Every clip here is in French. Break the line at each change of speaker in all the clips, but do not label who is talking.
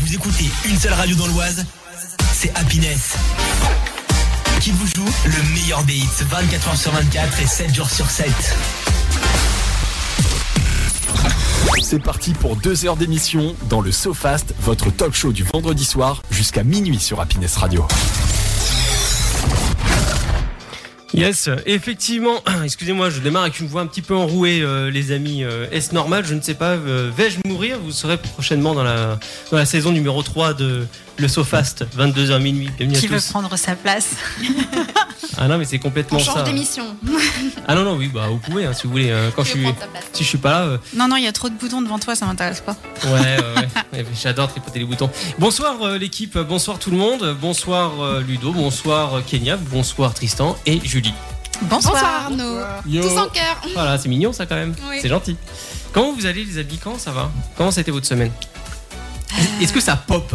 vous écoutez une seule radio dans l'Oise, c'est Happiness. Qui vous joue le meilleur des hits 24h sur 24 et 7 jours sur 7.
C'est parti pour deux heures d'émission dans le SoFast, votre talk show du vendredi soir jusqu'à minuit sur Happiness Radio.
Yes, effectivement. Excusez-moi, je démarre avec une voix un petit peu enrouée, euh, les amis. Euh, Est-ce normal Je ne sais pas. euh, Vais-je mourir Vous serez prochainement dans la, dans la saison numéro 3 de Le Sofast, 22h minuit. Bienvenue
Qui
à
veut
tous.
prendre sa place
Ah non, mais c'est complètement
On
ça.
change d'émission.
Ah non, non, oui, bah vous pouvez, hein, si vous voulez. euh, quand je
Tu veux
suis,
prendre ta place.
si je suis pas là, euh,
Non, non, il y a trop de boutons devant toi, ça m'intéresse pas.
Ouais, ouais, ouais. J'adore tripoter les boutons. Bonsoir euh, l'équipe, bonsoir tout le monde, bonsoir euh, Ludo, bonsoir euh, Kenya, bonsoir Tristan et Julie.
Bonsoir.
Bonsoir Arnaud.
Yo.
Tous en cœur.
Voilà, c'est mignon ça quand même.
Oui.
C'est gentil. Comment vous allez les amis Comment ça va Comment ça a été votre semaine Est-ce que ça pop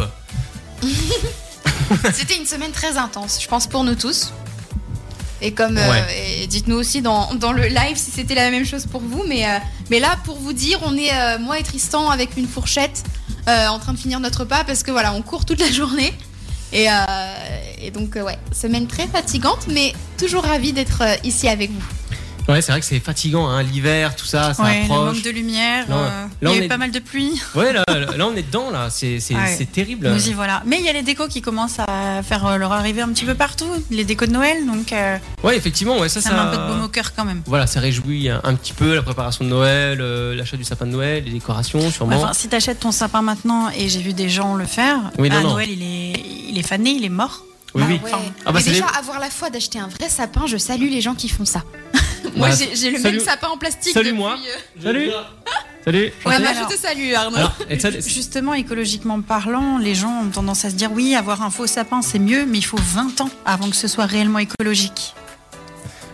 C'était une semaine très intense, je pense pour nous tous. Et comme euh, et dites-nous aussi dans, dans le live si c'était la même chose pour vous, mais, euh, mais là pour vous dire, on est euh, moi et Tristan avec une fourchette euh, en train de finir notre repas parce que voilà, on court toute la journée. Et, euh, et donc euh, ouais, semaine très fatigante, mais toujours ravie d'être euh, ici avec vous.
Ouais, c'est vrai que c'est fatigant, hein, l'hiver, tout ça, ça
Ouais, le
approche.
manque de lumière,
Non,
euh,
là,
il y
on
a eu
est-
pas mal de pluie.
Ouais, là, là, on est dedans, là, c'est c'est-
Ouais.
c'est terrible.
Nous y voilà. Mais il y a les décos qui commencent à faire euh, leur arrivée un petit peu partout, les décos de Noël, donc euh,
Ouais, effectivement, ouais, ça,
ça,
ça.
met un peu de baume au cœur quand même.
voilà, ça réjouit un, un petit peu la préparation de Noël, euh, l'achat du sapin de Noël, les décorations,
Ouais,
sûrement.
Enfin, si t'achètes ton sapin maintenant, et j'ai vu des gens le faire,
Oui, non,
à
non.
Noël il est, il est fané, il est mort.
oui, oui.
Ouais.
Ah bah,
Mais
c'est
déjà
les-
avoir la foi d'acheter un vrai sapin, je salue les gens qui font ça. moi
Ouais.
j'ai j'ai le
Bah, Salut.
même sapin en plastique.
Salut,
depuis,
moi.
euh,
Salut. Salut.
Ouais, bah,
alors-
je te salue Arnaud.
Alors, et ça, c'est-
Justement, écologiquement parlant, les gens ont tendance à se dire oui, avoir un faux sapin c'est mieux, mais il faut 20 ans avant que ce soit réellement écologique.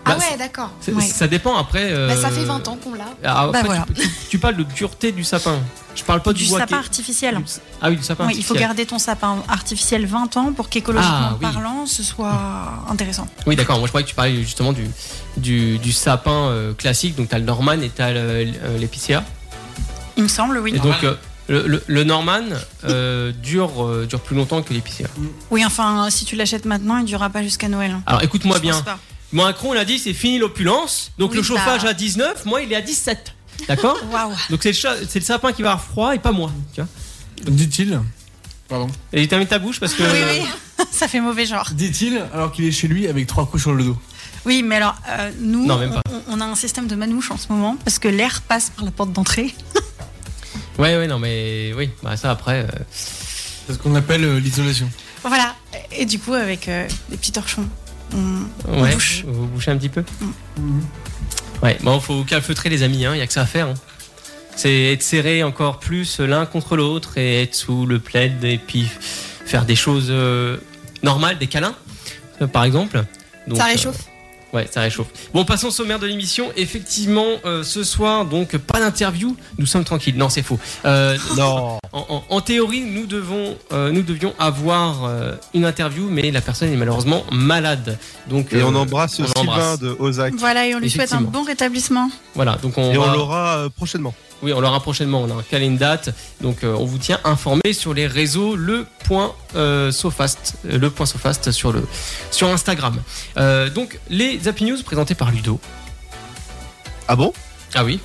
ah
bah,
ouais, d'accord.
c'est-
Ouais.
ça dépend après. euh,
Bah, ça fait 20 ans qu'on l'a.
Ah, après,
Bah, voilà.
tu, tu- tu parles de dureté du sapin. Je parle pas du,
Du
bois
sapin
qui-
artificiel.
du- Ah oui, du sapin.
Oui, il faut
artificiel.
garder ton sapin artificiel 20 ans pour qu'écologiquement
Ah, oui.
parlant, ce soit intéressant.
Oui, d'accord. Moi, je croyais que tu parlais justement du, du, du sapin euh, classique. Donc, t'as le Norman et t'as le- le- l'épicéa.
Il me semble, oui.
Et donc, euh, le, le- le Norman euh, dure, euh, dure plus longtemps que l'épicéa.
Oui, enfin, si tu l'achètes maintenant, il durera pas jusqu'à Noël.
Alors, écoute-moi
Je pense
Ah, bien.
pas.
Macron, il a dit c'est fini l'opulence. Donc,
Oui,
le chauffage
bah.
à 19, moi, il est à 17. D'accord
Waouh.
Donc, c'est le, cha- c'est le sapin qui va avoir froid et pas moi. Tu vois
Dit-il. Pardon.
et t'as mis ta bouche parce que.
Oui, oui. Ça fait mauvais genre.
Dit-il alors qu'il est chez lui avec trois couches sur le dos.
Oui, mais alors, euh, nous,
Non, même pas.
On, on a un système de manouche en ce moment parce que l'air passe par la porte d'entrée.
Ouais, ouais, non, mais oui, bah ça après. euh,
C'est ce qu'on appelle euh, l'isolation.
Voilà. Et du coup, avec euh, des petits torchons. on-
ouais,
bouche.
vous bouchez un petit peu. Mm. Ouais, bon, faut calfeutrer les amis, il n'y a que ça à faire. hein. C'est être serré encore plus l'un contre l'autre et être sous le plaid et puis faire des choses euh, normales, des câlins, euh, par exemple. Donc,
ça
euh,
réchauffe.
Ouais, ça réchauffe. Bon, passons au sommaire de l'émission. Effectivement, euh, ce soir, donc, pas d'interview. Nous sommes tranquilles. Non, c'est faux. Euh,
Non.
en, en- en théorie, nous, devons, euh, nous devions avoir euh, une interview, mais la personne est malheureusement malade. Donc,
Et
euh,
on embrasse
on
Sylvain
l'embrasse.
de Ozac.
Voilà, et on lui souhaite un
Effectivement.
bon rétablissement.
Voilà, donc on,
et
va-
on l'aura euh, prochainement.
oui, on l'aura prochainement. On a un calé une date. Donc, euh, on vous tient informé sur les réseaux le point euh, Sofast, euh, le point Sofast sur le sur Instagram. Euh, donc, les Happy News présentés par Ludo.
Ah bon
Ah oui,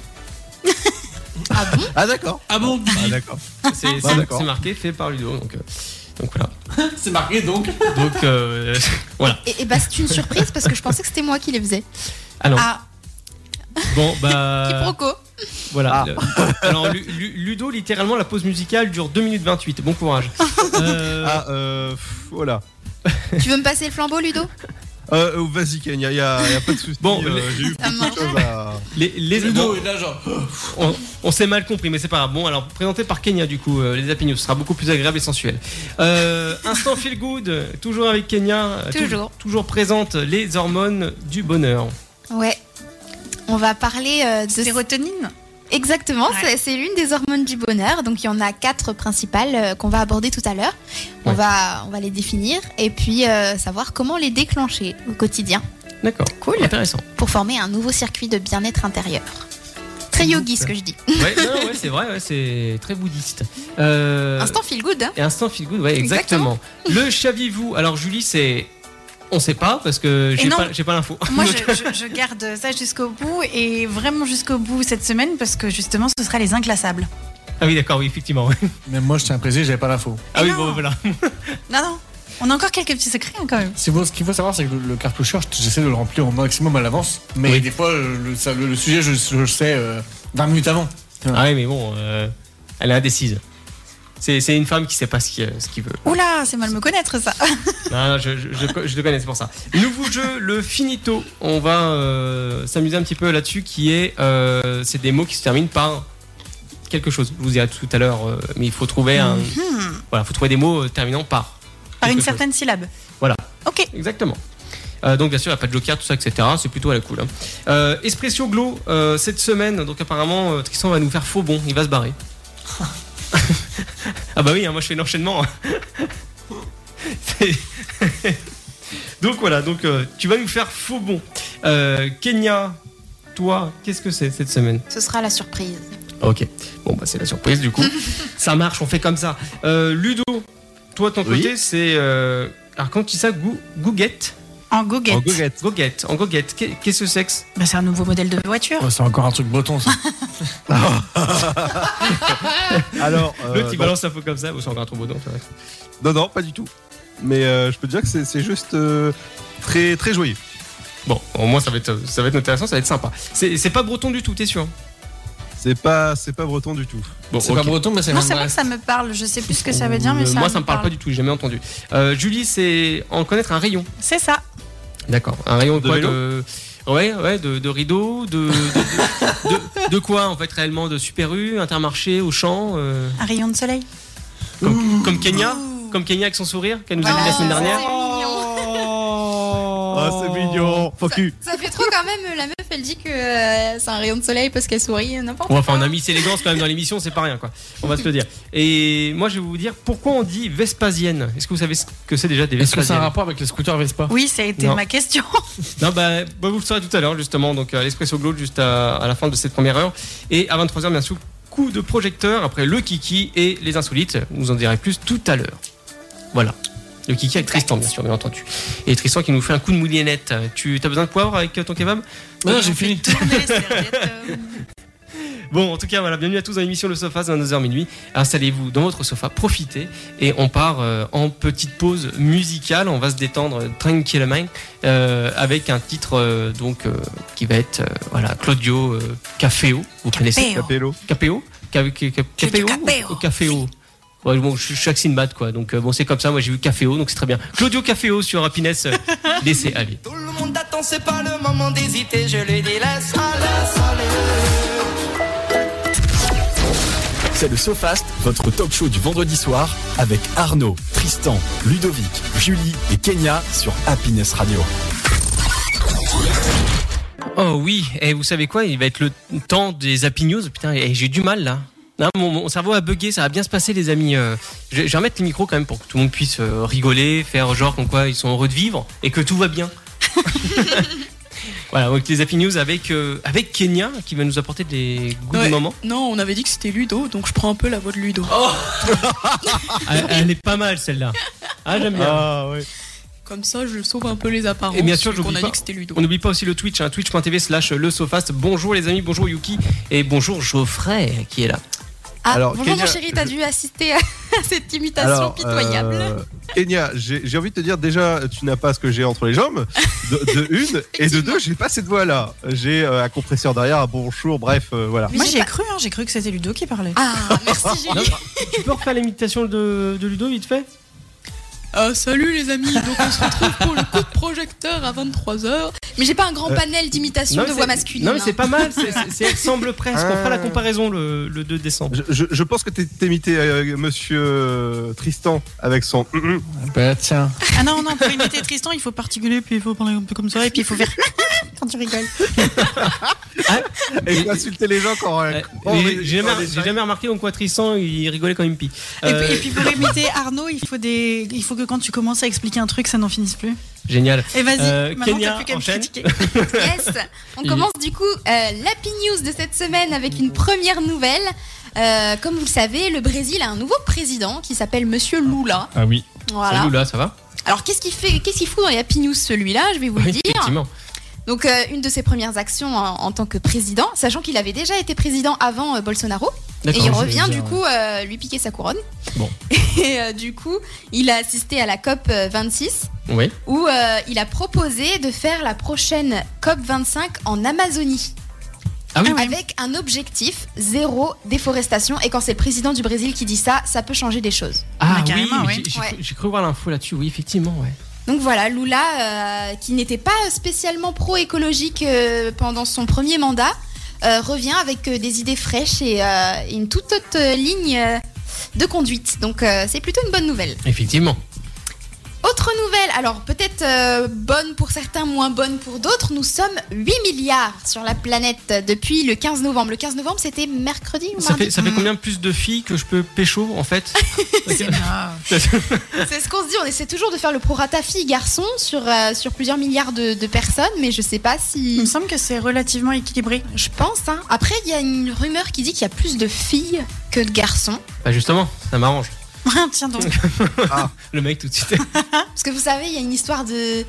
Ah bon
Ah d'accord.
Ah bon
Ah d'accord.
c'est
Bah,
c'est-
d'accord.
c'est marqué fait par Ludo. Donc, euh, donc voilà.
C'est marqué donc.
Donc euh,
Et, et bah c'est une surprise parce que je pensais que c'était moi qui les faisais.
ah non.
Ah,
Bon bah
Quiproquo.
voilà.
Ah.
Le- Alors Lu- Lu- Ludo littéralement la pause musicale dure 2 minutes 28. Bon courage. Euh,
Ah euh, pff, voilà.
Tu veux me passer le flambeau, Ludo
Euh, euh, Vas-y Ken, y a, y a- y a pas de souci.
Bon,
euh, j'ai eu
Ça
beaucoup de choses à.
les les bon,
est là genre.
on, on s'est mal compris, mais c'est pas grave. Bon, alors présenté par Kenya, du coup, euh, les Happy News, ce sera beaucoup plus agréable et sensuel. Euh, instant feel good, euh, toujours avec Kenya, euh, tou-
Toujours.
toujours présente les hormones du bonheur.
Ouais. On va parler euh, de
sérotonine.
Exactement,
Ouais.
c'est- c'est l'une des hormones du bonheur. Donc il y en a quatre principales euh, qu'on va aborder tout à l'heure. On,
Ouais.
va, on va les définir et puis euh, savoir comment les déclencher au quotidien
D'accord.
Cool.
Intéressant.
pour former un nouveau circuit de bien-être intérieur. Très yogi, ce que je dis.
Ouais, non, ouais, c'est vrai, ouais, c'est très bouddhiste. Euh,
Instant feel good, hein
Et instant feel good, ouais, exactement. Le chaviez-vous Alors Julie, c'est. On sait pas parce que j'ai
non.
pas, j'ai pas l'info.
Moi, je, je- je garde ça jusqu'au bout et vraiment jusqu'au bout cette semaine parce que justement, ce sera les inclassables.
Ah oui, d'accord, oui, effectivement. ouais.
Même moi, je tiens à préciser, j'avais pas l'info.
Ah oui,
non.
bon, voilà.
Non, non, on a encore quelques petits secrets hein, quand même.
C'est bon, ce qu'il faut savoir, c'est que le, le cartoucheur, je- j'essaie de le remplir au maximum à l'avance. Mais
Oui.
des fois, euh, le, ça- le- le sujet, je, je le sais euh, 20 minutes avant.
Ah oui, mais bon, euh, elle est indécise. C'est c'est une femme qui sait pas ce qu'il ce qu'il veut.
Oula, c'est mal me connaître ça.
Non, non, je, je, je- je le connais, c'est pour ça. Nouveau jeu, le finito. On va euh, s'amuser un petit peu là-dessus, qui est, euh, c'est des mots qui se terminent par quelque chose. Je vous dirai tout à l'heure, euh, mais il faut trouver un, voilà, faut trouver des mots euh, terminant par.
Mhm. Par une
quelque chose.
certaine syllabe.
Voilà.
Ok.
Exactement. Euh, donc bien sûr, il n'y a pas de joker, tout ça, etc. C'est plutôt à la cool. hein. Euh, Espresso Glow, euh, cette semaine, donc apparemment, euh, Tristan va nous faire faux bon, il va se barrer. ah bah oui, hein, moi je fais l'enchaînement. C'est- donc voilà, donc euh, tu vas nous faire faux bon. Euh, Kenya, toi, qu'est-ce que c'est cette semaine
Ce sera la surprise.
Ok, bon bah c'est la surprise du coup. ça marche, on fait comme ça. Euh, Ludo, toi ton
Oui.
côté c'est... euh, alors quand tu dis ça, gou- goguette
En goguette.
goguette. Goguette, en goguette. Qu'est- Qu'est-ce que c'est que ça
Bah, c'est un nouveau modèle de voiture.
c'est encore un truc breton, ça.
Alors, euh,
L'autre, il balance la peau comme ça, vous sentez un trop c'est vrai.
non, non, non, pas du tout. Mais euh, je peux te dire que c'est c'est juste euh, très, très joyeux.
Bon, au moins, ça va être, ça va être intéressant, ça va être sympa. C'est c'est pas breton du tout, t'es sûr
C'est pas, c'est pas breton du tout.
Bon,
C'est
ok.
pas breton, mais ça
Non,
vient de
c'est vrai
la-
que ça me parle. Je sais plus ce que ça veut dire, mais
Euh,
ça.
Moi, ça me parle pas du tout, j'ai jamais entendu. Euh, Julie, c'est en connaître un rayon.
C'est ça.
D'accord. Un rayon de
De
quoi
vélo
de... Ouais, ouais, de, de rideaux, de, de, de- de- de quoi en fait réellement De Super U, Intermarché, Auchan euh,
Un rayon de soleil. Mmh.
comme, comme Kenya Comme Kenya avec son sourire qu'elle nous a dit la
Voilà,
semaine dernière
Oh, C'est mignon.
Ah, c'est mignon. Faut
Ça, ça fait trop quand même. La meuf, elle dit que euh, c'est un rayon de soleil parce qu'elle sourit, n'importe
Ouais,
quoi.
enfin, on a mis élégance quand même dans l'émission, c'est pas rien, quoi. On va se le dire. Et moi, je vais vous dire pourquoi on dit Vespasienne. Est-ce que vous savez ce que c'est déjà des
Est-ce que c'est un
Vespasiennes
rapport avec les scooters Vespa
Oui, ça a été
Non.
ma question.
Non, bah, bah, vous le saurez tout à l'heure, justement. Donc, euh, l'espresso glow juste à, à la fin de cette première heure. Et à 23h, bien sûr, coup de projecteur après le kiki et les insolites. Vous en direz plus tout à l'heure. Voilà. Le kiki avec Tristan, bien sûr, bien entendu. Et Tristan qui nous fait un coup de moulinette. Tu as besoin de poivre avec euh, ton kebab Euh,
Non, non, j'ai fini.
Tourner les serviettes, euh,
Bon, en tout cas, voilà, bienvenue à tous dans l'émission Le Sofa, c'est 22h minuit. Installez-vous dans votre sofa, profitez, et on part euh, en petite pause musicale. On va se détendre euh, tranquillement euh, avec un titre euh, donc euh, qui va être euh, voilà Claudio euh, Caféo. Vous connaissez
Capéo.
Capello.
Capéo Ca- ca- ca- Capéo
Capéo.
ou Caféo Ouais, bon, je suis je suis Axine Bat, quoi. Donc, euh, bon, c'est comme ça. Moi, j'ai vu Caféo, donc c'est très bien. Claudio Caféo sur Happiness. euh, Laissez aller.
Tout le monde attend, c'est pas le moment d'hésiter, je lui dis laisse aller, laisse aller.
C'est le SoFast, votre talk show du vendredi soir avec Arnaud, Tristan, Ludovic, Julie et Kenya sur Happiness Radio.
Oh oui, et vous savez quoi Il va être le temps des Happy News. Putain, et j'ai du mal là. Non, mon, mon cerveau a bugué, ça va bien se passer les amis. Euh, je, je vais remettre les micros quand même pour que tout le monde puisse euh, rigoler, faire genre comme quoi ils sont heureux de vivre et que tout va bien. voilà, donc les Happy News avec, euh, avec Kenya qui va nous apporter des goûts
Ouais.
du moment.
Non, on avait dit que c'était Ludo, donc je prends un peu la voix de Ludo.
Oh.
Ah, Elle, elle est pas mal celle-là. Ah j'aime bien.
Ah ouais.
Comme ça, je sauve un peu les apparences.
Et bien sûr,
vu qu'on
j'oublie
a
pas-
dit que c'était Ludo.
On n'oublie pas aussi le Twitch, hein, twitch.tv slash le Sofast. Bonjour les amis, bonjour Yuki et bonjour Geoffrey qui est là.
Ah,
Alors,
bonjour
Kenya,
mon chéri, t'as
je-
dû assister à cette imitation pitoyable.
euh, Kenya, j'ai j'ai envie de te dire déjà, tu n'as pas ce que j'ai entre les jambes, de, de une, et de deux, j'ai pas cette voix-là. J'ai euh, un compresseur derrière, un bonjour, bref, euh, voilà.
Mais
Moi,
j'ai
j'ai
pas-
cru, hein, j'ai cru que c'était Ludo qui parlait.
Ah, merci Julie.
Non, tu peux refaire l'imitation de, de Ludo vite fait
Ah, salut les amis, donc on se retrouve pour le coup de projecteur à 23h.
Mais j'ai pas un grand panel d'imitation
Euh, Non,
de
mais
voix
c'est-
masculine.
Non, mais
hein.
c'est pas mal, c'est- c'est- c'est- elle semble presque. On fera la comparaison le, le 2 décembre.
Je, je- je pense que t'es t'es imité euh, monsieur euh, Tristan avec son. Mm, mm.
Bah tiens.
Ah non, non, pour imiter Tristan, il faut particuler, puis il faut parler un peu comme ça, et puis il faut faire quand tu rigoles.
Et insulter les gens quand. euh,
Ouais,
quand
Oh, mais
on est-
Eh, j'ai j'ai
quand on
jamais,
est-
j'ai jamais remarqué en quoi Tristan il rigolait quand il me pie.
Et,
Euh,
puis, et puis pour imiter Arnaud, il faut, des... il faut que quand tu commences à expliquer un truc, ça n'en finisse plus.
Génial.
Et vas-y,
Euh,
maintenant
Kenya,
t'as plus qu'à me
enchaîne.
critiquer.
Yes On
Il-
commence du coup euh, l'Happy News de cette semaine avec une première nouvelle. Euh, comme vous le savez, le Brésil a un nouveau président qui s'appelle Monsieur Lula.
Ah oui.
Voilà.
Salut là, ça va
Alors qu'est-ce qu'il fait Qu'est-ce qu'il fout dans les Happy News celui-là Je vais vous le
Oui,
dire.
effectivement.
Donc, euh, une de ses premières actions en, en tant que président, sachant qu'il avait déjà été président avant euh, Bolsonaro, et il
D'accord.
revient
dire,
du coup euh, lui piquer sa couronne.
Bon.
Et euh, du coup, il a assisté à la COP euh, 26
Oui.
où euh, il a proposé de faire la prochaine COP 25 en Amazonie.
Ah oui.
Avec un objectif zéro déforestation. Et quand c'est le président du Brésil qui dit ça, ça peut changer des choses.
Ah
Ah,
oui,
carrément,
mais
ouais.
j'ai- j'ai
Ouais.
cru- j'ai cru voir l'info là-dessus. Oui, effectivement, ouais.
Donc voilà, Lula, euh, qui n'était pas spécialement pro-écologique euh, pendant son premier mandat, euh, revient avec euh, des idées fraîches et euh, et une toute autre euh, ligne euh, de conduite. Donc euh, c'est plutôt une bonne nouvelle.
Effectivement.
Autre nouvelle, alors peut-être euh, bonne pour certains, moins bonne pour d'autres, nous sommes 8 milliards sur la planète depuis le 15 novembre. Le 15 novembre, c'était mercredi ou
Ça
mardi
fait, ça fait combien plus de filles que je peux pécho en fait
C'est grave.
C'est ce qu'on se dit, on essaie toujours de faire le prorata fille-garçon sur, euh, sur plusieurs milliards de, de personnes, mais je sais pas si...
Il me semble que c'est relativement équilibré.
Je pense. Hein. Après, il y a une rumeur qui dit qu'il y a plus de filles que de garçons.
Bah justement, ça m'arrange.
Ah, Tiens donc.
Le mec tout de suite.
Parce que vous savez, il y a une histoire de.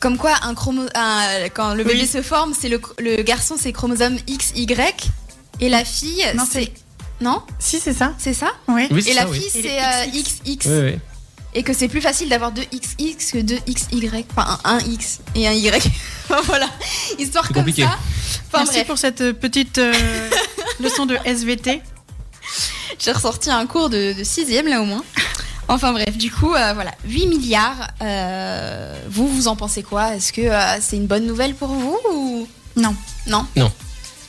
Comme quoi, un chromo... un- quand le bébé
Oui.
se forme, c'est le... le garçon, c'est chromosome XY. Et la fille,
Non,
c'est. Non
Si, c'est ça
C'est ça
Oui.
Oui,
Et
c'est
la
ça, oui.
fille,
Et
c'est
les
euh, XX.
Oui, oui.
Et que c'est plus facile d'avoir deux XX que deux XY. Enfin, un, un X et un Y. Enfin, voilà. Histoire
C'est
comme
compliqué.
ça. Enfin,
Merci
bref,
pour cette euh, petite euh, leçon de SVT.
J'ai ressorti un cours de, 6ème là au moins. Enfin bref, du coup, euh, voilà, 8 milliards. euh, vous, vous en pensez quoi Est-ce que euh, c'est une bonne nouvelle pour vous ou...
Non.
Non.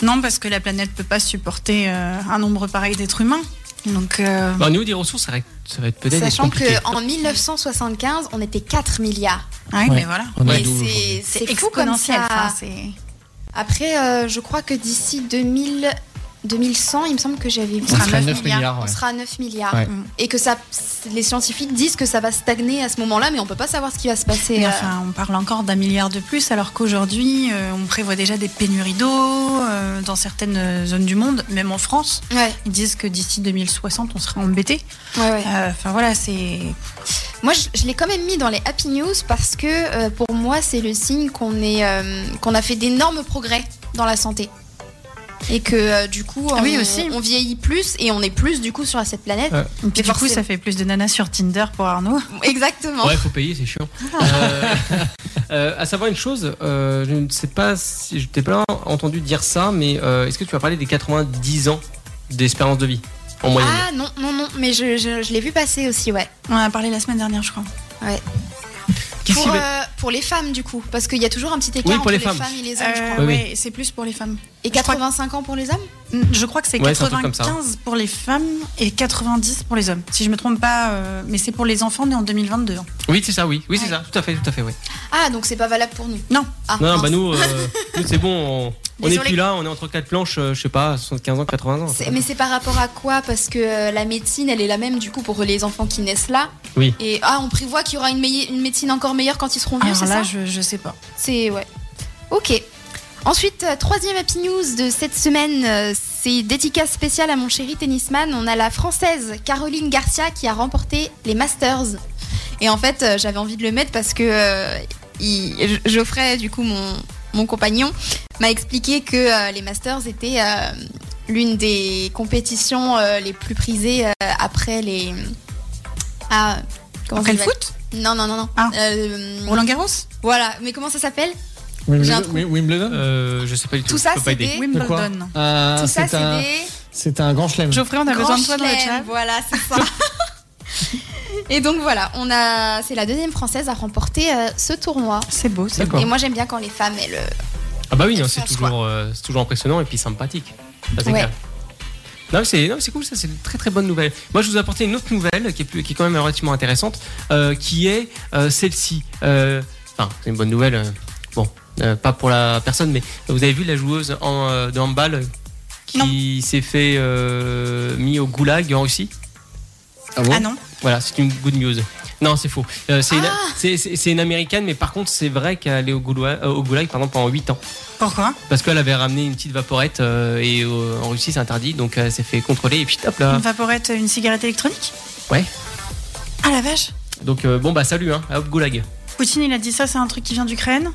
Non, parce que la planète peut pas supporter euh, un nombre pareil d'êtres humains. Donc, euh,
Bah, au niveau des ressources, ça va être, ça va être peut-être
Sachant
compliqué.
qu'en 1975, on était 4 milliards.
ouais, mais voilà.
On est
Et
d'où aujourd'hui
c'est- c'est fou comme ça.
enfin, c'est-
Après, euh, je crois que d'ici 2000, 2100, il me semble que j'avais vu.
On sera à
9
9 milliards, ouais.
On sera à 9 milliards.
Ouais.
Mm.
Et que ça, les scientifiques disent que ça va stagner à ce moment-là, mais on peut pas savoir ce qui va se passer.
Mais
euh,
enfin, on parle encore d'un milliard de plus, alors qu'aujourd'hui, euh, on prévoit déjà des pénuries d'eau euh, dans certaines zones du monde, même en France.
ouais,
Ils disent que d'ici 2060, on sera embêté.
ouais, ouais.
Euh, Enfin voilà, c'est.
Moi, je, je l'ai quand même mis dans les Happy News parce que euh, pour moi, c'est le signe qu'on est, euh, qu'on a fait d'énormes progrès dans la santé. Et que euh, du coup, on,
Ah oui, aussi.
on vieillit plus et on est plus du coup sur cette planète.
Ouais.
Et puis, du coup,
forcément-
ça fait plus de nanas sur Tinder pour Arnaud.
Exactement.
Ouais, faut payer, c'est chiant. Euh, euh, à savoir une chose, euh, je ne sais pas si je t'ai pas entendu dire ça, mais euh, est-ce que tu as parlé des 90 ans d'espérance de vie en moyenne
Ah non, non, non, mais je, je- je l'ai vu passer aussi, ouais.
On en a parlé la semaine dernière, je crois.
Qu'est-ce
Pour,
qu'il va-
euh, pour les femmes, du coup, parce qu'il y a toujours un petit écart
Oui,
entre
pour les
les
femmes.
femmes. et les hommes, je crois.
Oui, oui.
c'est plus pour les femmes.
Et
Euh, je crois-
85 ans pour les hommes
Je crois que c'est
Ouais, c'est un truc comme ça,
95 pour les femmes et 90 pour les hommes. Si je me trompe pas, euh, mais c'est pour les enfants nés en 2022. hein.
Oui, c'est ça, oui. Oui, c'est
Ouais.
ça, tout à fait, tout à fait, oui.
Ah, donc c'est pas valable pour nous
Non.
Ah,
Non,
mince.
bah nous, euh, nous, c'est bon, on, on est
Désolé.
plus là, on est entre quatre planches, euh, je sais pas, 75 ans, 80 ans.
C'est- Mais c'est par rapport à quoi Parce que euh, la médecine, elle est la même du coup pour les enfants qui naissent là.
Oui.
Et ah, on prévoit qu'il y aura une, meille- une médecine encore meilleure quand ils seront vieux,
Ah, Alors
c'est
là,
ça
je, je sais pas.
C'est ouais. Ok. Ensuite, euh, troisième Happy News de cette semaine, euh, c'est dédicace spéciale à mon chéri tennisman. On a la française Caroline Garcia qui a remporté les Masters. Et en fait, euh, j'avais envie de le mettre parce que euh, il- Geoffrey, du coup, mon, mon compagnon, m'a expliqué que euh, les Masters étaient euh, l'une des compétitions euh, les plus prisées euh, après les. Ah, comment
Après le
ça s'appelle
foot
Non, non, non, non.
Ah.
Euh,
Roland Garros
voilà, mais comment ça s'appelle J'ai
Wimbledon
un trou.
Wim- Wimbledon
Euh, je sais pas du tout,
Tout ça,
je peux pas
c'est
aider.
des-
Wimbledon.
Euh,
Ah,
Tout ça,
c'est
c'est
un,
des
c'est un grand chelem.
Geoffrey, on a
grands
besoin de toi dans le
chelems.
chat.
Voilà, c'est ça. Et donc voilà, on a, c'est la deuxième française à remporter euh, ce tournoi.
C'est beau, c'est
D'accord.
Et moi, j'aime bien quand les femmes, elles. euh,
Ah bah oui,
Quel
hein, c'est
sens,
toujours, euh, c'est toujours impressionnant et puis sympathique. Ça, c'est
Ouais.
clair. Non, mais c'est non, mais c'est cool, ça c'est une très très bonne nouvelle. Moi je vous ai apporté une autre nouvelle qui est, plus- qui est quand même relativement intéressante, euh, qui est euh, celle-ci. Euh, Enfin, c'est une bonne nouvelle, euh, bon, euh, pas pour la personne, mais vous avez vu la joueuse en, euh, de handball qui s'est fait euh, mis au goulag en Russie
Ah bon
Ah non Ah.
voilà, c'est une good news. Non, c'est faux. Euh, c'est une- c'est- c'est- c'est une, américaine, mais par contre, c'est vrai qu'elle est au goulag, euh, au goulag pardon, pendant 8 ans.
Pourquoi
Parce qu'elle avait ramené une petite vaporette euh, et euh, en Russie, c'est interdit. Donc euh, elle s'est fait contrôler et puis hop là.
Une vaporette, une cigarette électronique
Ah. Ouais.
Ah la vache
Donc euh, bon, bah salut, hein, hop, goulag.
Poutine, il a dit ça, c'est un truc qui vient d'Ukraine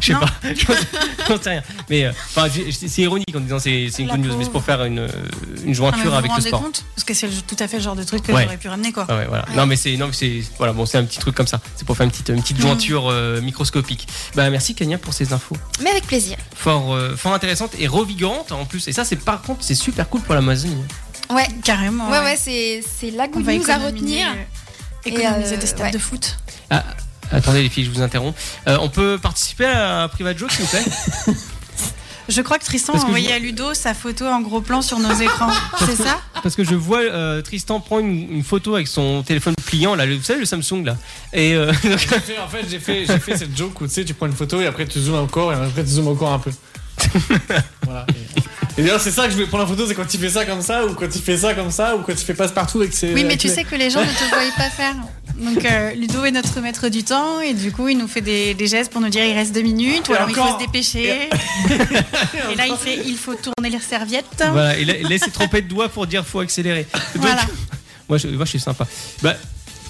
Je sais
Non.
pas. J'en sais rien. Mais euh, enfin, j'ai- c'est c'est ironique en disant c'est c'est une
La
good news, mais c'est
pauvre.
pour faire une, euh, une
Ah, mais
jointure
Vous
avec
vous
le
rendez
sport.
compte Parce que c'est le- tout à fait le genre de truc que
Ouais.
j'aurais pu ramener quoi.
Ah ouais, voilà. Non mais c'est non mais c'est voilà bon c'est un petit truc comme ça. C'est pour faire une petite une petite
Mm.
jointure euh, microscopique. Bah merci Kenya pour ces infos
Mais avec plaisir.
fort euh, fort intéressantes et revigorantes en plus. Et ça c'est par contre c'est super cool pour l'Amazonie.
Ouais,
Carrément.
ouais, ouais, c'est c'est la
On
good
va
news à
économiser,
retenir.
euh, économiser
Et, euh,
des stades
ouais.
de foot.
Attendez les filles, je vous interromps. Euh, on peut participer à un private joke s'il vous plaît.
Je crois que Tristan
Parce
a
que
envoyé
je-
à Ludo sa photo en gros plan sur nos écrans. c'est ça
Parce que je vois euh, Tristan prendre une, une photo avec son téléphone pliant là, le- vous savez le Samsung là. Et euh,
Ah
donc,
J'ai fait- En fait, j'ai fait, j'ai fait cette joke où tu sais, tu prends une photo et après tu zoomes encore et après tu zoomes encore un peu. voilà. Et, et d'ailleurs, c'est ça que je voulais prendre en photo, c'est quand tu fais ça comme ça ou quand tu fais ça comme ça ou quand tu fais passe-partout et que c'est.
Oui,
Euh,
mais
avec
tu
les-
sais que les gens ne te voient pas faire.
Donc euh, Ludo est notre maître du temps et du coup il nous fait des, des gestes pour nous dire il reste deux minutes ou
Et
alors il faut
encore.
se dépêcher. et là il fait il faut tourner les serviettes.
voilà, et la- laissez tromper de doigts pour dire faut accélérer. Donc,
Voilà.
Moi je, moi, je suis sympa. Bah,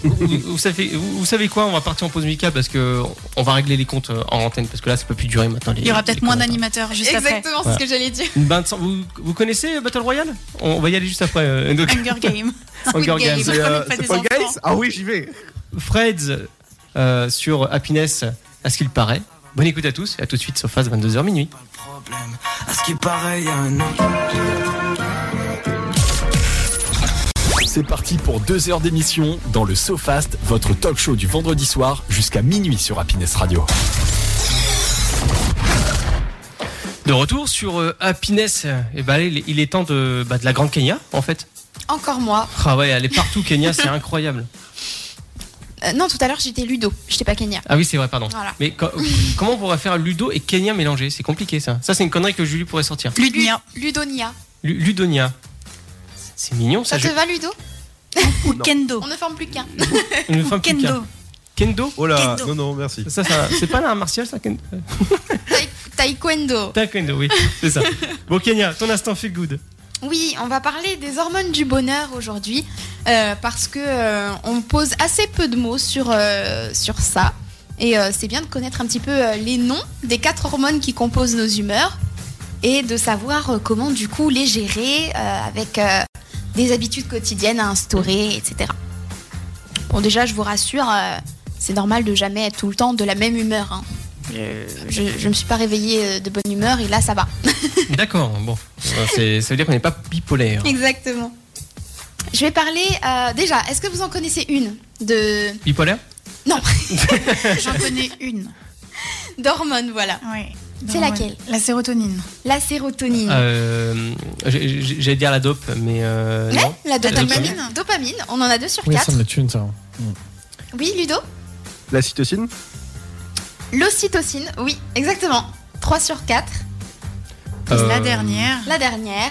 vous, vous savez, vous, vous savez quoi On va partir en pause musicale parce que on va régler les comptes euh, en antenne parce que là ça peut plus durer maintenant. les-
Il y aura
les
peut-être moins
commentaires.
d'animateurs juste après.
Exactement, c'est ce que j'allais dire.
Une bande sans- vous, vous connaissez euh, Battle Royale on, on va y aller juste après. euh, donc,
Hunger Game.
Hunger
Game.
Games.
Sauf qu'on n'est pas
c'est
des
pas
enfants.
Guys Ah oui, j'y vais.
Freds euh, sur Happiness, à ce qu'il paraît. Bonne écoute à tous et à tout de suite sur Phase 22h minuit.
Pas le problème. À ce qui paraît, y a un autre.
C'est parti pour deux heures d'émission dans le SoFast, votre talk show du vendredi soir jusqu'à minuit sur Happiness Radio.
De retour sur euh, Happiness, et bah, il, il est temps de, bah, de la grande Kenya en fait.
Encore moi.
Ah ouais, elle est partout Kenya, c'est incroyable.
Euh, non, tout à l'heure j'étais Ludo, j'étais pas Kenya.
Ah oui, c'est vrai, pardon.
Voilà.
Mais co- comment on pourra faire Ludo et Kenya mélangés C'est compliqué ça. Ça, c'est une connerie que Julie pourrait sortir.
Ludmilla.
Ludonia.
Lu- Ludonia. C'est mignon ça.
Ça te
je-
va, Ludo
Ou Kendo.
On ne forme plus qu'un.
une femme qui-
Kendo.
Kendo
Oh là,
Kendo.
non, non, merci.
ça, ça- c'est pas un art martial ça Kendo Euh,
Tai- Taekwondo.
Taekwondo, oui, c'est ça. Bon, Kenya, ton instant feel good.
Oui, on va parler des hormones du bonheur aujourd'hui euh, parce que euh, on pose assez peu de mots sur, euh, sur ça. Et euh, c'est bien de connaître un petit peu euh, les noms des quatre hormones qui composent nos humeurs et de savoir euh, comment du coup les gérer euh, avec euh, des habitudes quotidiennes à instaurer, etc. Bon déjà, je vous rassure, euh, c'est normal de jamais être tout le temps de la même humeur. hein. Je ne me suis pas réveillée euh, de bonne humeur et là ça va.
D'accord, bon. Euh, c'est- Ça veut dire qu'on n'est pas bipolaire.
Exactement. Je vais parler euh, déjà. Est-ce que vous en connaissez une de
Bipolaire
J'en connais une.
d'hormones voilà
Ouais.
C'est
Non,
laquelle
ouais. La sérotonine.
la sérotonine
Euh, j'ai- j'ai- J'allais dire la dope, mais euh, non.
la
La
dopamine.
dopamine.
Dopamine, on en a deux sur
Oui,
quatre.
ça me la tue, ça.
Oui, Ludo
La cytocine
L'ocytocine, oui, exactement. 3 sur 4.
Et La
Euh,
dernière.
La dernière,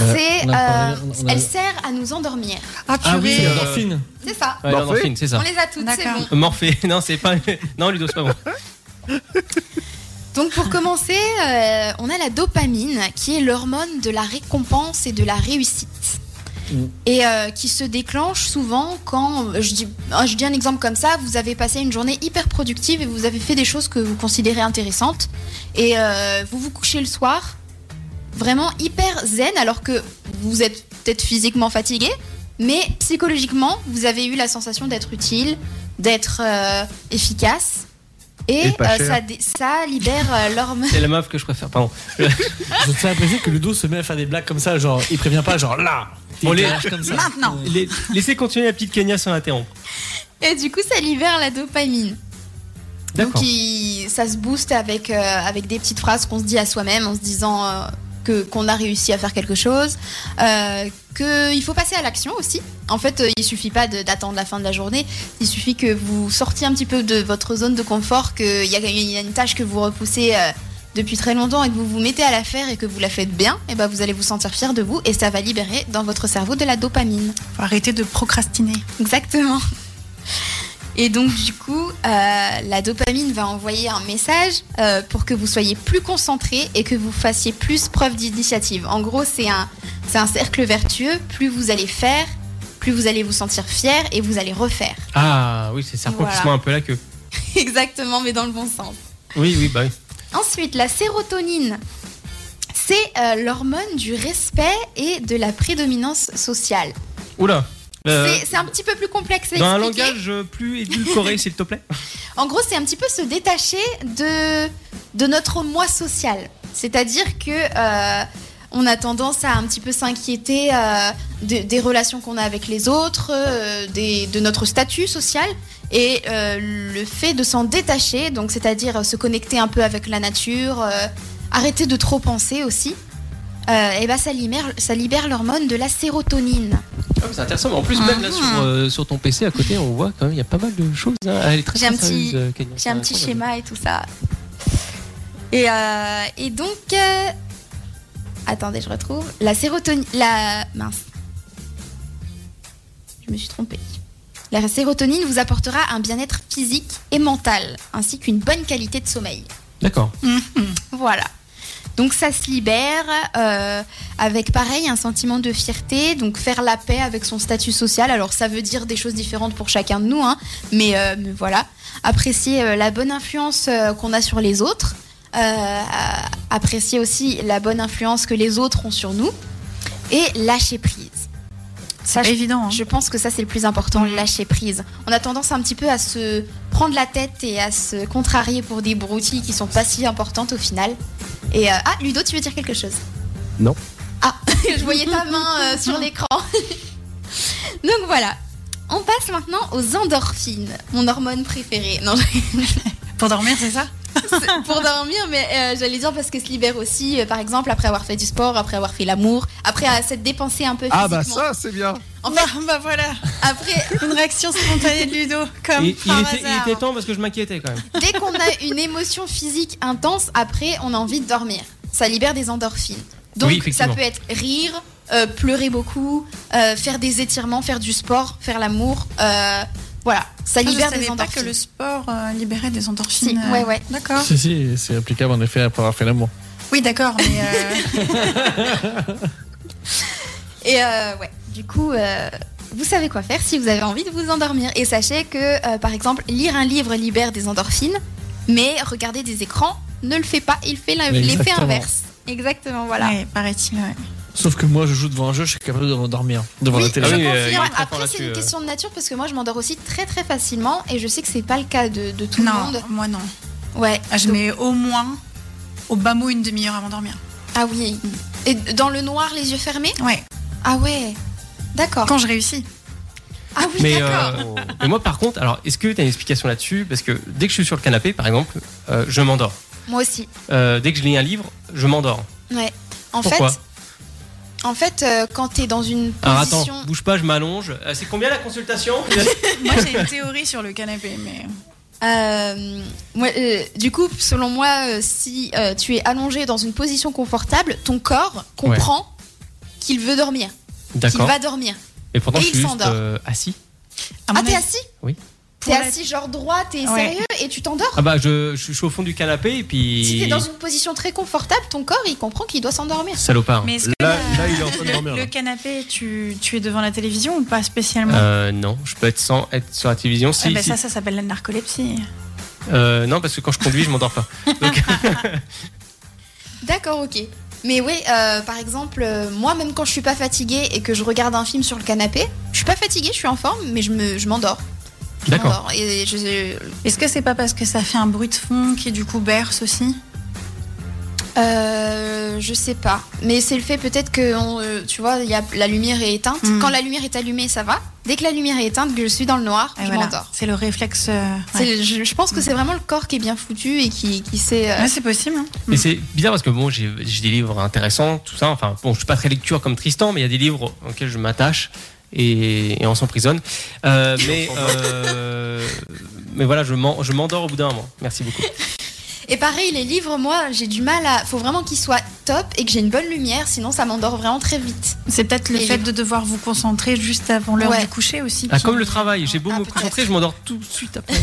Euh,
c'est.
on a parlé-
euh,
on a-
Elle sert à nous endormir.
Ah
Ah oui,
purée.
euh,
Morphine.
C'est ça.
Ouais,
Morphée
l'endorphine, c'est
On
ça.
les a toutes, c'est
D'accord.
bon.
Morphée, non, c'est pas. Non, Ludo, c'est pas bon.
Donc pour commencer, euh, on a la dopamine qui est l'hormone de la récompense et de la réussite.
Mm.
Et euh, qui se déclenche souvent quand, je dis, oh, je dis un exemple comme ça, vous avez passé une journée hyper productive et vous avez fait des choses que vous considérez intéressantes. Et euh, vous vous couchez le soir vraiment hyper zen alors que vous êtes peut-être physiquement fatigué, mais psychologiquement, vous avez eu la sensation d'être utile, d'être euh, efficace. Et,
Et pas
euh,
cher.
ça, dé- ça libère euh, l'hormone.
C'est la meuf que je préfère, pardon.
Je tiens à préciser que Ludo se met à faire des blagues comme ça, genre il prévient pas, genre là.
Bon,
Il
les-
lâche comme ça.
Maintenant.
Les- Laissez continuer la petite Kenya sans interrompre.
Et du coup, ça libère la dopamine. Donc,
D'accord.
il- ça se booste avec, euh, avec des petites phrases qu'on se dit à soi-même en se disant euh, que qu'on a réussi à faire quelque chose. Euh, Qu'il faut passer à l'action aussi. En fait, euh, il suffit pas de- d'attendre la fin de la journée. Il suffit que vous sortiez un petit peu de votre zone de confort, qu'il y a, il y a une tâche que vous repoussez. euh, depuis très longtemps et que vous vous mettez à la faire et que vous la faites bien, et ben vous allez vous sentir fier de vous et ça va libérer dans votre cerveau de la dopamine.
Faut arrêter de procrastiner.
Exactement. Et donc, du coup, euh, la dopamine va envoyer un message euh, pour que vous soyez plus concentré et que vous fassiez plus preuve d'initiative. En gros, c'est un, c'est un cercle vertueux. Plus vous allez faire, plus vous allez vous sentir fier et vous allez refaire.
Ah oui, c'est serpent qui
Voilà.
se met un peu la queue.
Exactement, mais dans le bon sens.
Oui, oui, bah oui.
Ensuite, la sérotonine. C'est euh, l'hormone du respect et de la prédominance sociale.
Oula. Euh,
C'est- c'est un petit peu plus complexe à
dans un
expliquer.
langage euh, plus édulcoré, s'il te plaît.
En gros, c'est un petit peu se détacher de, de notre moi social. C'est-à-dire que euh, on a tendance à un petit peu s'inquiéter euh, de- des relations qu'on a avec les autres, euh, des- de notre statut social. Et euh, le fait de s'en détacher, donc c'est-à-dire se connecter un peu avec la nature, euh, arrêter de trop penser aussi, euh, et ben ça libère, ça libère l'hormone de la sérotonine.
c'est intéressant, Ah, mais en plus, même là,
Mhm.
sur, euh, sur ton PC à côté, on voit quand même, il y a pas mal de choses. hein. Elle est très
J'ai un
très
petit-
sérieuse, euh, Kenya.
J'ai un
C'est
petit
incroyable.
schéma et tout ça. Et, euh, et donc. euh, attendez, je retrouve. La sérotonine. La. Mince. Je me suis trompée. La sérotonine vous apportera un bien-être physique et mental, ainsi qu'une bonne qualité de sommeil.
D'accord.
Voilà. Donc ça se libère euh, avec pareil un sentiment de fierté, donc faire la paix avec son statut social. Alors ça veut dire des choses différentes pour chacun de nous, hein, mais, euh, mais voilà. Apprécier euh, la bonne influence euh, qu'on a sur les autres, euh, à- apprécier aussi la bonne influence que les autres ont sur nous, et lâcher prise.
C'est
Ça,
pas
je-
évident. hein.
je pense que ça c'est le plus important, lâcher prise. On a tendance un petit peu à se prendre la tête et à se contrarier pour des broutilles qui sont pas si importantes au final. Et euh, ah Ludo, tu veux dire quelque chose
Non.
Ah, je voyais ta main euh, sur l'écran. Donc voilà. On passe maintenant aux endorphines, mon hormone préférée. Non,
Pour dormir, c'est ça
c'est pour dormir, mais euh, j'allais dire parce que se libère aussi, euh, par exemple, après avoir fait du sport, après avoir fait l'amour, après euh, s'être dépensé un peu
Ah bah
physiquement.
ça, c'est bien.
Enfin, bah voilà,
Après,
une réaction spontanée de Ludo, comme
Il, il
par
était, il
hasard.
était temps parce que je m'inquiétais quand même.
Dès qu'on a une émotion physique intense, après, on a envie de dormir. Ça libère des endorphines. Donc,
Oui,
ça
effectivement.
peut être rire, euh, pleurer beaucoup, euh, faire des étirements, faire du sport, faire l'amour. euh, voilà, ça
Ah, je
libère
savais
des
pas que
endorphines.
le sport euh, libérait des endorphines.
Si,
euh,
ouais, ouais.
D'accord.
Si, si, c'est applicable en effet après avoir fait l'amour.
Oui, d'accord, mais euh,
Et euh, ouais, du coup, euh, vous savez quoi faire si vous avez envie de vous endormir. Et sachez que, euh, par exemple, lire un livre libère des endorphines, mais regarder des écrans ne le fait pas, il fait la-
Mais
l'effet
exactement.
inverse. Exactement, voilà.
ouais, paraît-il. ouais.
Sauf que moi, je joue devant un jeu, je suis capable de m'endormir devant
Oui,
la télé.
je
Ah oui, euh, il est
confirme.
très fort
Après, c'est
là-dessus,
une
euh.
question de nature parce que moi, je m'endors aussi très très facilement et je sais que c'est pas le cas de, de tout le
Non,
monde.
moi non.
Ouais.
Ah, Je
donc-
mets au moins, au bas mot, une demi-heure avant de dormir.
Ah oui. Et dans le noir, les yeux fermés
Ouais,
Ah ouais. D'accord.
quand je réussis.
Ah oui,
Mais,
d'accord.
euh, mais moi, par contre, alors, est-ce que tu as une explication là-dessus Parce que dès que je suis sur le canapé, par exemple, euh, je m'endors.
Moi aussi.
Euh, dès que je lis un livre, je m'endors.
Ouais. En
Pourquoi
fait, en fait, euh, quand t'es dans une
Alors attends,
position.
bouge pas, je m'allonge. Euh, c'est combien la consultation
Moi, j'ai une théorie sur le canapé, mais
Euh, moi, euh, du coup, selon moi, euh, si euh, tu es allongé dans une position confortable, ton corps comprend qu'il veut dormir, qu'il
D'accord.
va dormir.
Et pourtant,
Et
je
il
suis juste
s'endort.
euh, assis.
à
Ah,
mon
t'es
avis,
assis
Oui.
T'es
Pour la-
assis genre droit, t'es
Ouais.
sérieux et tu t'endors
Ah bah, je, je suis au fond du canapé et puis.
Si t'es dans une position très confortable, ton corps il comprend qu'il doit s'endormir.
Salopard.
Mais est-ce que
Là,
la-
là, il est en train de dormir.
le,
là.
le canapé, tu, tu es devant la télévision ou pas spécialement
Euh, non, je peux être sans être sur la télévision.
Eh
Si,
ben,
si.
Ça, ça s'appelle la narcolepsie.
Euh, non, parce que quand je conduis, je m'endors pas. Donc,
D'accord, ok. Mais oui, euh, par exemple, euh, moi même quand je suis pas fatiguée et que je regarde un film sur le canapé, je suis pas fatiguée, je suis en forme, mais je me- je m'endors. Je
d'accord.
m'endors. Et je-
Est-ce que c'est pas parce que ça fait un bruit de fond qui du coup berce aussi
euh, je sais pas. Mais c'est le fait peut-être que on, euh, tu vois, il y a, la lumière est éteinte.
Mm.
Quand la lumière est allumée, ça va. Dès que la lumière est éteinte, que je suis dans le noir,
Eh
je
voilà,
m'endors.
C'est le réflexe. euh,
C'est-
ouais.
Je, je pense que c'est vraiment le corps qui est bien foutu et qui, qui sait. euh,
Ouais, c'est possible. hein.
Mais c'est bizarre parce que bon, j'ai j'ai des livres intéressants, tout ça. Enfin, bon, je suis pas très lecture comme Tristan, mais il y a des livres auxquels je m'attache et, et on s'emprisonne. Euh, mais, euh, mais voilà, je m'en- je m'endors au bout d'un moment. Merci beaucoup.
Et pareil, les livres, moi, j'ai du mal à. Faut vraiment qu'ils soient top et que j'ai une bonne lumière, sinon ça m'endort vraiment très vite.
C'est peut-être le
Et
fait
les-
de devoir vous concentrer juste avant l'heure
Ouais.
du coucher aussi.
Ah,
qui-
comme le travail, j'ai beau me
Ah, peut-être.
concentrer, je m'endors tout de suite après.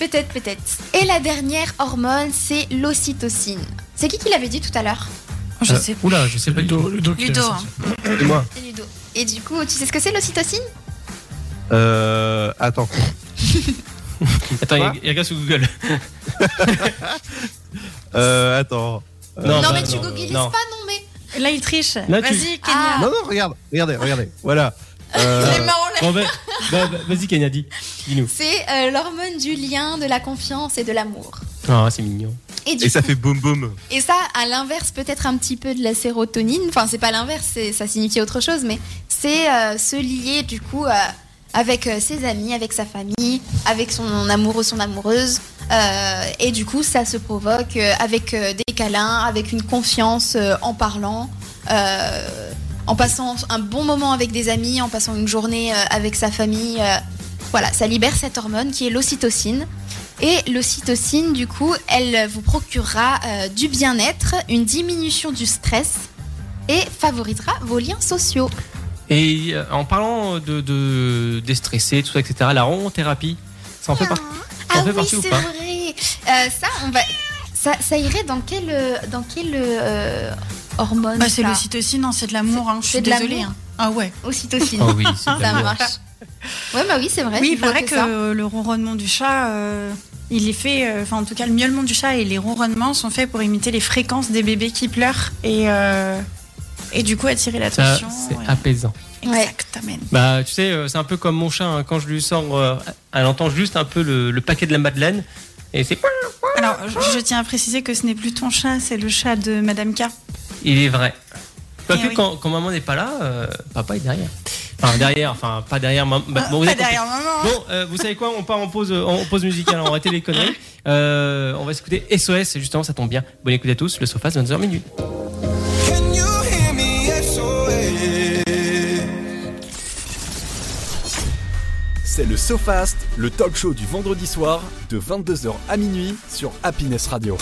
Peut-être, peut-être. Et la dernière hormone, c'est l'ocytocine. C'est qui qui l'avait dit tout à l'heure
Je
Euh,
sais pas.
Oula, je sais pas du tout.
Ludo, qui
Ludo,
l'a
hein.
Et moi
C'est Ludo. Et du coup, tu sais ce que c'est l'ocytocine
euh, Attends.
Attends,
Quoi
il y a gars sur Google.
Euh, attends. Euh,
Non,
Non,
bah,
mais
non,
tu
euh,
googlises
non.
pas, non, mais.
Là, il triche.
Là, tu-
Vas-y, Kenya.
Ah.
Non, non, regarde, regardez, regardez. Voilà. Euh,
Les mains en l'air.
Bon, ben, bah, bah, vas-y, Kanyadi, dis-nous.
C'est euh, l'hormone du lien, de la confiance et de l'amour.
Ah, c'est mignon.
Et du
et ça fait boum boum.
Et ça, à l'inverse peut-être un petit peu de la sérotonine, enfin c'est pas l'inverse, c'est- ça signifie autre chose, mais c'est euh, se lier du coup euh, avec euh, ses amis, avec sa famille, avec son amoureux, son amoureuse. euh, et du coup, ça se provoque euh, avec euh, des câlins, avec une confiance euh, en parlant, euh, en passant un bon moment avec des amis, en passant une journée euh, avec sa famille. euh, voilà, ça libère cette hormone qui est l'ocytocine. Et l'ocytocine, du coup, elle vous procurera euh, du bien-être, une diminution du stress et favorisera vos liens sociaux.
Et euh, en parlant de, de déstresser, tout ça, etc., la rondothérapie, ça en fait partie. Ça en
Ah
fait
oui,
partie ou
c'est
pas
vrai. Euh, ça, on va. Ça, ça irait dans quelle euh, dans quelle euh, hormone
Bah, c'est
ça
l'ocytocine, hein, c'est de l'amour. Hein. Je
c'est
suis
de
désolée.
l'amour.
hein. Ah ouais.
Ocytocine.
Oh oui, c'est
ça
bien.
marche.
Oh.
Ouais, bah oui, c'est vrai.
oui,
je
il
vois
paraît
que
que, euh,
ça.
le ronronnement du chat, euh, il est fait, euh, enfin en tout cas le miaulement du chat et les ronronnements sont faits pour imiter les fréquences des bébés qui pleurent et, euh, et du coup attirer
Ça,
l'attention.
c'est
ouais.
apaisant.
Ouais.
Exactement.
Bah, tu sais, euh, c'est un peu comme mon chat. hein, Quand je lui sors, euh, elle entend juste un peu le, le paquet de la Madeleine. Et c'est.
Alors, je, je tiens à préciser que ce n'est plus ton chat, c'est le chat de Madame K.
Il est vrai. Pas
Eh
plus
oui.
quand, quand maman n'est pas là, euh, papa est derrière. Enfin, derrière, enfin, pas derrière maman. bah,
Ah,
bon, vous
Pas
avez compris.
derrière maman. hein.
Bon, euh, vous savez quoi On part en pause, euh, en pause musicale. On va arrêter les conneries. Euh, on va s'écouter SOS. Justement, ça tombe bien. Bonne écoute à tous. Le Sofas 22h minuit.
Can you hear me? SOS.
C'est le SoFast, le talk show du vendredi soir de 22h à minuit sur Happiness Radio.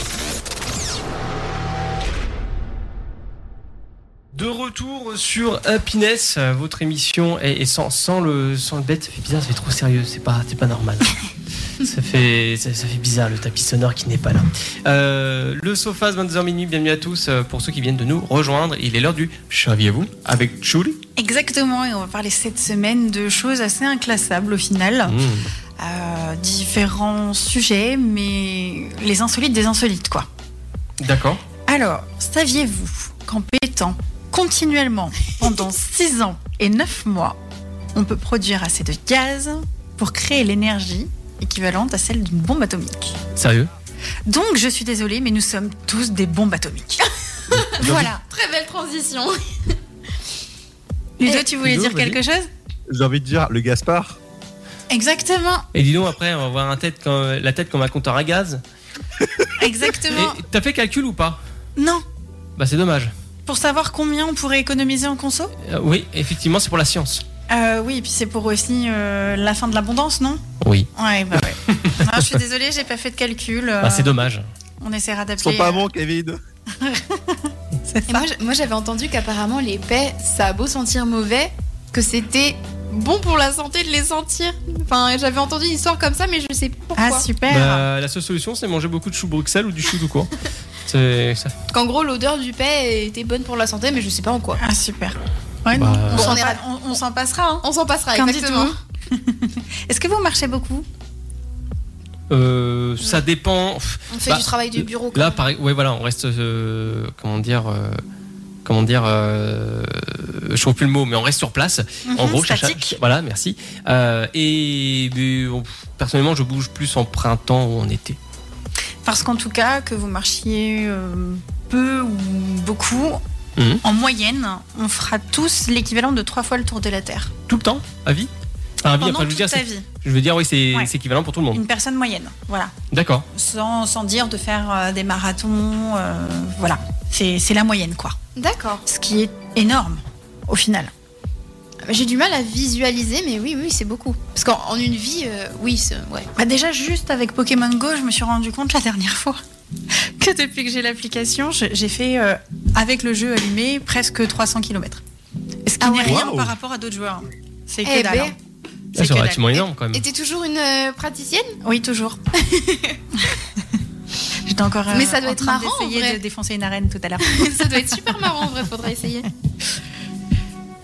De retour sur Happiness, euh, votre émission et, et sans, sans le sans le bête, ça fait bizarre, ça fait trop sérieux, c'est pas c'est pas normal. ça fait ça, ça fait bizarre le tapis sonore qui n'est pas là. Euh, le Sofas 22h minuit, bienvenue à tous euh, pour ceux qui viennent de nous rejoindre. Il est l'heure du Saviez-vous avec Chuli.
Exactement, et on va parler cette semaine de choses assez inclassables au final.
Mmh.
Euh, différents sujets, mais les insolites des insolites, quoi.
D'accord.
Alors, saviez-vous qu'en pétant continuellement pendant 6 ans et 9 mois, on peut produire assez de gaz pour créer l'énergie équivalente à celle d'une bombe atomique
Sérieux
Donc, je suis désolée, mais nous sommes tous des bombes atomiques. voilà.
Très belle transition.
Ludo, tu voulais
Ludo,
dire quelque chose
J'ai envie de dire le Gaspard.
Exactement,
Et dis donc après, on va voir un tête comme, la tête comme un compteur à gaz. Et
exactement.
t'as fait calcul ou pas
Non,
Bah c'est dommage.
pour savoir combien on pourrait économiser en conso
Euh, oui, effectivement, c'est pour la science.
Euh, Oui, et puis c'est pour aussi euh, la fin de l'abondance, non
Oui.
Ouais, bah ouais. Non, je suis désolée, j'ai pas fait de calcul. euh,
Bah c'est dommage.
On essaiera
Ils sont
d'appeler. euh,
pas bons, Kevin.
Et moi, j- moi j'avais entendu qu'apparemment les paix, ça a beau sentir mauvais, que c'était bon pour la santé de les sentir. Enfin, j'avais entendu une histoire comme ça, mais je sais plus pourquoi.
Ah super.
Bah, la seule solution, c'est manger beaucoup de chou Bruxelles ou du chou tout court. C'est ça.
Qu'en gros, l'odeur du paix était bonne pour la santé, mais je sais pas en quoi.
Ah super. Ouais,
Bah,
non, on
Bon,
s'en
on est
pa-
ravi-
on- on s'en passera. hein.
On s'en passera,
Qu'en
exactement.
dites-vous Est-ce que vous marchez beaucoup
Euh, ça dépend. Pff,
On fait
Bah,
du travail de bureau. quand
Là,
même.
pareil. Ouais, voilà, on reste. euh, comment dire euh, Comment dire euh, Je trouve plus le mot, mais on reste sur place. en
Mhm,
gros, je-
statique.
Voilà, merci. Euh, et mais, bon, pff, personnellement, je bouge plus en printemps ou en été.
Parce qu'en tout cas, que vous marchiez euh, peu ou beaucoup,
Mhm.
en moyenne, on fera tous l'équivalent de trois fois le tour de la Terre.
Tout le temps, à vie. Enfin, à vie,
Pendant
Ah après, je veux
toute
dire,
ta
c'est-
vie.
je veux dire, oui, c'est
Ouais. Mm.
c'est équivalent pour tout le monde.
Une personne moyenne. Voilà.
D'accord.
Sans, sans dire de faire euh, des marathons. euh, voilà. C'est c'est la moyenne, quoi.
D'accord.
Ce qui est énorme, au final.
J'ai du mal à visualiser, mais oui, oui, c'est beaucoup. Parce qu'en en une vie, euh, oui, c'est- ouais.
Bah déjà, juste avec Pokémon Go, je me suis rendu compte la dernière fois que depuis que j'ai l'application, je- j'ai fait, euh, avec le jeu allumé, presque 300 km. Ce qui
Ah
n'est
ouais.
rien
Waouh.
par rapport à d'autres joueurs. C'est que
Eh
dalle.
ben.
hein.
Ah,
C'est
C'est
que
relativement énorme quand
Et
même.
t'es toujours une euh, praticienne
Oui, toujours. J'étais encore euh,
Mais ça doit
en
être
train
marrant, en
d'essayer
vrai.
de défoncer une arène tout à l'heure.
Ça doit être super marrant, en vrai, faudrait essayer.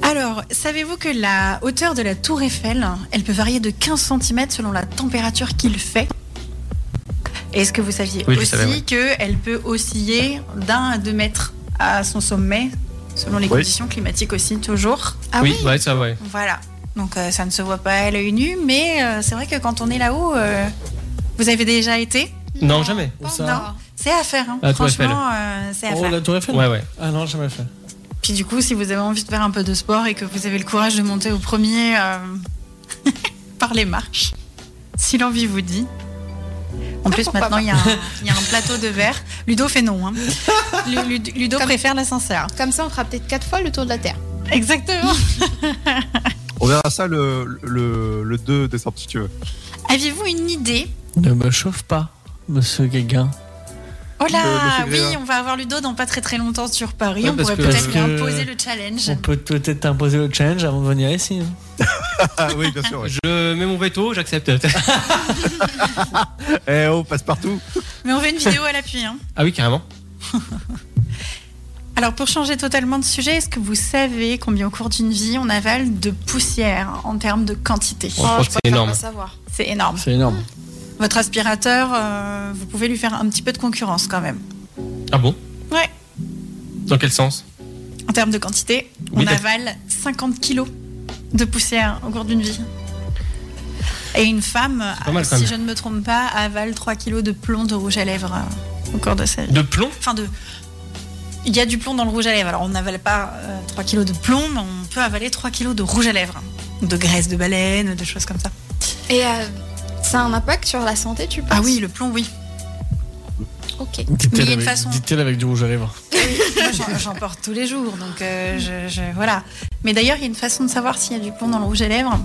Alors, savez-vous que la hauteur de la tour Eiffel, elle peut varier de 15 cm selon la température qu'il fait Est-ce que vous saviez
Oui, je
aussi
savais, oui.
qu'elle peut osciller d'un à deux mètres à son sommet, selon les
Oui.
conditions climatiques aussi, toujours
Ah
oui, ouais, ça, ouais.
Voilà. Donc euh, ça ne se voit pas à l'œil nu, mais euh, c'est vrai que quand on est là-haut, euh, vous avez déjà été
Non, jamais.
Pas
Ça.
encore.
C'est à faire, hein.
La Tour
franchement, euh, c'est à
Oh,
faire.
la Tour Eiffel
Ouais, ouais.
Ah non, jamais fait.
Puis du coup, si vous avez envie de faire un peu de sport et que vous avez le courage de monter au premier euh, par les marches, si l'envie vous dit. En plus,
Ah, pourquoi
maintenant,
pas.
il y, a un- il y a un plateau de verre. Ludo fait non. hein. Lu- Lu- Ludo
Comme-
préfère la sincère.
Comme ça, on fera peut-être quatre fois le tour de la
Oh,
Terre.
Exactement.
On verra ça le, le, le 2 décembre si tu veux.
Aviez-vous une idée
Ne me chauffe pas, monsieur Guéguin.
Oh là,
Le- le
oui,
février, hein.
on va avoir Ludo dans pas très très longtemps sur Paris.
Ouais,
on
parce
pourrait
que-
peut-être lui
parce que-
imposer le challenge.
On peut peut-être t'imposer le challenge avant de venir ici. hein.
Ah oui, bien sûr. ouais.
Je mets mon veto, j'accepte.
Eh oh, passe partout.
Mais on fait une vidéo à l'appui. hein.
ah oui, carrément.
Alors pour changer totalement de sujet, est-ce que vous savez combien au cours d'une vie on avale de poussière en termes de quantité
Oh, je pense que c'est énorme.
Pas savoir.
C'est énorme.
C'est énorme.
Votre aspirateur, euh, vous pouvez lui faire un petit peu de concurrence quand même.
Ah bon
Ouais.
Dans quel sens
En termes de quantité,
Oui,
on
t'as-
avale 50 kilos de poussière au cours d'une vie. Et une femme,
pas mal,
euh,
quand
si
même.
je ne me trompe pas, avale 3 kilos de plomb de rouge à lèvres euh, au cours de sa vie.
De plomb
Enfin, de... il y a du plomb dans le rouge à lèvres. Alors, on n'avale pas euh, 3 kilos de plomb, mais on peut avaler 3 kilos de rouge à lèvres. De graisse de baleine, de choses comme ça.
Et euh, ça a un impact sur la santé, tu penses
Ah oui, le plomb, oui.
Ok.
Mais il y a
Dites-le
une
avec,
façon.
dites-le avec du rouge à lèvres.
Moi, j'en- j'en porte tous les jours, donc euh, je, je- voilà. Mais d'ailleurs, il y a une façon de savoir s'il y a du plomb dans le rouge à lèvres.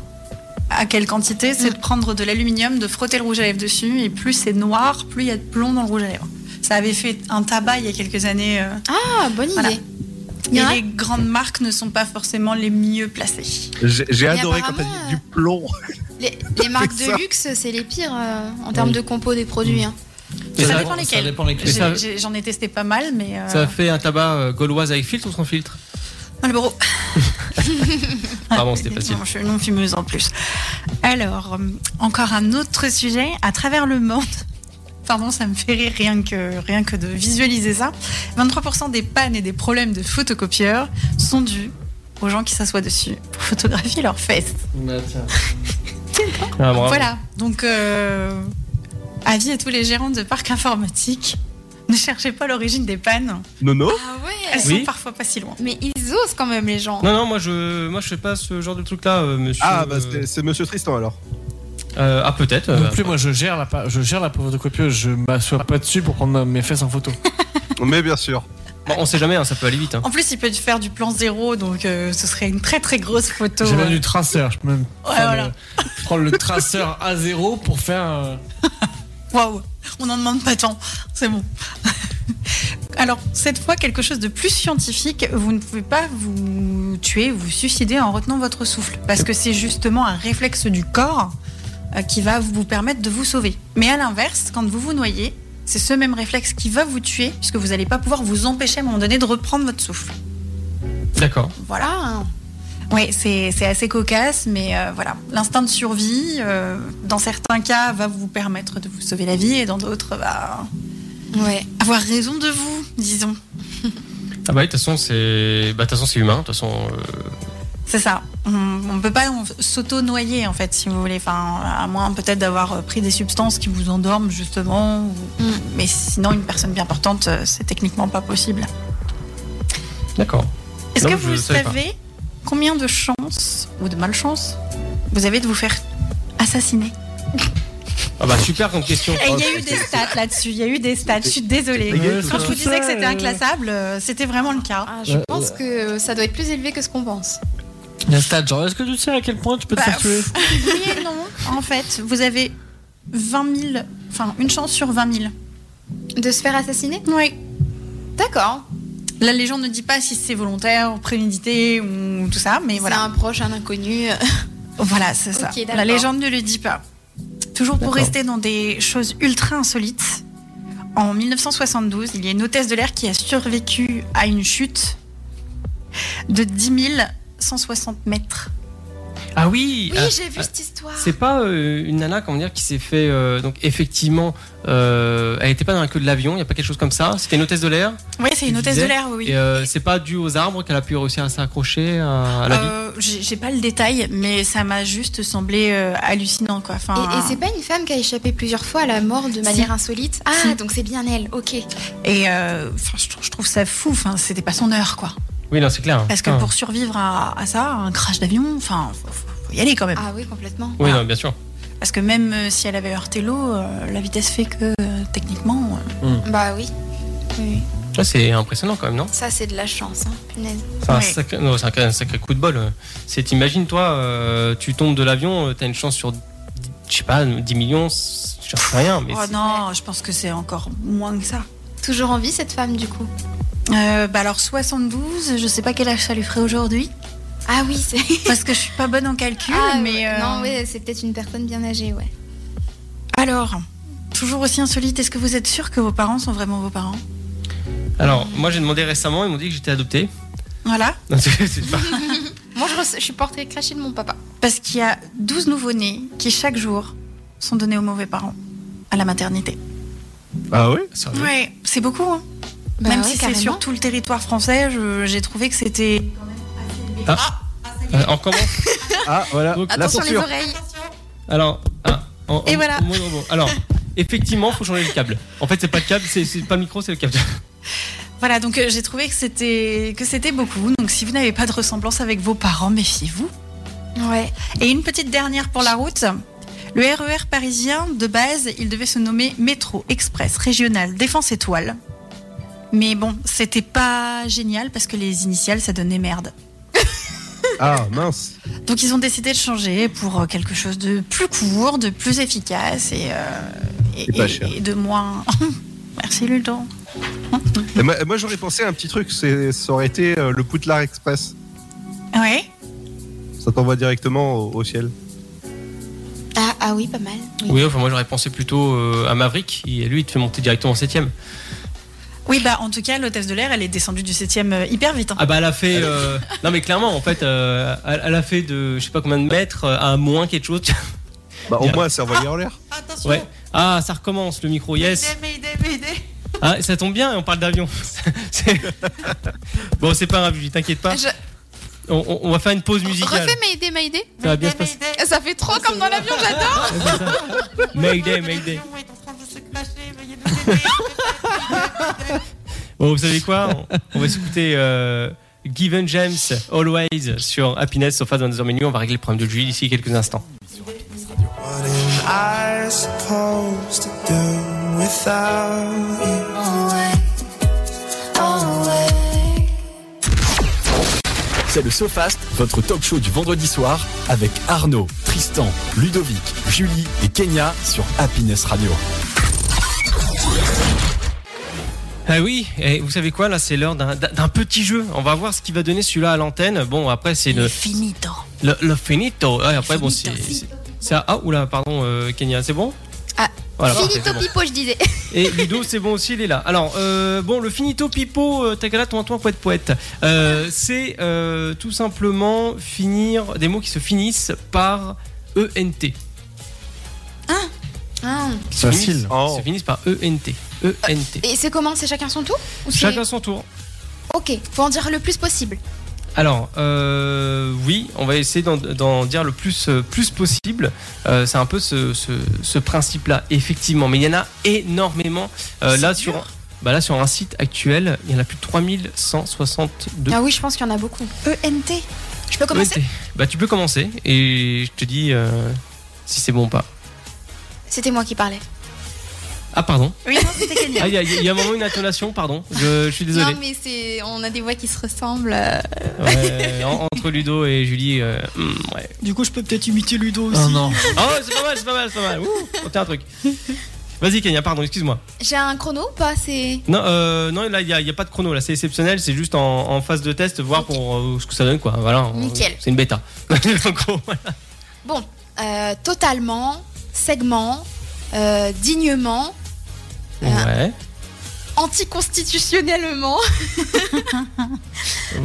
À quelle quantité C'est de prendre de l'aluminium, de frotter le rouge à lèvres dessus, et plus c'est noir, plus il y a de plomb dans le rouge à lèvres. Ça avait fait un tabac il y a quelques années. euh,
Ah, bonne
Voilà.
idée. Il y
et
en a-
les grandes marques ne sont pas forcément les mieux placées.
J'ai j'ai
Mais
adoré quand t'as
apparemment, euh,
dit du plomb.
Les, les marques de
ça.
luxe, c'est les pires euh, en termes de compos des produits. hein.
Mais
ça
ça-
dépend lesquels.
dépend lesquels.
Mais ça-
J'ai- j'ai- J'en ai, testé pas mal, mais. euh,
Ça fait un tabac euh, gauloise avec filtre ou sans filtre
Marlboro.
Pardon, c'était facile.
Effectivement, Je suis non fumeuse en plus. Alors, euh, encore un autre sujet. À travers le monde, pardon, ça me fait rire rien que, rien que de visualiser ça. 23% des pannes et des problèmes de photocopieurs sont dus aux gens qui s'assoient dessus pour photographier leurs fesses.
Bah, tiens.
Ah, bravo.
Voilà. Donc, euh, avis à tous les gérants de parcs informatiques. Ne cherchez pas l'origine des pannes.
Nono
Ah
Elles
ouais
Oui.
sont parfois pas si loin.
Mais ils osent quand même, les gens.
Non, non, moi je, moi je fais pas ce genre de truc là, monsieur.
Ah, bah
euh,
c'est c'est Monsieur Tristan alors.
euh, ah, peut-être.
Non
euh,
plus, moi je gère la, pa- je gère la photocopieuse, je m'assois pas dessus pour prendre ma- mes fesses en photo.
Mais bien sûr.
bon, on sait jamais, hein, ça peut aller vite. hein.
En plus, il peut faire du plan zéro, donc euh, ce serait une très très grosse photo.
J'ai même
euh,
du traceur, je peux même prendre,
voilà.
le, prendre le traceur A0 pour faire. euh,
Waouh, on n'en demande pas tant, c'est bon. Alors, cette fois, quelque chose de plus scientifique, vous ne pouvez pas vous tuer, vous suicider en retenant votre souffle, parce que c'est justement un réflexe du corps euh, qui va vous permettre de vous sauver. Mais à l'inverse, quand vous vous noyez, c'est ce même réflexe qui va vous tuer, puisque vous n'allez pas pouvoir vous empêcher à un moment donné de reprendre votre souffle. Oh.
D'accord.
Voilà.
Ah,
Oui, c'est c'est assez cocasse, mais euh, voilà. L'instinct de survie, euh, dans certains cas, va vous permettre de vous sauver la vie, et dans d'autres, va
ouais.
avoir raison de vous, disons.
Ah, bah oui, de toute façon, c'est bah, de toute façon, c'est humain. De toute façon, euh,
C'est ça. On ne peut pas on- s'auto-noyer, en fait, si vous voulez. Enfin, à moins peut-être d'avoir euh, pris des substances qui vous endorment, justement. ou-
Mm.
Mais sinon, une personne bien portante, euh, c'est techniquement pas possible.
D'accord.
Est-ce
Non,
que
je
vous
savais pas.
savez combien de chances, ou de malchance, vous avez de vous faire assassiner
Ah, bah super comme question.
Et Il y a eu des stats là-dessus. Il y a eu des stats. Je suis désolée.
dégueu,
tout
Quand je
ça.
vous disais que c'était inclassable, euh, c'était vraiment le cas.
Ah, je
Ouais,
pense que ça doit être plus élevé que ce qu'on pense.
Nastat, genre, est-ce que tu sais à quel point tu peux te
Bah,
faire tuer
Oui et non. En fait, vous avez 20 000, enfin une chance sur 20 000.
De se faire assassiner
Oui.
D'accord.
La légende ne dit pas si c'est volontaire, prémédité ou tout ça, mais
C'est
voilà.
un proche, un inconnu.
Voilà, c'est ça.
Ok, d'accord.
La légende ne le dit pas. Toujours pour
D'accord.
rester dans des choses ultra insolites, en 1972, il y a une hôtesse de l'air qui a survécu à une chute de 10 160 mètres.
Ah oui,
Oui,
ah,
j'ai vu cette histoire.
C'est pas euh, une nana comment dire qui s'est fait euh, donc effectivement euh, elle était pas dans la queue de l'avion, il y a pas quelque chose comme ça, c'était une hôtesse de l'air
Oui, c'est
Tu
une hôtesse de
disais
l'air, oui.
et euh, c'est pas dû aux arbres qu'elle a pu réussir à s'accrocher à, à la vie.
Euh, j'ai j'ai pas le détail, mais ça m'a juste semblé euh, hallucinant, quoi.
Et,
Enfin,
et c'est pas une femme qui a échappé plusieurs fois à la mort de manière insolite Ah,
Si.
donc c'est bien elle, ok.
et, euh, enfin, je, trouve, je trouve ça fou. Enfin, c'était pas son heure, quoi.
Oui, non, c'est clair. hein.
Parce que
Enfin,
pour survivre à, à ça, à un crash d'avion, enfin, faut, faut- faut y aller quand même.
Ah oui, complètement.
Oui, non, bien sûr.
Parce que même euh, si elle avait heurté l'eau, euh, la vitesse fait que euh, techniquement. euh,
Bah oui. Oui.
Ouais, c'est impressionnant quand même, non
Ça, c'est de la chance, hein, punaise.
C'est un,
Ouais.
sacré, non, c'est un- un sacré coup de bol. euh. C'est t'imagines toi, euh, tu tombes de l'avion, euh, t'as une chance sur dix- je sais pas 10 millions, c'est- j'en sais rien mais
oh non, je pense que c'est encore moins que ça.
Toujours en vie, cette femme, du coup.
Euh, bah alors 72, je sais pas quel âge ça lui ferait aujourd'hui,
Ah oui, c'est.
parce que je suis pas bonne en calcul,
Ah,
mais.
ouais.
euh,
Non, ouais, c'est peut-être une personne bien âgée, ouais.
Alors, toujours aussi insolite, est-ce que vous êtes sûr que vos parents sont vraiment vos parents
c'est- Alors, moi j'ai demandé récemment, ils m'ont dit que j'étais adopté.
Voilà.
Non, c'est- c'est pas-
Moi, je, re- je suis portée crachée de mon papa.
Parce qu'il y a 12 nouveau-nés qui, chaque jour, sont donnés aux mauvais parents à la maternité.
Ah oui
sérieux.
Ouais, c'est beaucoup. hein.
Bah
Même
ouais,
si c'est
carrément.
sur tout le territoire français, je- j'ai trouvé que c'était.
Euh, on recommence
Ah voilà,
Donc,
la
Attention les
censure.
oreilles.
Alors, ah, en-
Et
en-
voilà.
en mode robot. Alors, effectivement, faut changer le câble. En fait, c'est pas le câble, c'est c'est pas le micro, c'est le câble.
Voilà, donc euh, j'ai trouvé que c'était que c'était beaucoup. Donc si vous n'avez pas de ressemblance avec vos parents, méfiez-vous.
Ouais.
Et une petite dernière pour la route. Le RER parisien, de base, il devait se nommer Métro Express Régional Défense Étoile. Mais bon, c'était pas génial parce que les initiales, ça donnait merde.
Ah mince.
Donc ils ont décidé de changer pour euh, quelque chose de plus court, de plus efficace et, euh, et,
Et pas
et-
cher.
et de moins. Merci Ludo.
Et moi, moi, j'aurais pensé à un petit truc, c'est- ça aurait été euh, le Poutlar Express.
Ouais.
Ça t'envoie directement au, au ciel.
Ah, ah oui, pas mal. Oui.
Oui, enfin, moi j'aurais pensé plutôt euh, à Maverick, et lui il te fait monter directement en 7
Oui, bah en tout cas, l'hôtesse de l'air, elle est descendue du 7 e hyper vite. hein.
Ah bah, elle a fait. euh, Non, mais clairement, en fait, euh, elle, elle a fait de je sais pas combien de mètres euh, à moins quelque chose.
Bah, au
Bien.
moins, c'est envoyé en l'air.
Attention
ouais. Ah, ça recommence le micro, yes.
Mayday, mayday, mayday.
Ah, ça tombe bien, on parle d'avion. C'est- bon, c'est pas grave, Julie, t'inquiète pas.
Je-
On, on- on va faire une pause musicale.
Refais Mayday, Mayday.
Ça va bien se
Mayday,
passer.
mayday.
Eh, Ça fait trop comme dans l'avion, j'adore.
Ouais, c'est ça. Mayday, mayday.
L'avion est en train de se clasher, veuillez nous aider.
Bon, vous savez quoi on, on va écouter euh, Given James Always sur Happiness Sofa dans nos menus. On va régler le problème de Julie d'ici quelques instants.
What am I supposed to do without you?
C'est le SoFast, votre talk show du vendredi soir avec Arnaud, Tristan, Ludovic, Julie et Kenya sur Happiness Radio.
Ah oui, et vous savez quoi Là, c'est l'heure d'un- d'un petit jeu. On va voir ce qu'il va donner celui-là à l'antenne. Bon, après, c'est le,
Finito.
le, le finito. Ouais, après, bon, c'est.
Finito, si.
c'est- c'est à- Ah, oula, pardon, euh, Kenya, c'est bon
Ah,
voilà, parfait, c'est
Finito
bon.
Pipo, je disais.
Et Ludo, c'est bon aussi, il est là. Alors, euh, bon, le finito pipo, euh, tagala, tonton, poète, poète. Euh, c'est euh, tout simplement finir des mots qui se finissent par E ENT.
Ah.
Qui se
Facile.
finissent-
Oh.
qui se finissent par E ENT. ENT.
Et c'est comment C'est chacun son tour Ou c'est-
Chacun son tour.
Ok, faut en dire le plus possible.
Alors, euh, oui, on va essayer d'en- d'en dire le plus, euh, plus possible. Euh, c'est un peu ce, ce- ce principe-là, effectivement. Mais il y en a énormément. Euh, là, sur, bah là, sur un site actuel, il y en a plus de 3162.
Ah oui, je pense qu'il y en a beaucoup. ENT. Je peux
Ouais,
commencer
t'es- Bah, tu peux commencer et je te dis euh, si c'est bon ou pas.
C'était moi qui parlais.
Ah, pardon.
Oui, non, c'était Kenya.
Ah, il y, a- il y a un moment une intonation, pardon. Je, je suis désolé.
Non, mais c'est, on a des voix qui se ressemblent. euh,
Ouais, en- entre Ludo et Julie, euh, hmm, ouais.
Du coup, je peux peut-être imiter Ludo aussi.
Oh non.
Oh, c'est pas mal, c'est pas mal, c'est pas mal. Ouh, on tient un truc. Vas-y, Kenya, pardon, excuse-moi.
J'ai un chrono ou pas C'est.
Non, euh, non, là, il n'y a, il y a pas de chrono, là, c'est exceptionnel, c'est juste en, en phase de test, voir pour euh, ce que ça donne, quoi. Voilà. on-
Nickel.
C'est une bêta. En gros, voilà.
Bon, euh, totalement, segment, euh, dignement, Ah.
Ouais.
anticonstitutionnellement,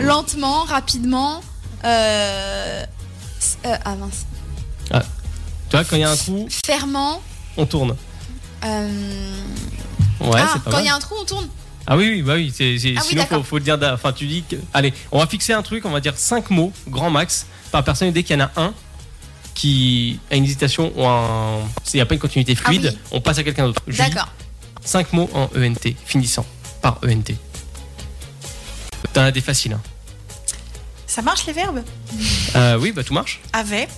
lentement, rapidement. euh, s- euh, ah mince.
Tu vois, quand il y a un trou,
Fermant.
on tourne.
euh,
Ouais,
ah,
c'est pas
quand
mal.
il y a un trou, on tourne.
Ah oui, oui, bah oui, c'est, c'est-
Ah oui,
sinon faut,
d'accord.
faut le dire. d'a- Enfin, tu dis que. Allez, on va fixer un truc, on va dire 5 mots, grand max, par personne. Et dès qu'il y en a un qui a une hésitation ou un. S'il n'y a pas une continuité fluide,
Ah oui.
on passe à quelqu'un d'autre. Julie,
D'accord.
5 mots en ENT, finissant par ENT. T'en as des faciles. Hein.
Ça marche les verbes
Euh, oui, bah tout marche. Ah,
Avait,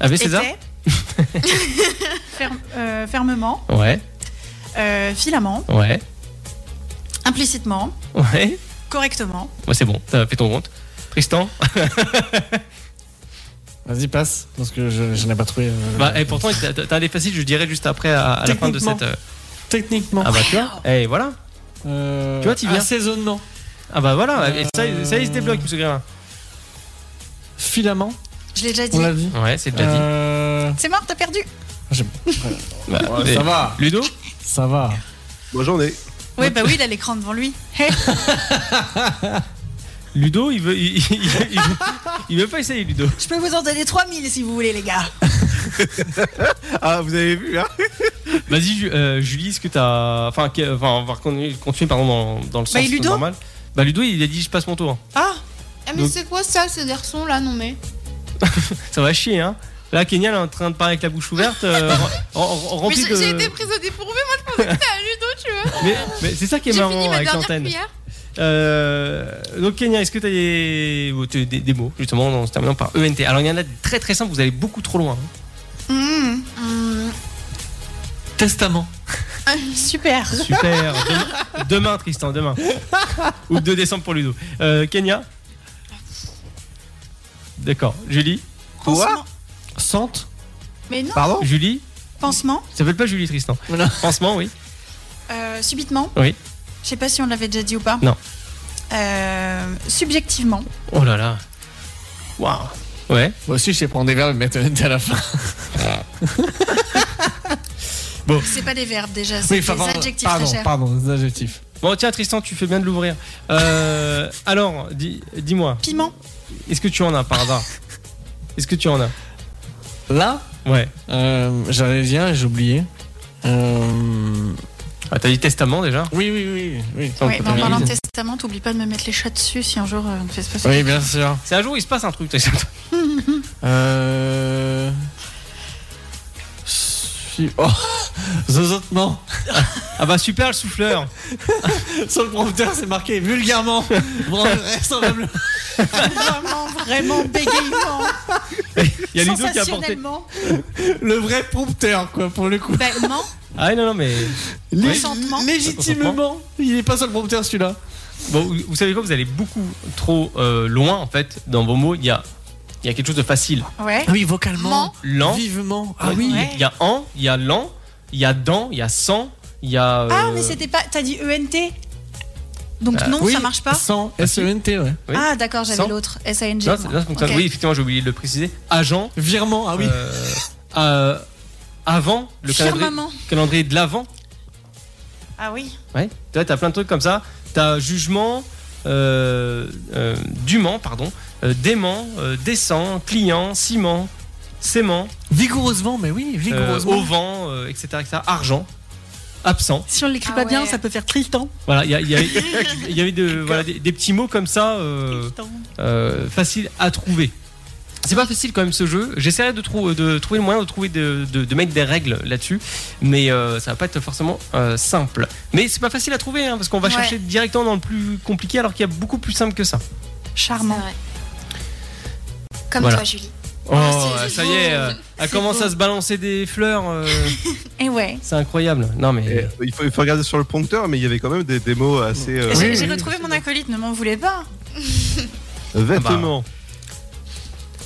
Avec
était,
César
ferme- euh, fermement,
Ouais,
euh, filamment,
ouais,
implicitement,
ouais.
correctement.
Ouais, c'est bon, t'as fait ton compte. Tristan
Vas-y, passe, parce que je, je n'ai pas trouvé. euh,
Bah, et pourtant, t'as- t'as t'as des faciles, je dirais juste après à, à la fin de
Techniquement.
cette. euh,
Techniquement.
Ah bah tu vois Et voilà
Euh,
Tu vois, t'y viens.
Assaisonnement.
Ah bah voilà, et ça,
Euh,
ça il se débloque, monsieur Grévin.
Filament.
Je l'ai déjà dit.
On l'a dit.
Ouais, c'est déjà dit.
Euh,
C'est mort, t'as perdu.
Bah,
ouais,
mais-
ça va,
Ludo
ça va.
Moi j'en ai.
Oui, bah oui, il a l'écran devant lui. Hé,
Ludo, il veut, il, il- il- il veut, il veut pas essayer, Ludo.
Je peux vous en donner 3000 si vous voulez, les gars.
Ah, vous avez vu là
Vas-y, Ju- euh, Julie, est-ce que t'as. Enfin, que- enfin, on va continuer, continuer, pardon, dans, dans le sens
Bah, et Ludo
normal. Bah, Ludo, il a dit je passe mon tour.
Ah,
Ah, mais
Donc-
c'est quoi ça, ce garçon là Non, mais.
Ça va chier, hein. Là, Kenya, elle est en train de parler avec la bouche ouverte, euh, en- en- en-
Mais
remplie
j'ai j'ai
de.
été prise au dépourvu, moi je pensais que c'était à Ludo, tu vois.
Mais, mais c'est ça qui
J'ai
est
fini
marrant
ma
avec
dernière
l'antenne.
cuillère.
Euh, donc Kenya, est-ce que tu as des, ou t'as des, des mots justement en se terminant par ENT Alors il y en a des très très simples, vous allez beaucoup trop loin. hein.
hum,
Hum,
Testament.
super.
Super. demain, demain, Tristan, demain. Ou 2 décembre pour Ludo. Euh, Kenya D'accord. Julie
Pansement.
Sente.
Mais non,
Pardon
Julie
pansement,
Ça s'appelle pas Julie Tristan.
Voilà.
Pansement, oui.
euh, subitement.
Oui.
Je sais pas si on l'avait déjà dit ou pas.
Non.
Euh, subjectivement.
Oh là là. Waouh. Ouais.
Moi aussi, je sais prendre des verbes et mettre un à la fin.
C'est pas des verbes déjà,
Oui,
c'est
enfin,
des
pardon,
adjectifs
pardon,
très chers.
pardon, des adjectifs.
Bon tiens Tristan, tu fais bien de l'ouvrir. Euh, alors, dis- dis-moi,
Piment,
est-ce que tu en as par hasard Est-ce que tu en as
Là,
Ouais.
euh, j'allais dire et j'ai oublié. Euh,
Ah, t'as dit testament déjà
Oui, oui, oui, oui.
ouais, mais en parlant de
Oui.
testament, t'oublies pas de me mettre les chats dessus si un jour euh, on ne fait pas ça.
Oui, bien sûr.
C'est un jour où il se passe un truc. t'as-
Euh... si- Oh, zozotement.
Ah bah super le souffleur.
Sur le prompteur, c'est marqué vulgairement. Vraisemblablement.
Vraiment, vraiment bégayement.
Il y a Ludo qui a apporté.
le vrai prompteur, quoi, pour le coup.
Ben, ment,
Ah non non mais
Lég-
Consentement.
Légitimement, il est pas sur le prompteur celui-là.
bon, vous vous savez quoi Vous allez beaucoup trop euh, loin en fait dans vos mots. Il y a il y a quelque chose de facile.
ouais.
Ah
oui, vocalement.
Lent.
Vivement.
Ouais.
Il y a en, il y a lent, il y a dans, il y a sans, il y a. euh,
Ah, mais c'était pas. T'as dit ENT Donc non,
Oui, E
ça marche pas
Sans S-E-N-T, ouais.
oui.
Ah, d'accord, j'avais
Sans.
l'autre. SANG.
Bah, Non, c'est- non, ça fonctionne.
Ok.
Oui effectivement j'ai oublié de le préciser. Agent.
Virement, ah oui.
euh, euh, avant le calendrier,
Firmament.
calendrier de l'avant.
Ah oui.
Ouais. Tu vois, t'as plein de trucs comme ça. T'as jugement, euh, euh, dument, pardon, euh, dément, euh, décent, client, ciment, sément,
Vigoureusement, mais oui,
euh,
vigoureusement.
au vent, euh, etc., etc., argent, absent.
Si on l'écrit
Ah
pas bien,
ouais.
ça peut faire Tristan.
Voilà, il y, a- il y a- il y avait de, voilà, des, des petits mots comme ça, euh,
Tristan.
euh, faciles à trouver. C'est pas facile quand même ce jeu. J'essaierai de, trou- de trouver le moyen de trouver de, de- de mettre des règles là-dessus, mais euh, ça va pas être forcément euh, simple. Mais c'est pas facile à trouver hein, parce qu'on va
Ouais.
chercher directement dans le plus compliqué alors qu'il y a beaucoup plus simple que ça.
C'est
Charmant.
vrai. Comme
Voilà.
toi, Julie.
Oh,
Ah, c'est
ça y est,
beau.
euh, elle
C'est
commence
beau.
à se balancer des fleurs. euh,
Et ouais.
c'est incroyable. Non, mais. euh,
Et euh, il, faut, il faut regarder sur le prompteur, mais il y avait quand même des démos assez. euh,
J'ai j'ai retrouvé mon acolyte, ne m'en voulez pas.
Vêtements. Ah bah,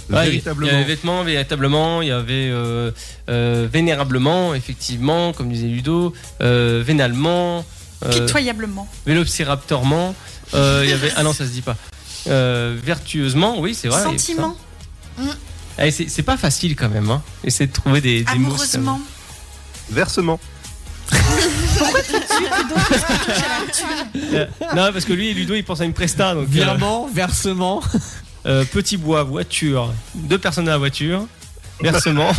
Ouais, ah, bah, il-
Véritablement.
Il y avait vêtements, véritablement, il y avait euh, euh, vénérablement, effectivement, comme disait Ludo, euh, vénalement, euh,
Pitoyablement.
vélociraptorement, euh, il y avait... Ah non, ça se dit pas. Euh, vertueusement, oui, c'est vrai.
Sentiment.
ça. Eh, c'est c'est pas facile quand même, hein. Essayer de trouver des, des mots. ça-
Amoureusement.
Versement.
Euh, non, parce que lui, Ludo, il pense à une presta. Donc, euh,
Virement, versement.
euh, petit bois, voiture, deux personnes à la voiture, versement,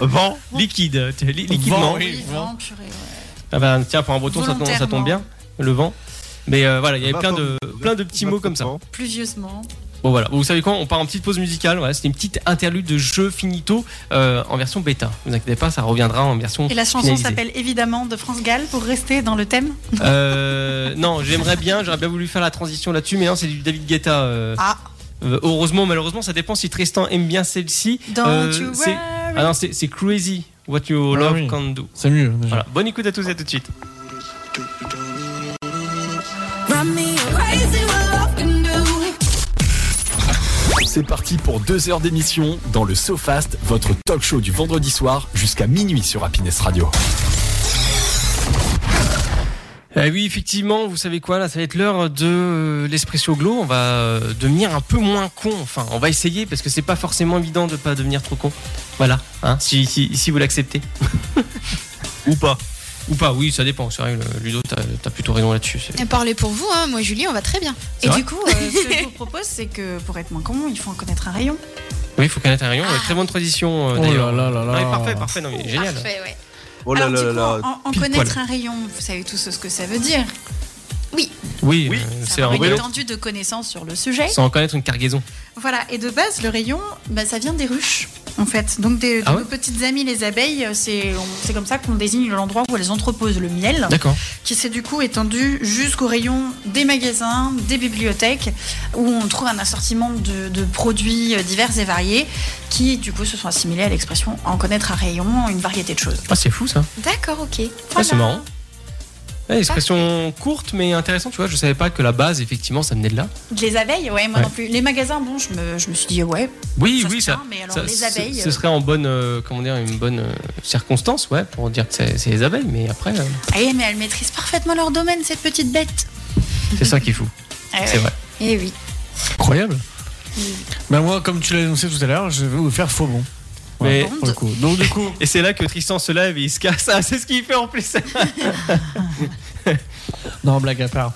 Vent.
liquide, tu- li- liquidement.
Vent, oui, vent.
Vivant, purée, ouais.
Ah bah, tiens, pour un breton, ça tombe, ça tombe bien, le vent. Mais euh, voilà, il
Ah,
y avait plein de, plein de petits mots comme ça.
Pluvieusement.
Bon voilà, vous savez quoi On part en petite pause musicale. Voilà, c'était une petite interlude de jeu finito euh, en version bêta. Ne vous inquiétez pas, ça reviendra en version.
Et la chanson
finalisée.
s'appelle évidemment de France Gall pour rester dans le thème.
Euh, non, j'aimerais bien, j'aurais bien voulu faire la transition là-dessus, mais non, c'est du David Guetta. euh,
Ah.
euh, heureusement, malheureusement, ça dépend si Tristan aime bien celle-ci.
Don't
Euh,
you
c'est-
worry.
Ah non, c'est c'est Crazy What You
Ah
Love
oui.
Can Do.
C'est mieux. déjà.
Voilà, bonne écoute à tous et à tout de suite.
C'est parti pour deux heures d'émission dans le SoFast, votre talk show du vendredi soir jusqu'à minuit sur Happiness Radio.
Eh oui, effectivement, vous savez quoi, là, ça va être l'heure de euh, l'espresso glow. On va euh, devenir un peu moins con. Enfin, on va essayer parce que c'est pas forcément évident de pas devenir trop con. Voilà, hein, si, si, si vous l'acceptez.
Ou pas.
Ou pas, oui, ça dépend. C'est vrai, le- Ludo, t'as as plutôt raison là-dessus. c'est-
Parlez pour vous, hein. moi Julie, on va très bien.
C'est
Et
vrai
du coup, euh, ce que je vous propose, c'est que pour être moins con, il faut en connaître un rayon.
Oui, il faut connaître un rayon. on a une Très bonne tradition, euh,
Oh
d'ailleurs.
là là là là.
Ouais, parfait, parfait. Non, mais génial.
Parfait, ouais.
Oh là
Alors,
là
du
là
coup,
là.
en, en
pile
connaître un rayon, vous savez tous ce que ça veut dire.
Oui,
Oui,
euh, c'est
C'est
un
une
rayon.
étendue de connaissances sur le sujet.
Sans en connaître une cargaison.
Voilà, et de base, le rayon, bah, ça vient des ruches, en fait. Donc, des, de
Ah ouais
nos petites amies, les abeilles, euh, c'est on- c'est comme ça qu'on désigne l'endroit où elles entreposent le miel,
D'accord.
qui s'est du coup étendu jusqu'au rayon des magasins, des bibliothèques, où on trouve un assortiment de, de produits euh, divers et variés, qui du coup se sont assimilés à l'expression en connaître un rayon, une variété de choses.
Ah, c'est fou ça.
D'accord, ok.
Ouais, Ah, c'est
Voilà.
marrant. Ouais, expression courte mais intéressante, tu vois. Je savais pas que la base, effectivement, ça venait de là.
Les abeilles, ouais, moi
Ouais.
non plus. Les magasins, bon, je me, je me suis dit, ouais,
Oui,
ça se
oui,
tient,
ça.
mais alors
Ça,
les
ce-
abeilles.
Ce
euh,
serait en bonne, euh, comment dire, une bonne euh, circonstance, ouais, pour dire que c'est c'est les abeilles, mais après, euh,
eh, mais elles maîtrisent parfaitement leur domaine, cette petite bête.
c'est ça qu'il faut.
Eh
C'est
ouais.
vrai.
Et oui.
Incroyable. Bah moi, comme tu l'as annoncé tout à l'heure, je vais vous faire faux bon.
Mais-
Voilà, pour le coup. Donc du coup,
Et c'est là que Tristan se lève et il se casse. Ah, c'est ce qu'il fait en plus. Ah,
non blague à part.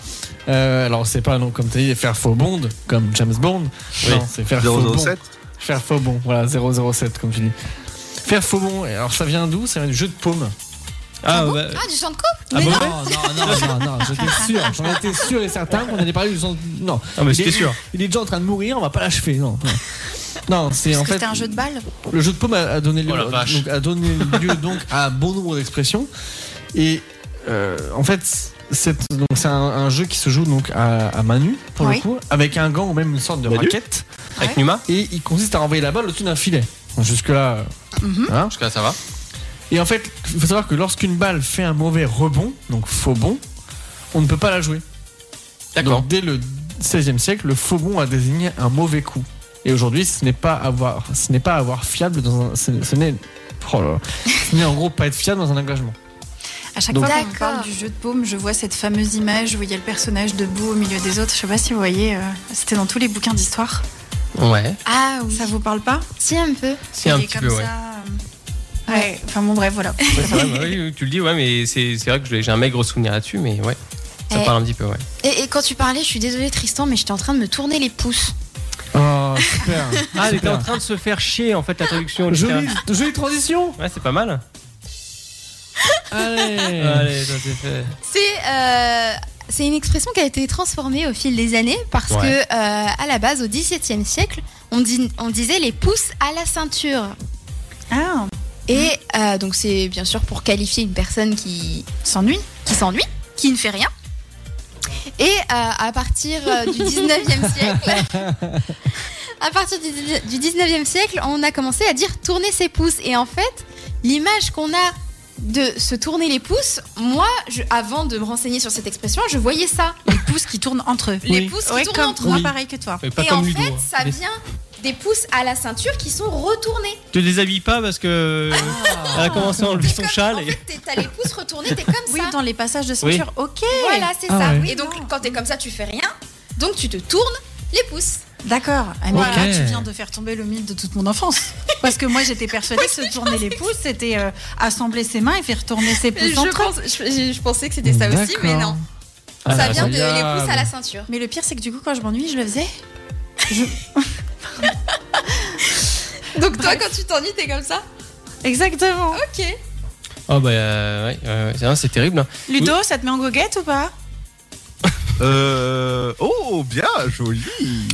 Euh, alors c'est pas non comme t'as dit faire faux bond comme James Bond.
Oui.
Non, c'est faire faux bond.
007.
Faire faux bon, voilà 007 comme tu dis. Faire faux bon. et Alors ça vient d'où Ça vient du jeu de paume.
Ah,
bon
bah,
Ah, du sang de coupe
ah bon
non, non, non, non, non, j'étais sûr, j'en étais sûr et certain qu'on allait parler du sang. Non,
Ah, mais
Il
c'était
est-
sûr.
il est déjà en train de mourir, on va pas l'achever, non. Non, non, c'est
Parce
en
que
fait
c'était un jeu de balle.
Le jeu de paume a a donné lieu,
Oh la vache.
donc, a donné lieu donc à un bon nombre d'expressions. Et euh, en fait, cette- donc, c'est un, un jeu qui se joue donc à, à main nue, pour
Oui.
le coup, avec un gant ou même une sorte de
Main nue
raquette.
Avec Numa
Et il consiste à envoyer la balle au-dessus d'un filet. Donc, Jusque-là. euh, hein.
Parce que là, ça va.
Et en fait, il faut savoir que lorsqu'une balle fait un mauvais rebond, donc faux bond, on ne peut pas la jouer.
D'accord.
Donc, dès le XVIe siècle, le faux bond a désigné un mauvais coup. Et aujourd'hui, ce n'est pas avoir, ce n'est pas avoir fiable dans un, ce, ce n'est, oh là là. ce n'est en gros pas être fiable dans un engagement.
À chaque
Donc-
fois qu'on
D'accord.
parle du jeu de paume, je vois cette fameuse image où il y a le personnage debout au milieu des autres. Je sais pas si vous voyez, euh, c'était dans tous les bouquins d'histoire.
Ouais.
Ah oui.
Ça vous parle pas
Si, un peu.
C'est
Il
un
est
petit
comme
peu, ouais.
ça, euh, ouais. Enfin bon, bref, voilà.
Ouais, c'est vrai, bah oui, oui, tu le dis, ouais, mais c'est c'est vrai que j'ai j'ai un maigre souvenir là-dessus, mais ouais. Ça
Eh.
parle un petit peu, ouais.
Et, et quand tu parlais, je suis désolée Tristan, mais j'étais en train de me tourner les pouces.
Oh, super.
Ah, elle était
super.
en train de se faire chier en fait la traduction.
Jolie, jolie transition.
Ouais, c'est pas mal.
Allez.
Allez, ça c'est fait.
C'est euh, c'est une expression qui a été transformée au fil des années parce
Ouais.
que euh, à la base, au XVIIe siècle, on, dit- on disait les pouces à la ceinture.
Ah,
Et
Mmh.
euh, donc c'est bien sûr pour qualifier une personne qui,
s'ennuie
qui s'ennuie, qui ne fait rien. Et euh, à partir euh, du 19e siècle, à partir du, du 19e siècle, on a commencé à dire tourner ses pouces. Et en fait, l'image qu'on a de se tourner les pouces, moi, je- avant de me renseigner sur cette expression, je voyais ça.
Les pouces qui tournent entre eux.
Les pouces qui
Ouais,
tournent
comme-
entre
moi,
eux.
pareil que toi.
Mais pas
Et
comme
en
Ludo,
fait,
hein.
ça
Les-
vient des pouces à la ceinture qui sont retournés.
Te déshabille pas parce que
Ah.
elle a commencé à enlever son châle. et-
T'es- T'as les pouces retournés, t'es comme ça.
Oui, dans les passages de ceinture. Ok.
Voilà, c'est
Ah
ça.
ouais.
Et donc, quand t'es comme ça, tu fais rien. Donc, tu te tournes les pouces.
D'accord. Ah, mais
Ok.
là, tu viens de faire tomber le mythe de toute mon enfance. Parce que moi, j'étais persuadée que se tourner les pouces, c'était euh, assembler ses mains et faire tourner ses pouces
Je,
entre eux.
pense, je, je pensais que c'était ça aussi, mais non.
Ah,
ça vient de les
incroyable.
pouces à la ceinture.
Mais le pire, c'est que du coup, quand je m'ennuie, je le faisais.
Donc, toi, quand tu t'ennuies, t'es comme ça
Exactement.
Ok.
Oh bah euh, ouais, ouais, ouais, c'est vrai, c'est terrible. hein.
Ludo, ça te met en goguette ou pas
Euh, oh, bien, joli.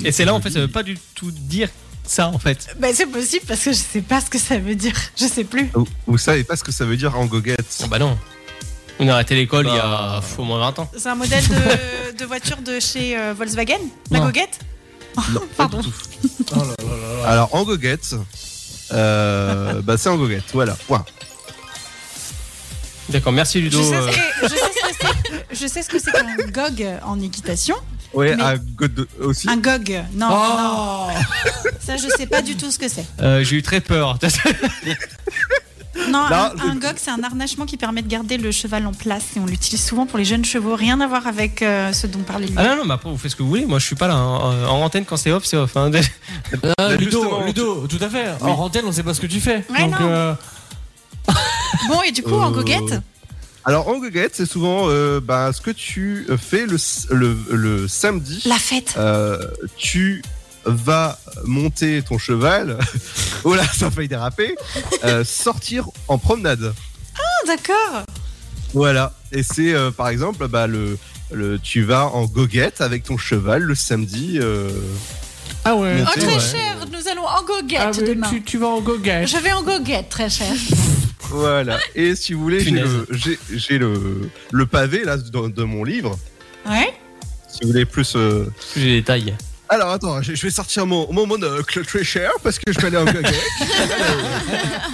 Et c'est là en fait, euh,
Joli.
ça veut pas du tout dire ça en fait.
Ben, c'est possible parce que je sais pas ce que ça veut dire. Je sais plus.
Vous- Vous savez pas ce que ça veut dire en goguette
Ah bah non. On a arrêté l'école il y a
Bah.
pff, au moins 20 ans.
C'est un modèle de, de voiture de chez euh, Volkswagen La
Non.
goguette
Non,
Pardon.
pas du tout. Alors, en goguette, euh, bah, c'est en goguette, voilà, point.
D'accord, merci
je
Ludo.
sais,
euh,
ce que- je sais ce que c'est- je sais ce que c'est qu'un gog en équitation.
Ouais,
Mais-
à God
Ah,
aussi.
Un gog. Non,
Oh.
non. Ça, je sais pas du tout ce que c'est.
euh, J'ai eu très peur.
Non, un,
Non,
un
c'est-
gog, c'est un harnachement qui permet de garder le cheval en place et on l'utilise souvent pour les jeunes chevaux. Rien à voir avec euh, ce dont parlait Ludo.
ah non non, mais après vous faites ce que vous voulez. Moi je suis pas là. hein. En, en antenne quand c'est off, c'est off. hein.
Ah,
Bah,
Ludo,
justement,
Ludo, tout à fait. En antenne, on sait pas ce que tu fais.
Ouais,
Donc,
non.
euh, Ah.
Bon, et du coup, en goguette
Euh, Alors, en goguette, c'est souvent euh, bah, ce que tu fais le, s- le, le samedi.
La fête.
Euh, tu vas monter ton cheval. oh là, ça a failli déraper. Euh, sortir en promenade.
Ah, d'accord.
Voilà. Et c'est euh, par exemple, bah, le, le, tu vas en goguette avec ton cheval le samedi. euh,
Ah ouais.
monter,
Oh, très
ouais.
cher, nous allons en goguette
Ah, mais
demain.
tu, tu vas en goguette.
Je vais en goguette, très cher.
Voilà. Et si vous voulez, j'ai
Punaise.
le, j'ai- j'ai le, le pavé là de, de mon livre.
Ouais.
Si vous voulez plus. euh,
J'ai des détails.
Alors attends, je, je vais sortir mon, mon monocle très cher parce que je vais aller en goguette.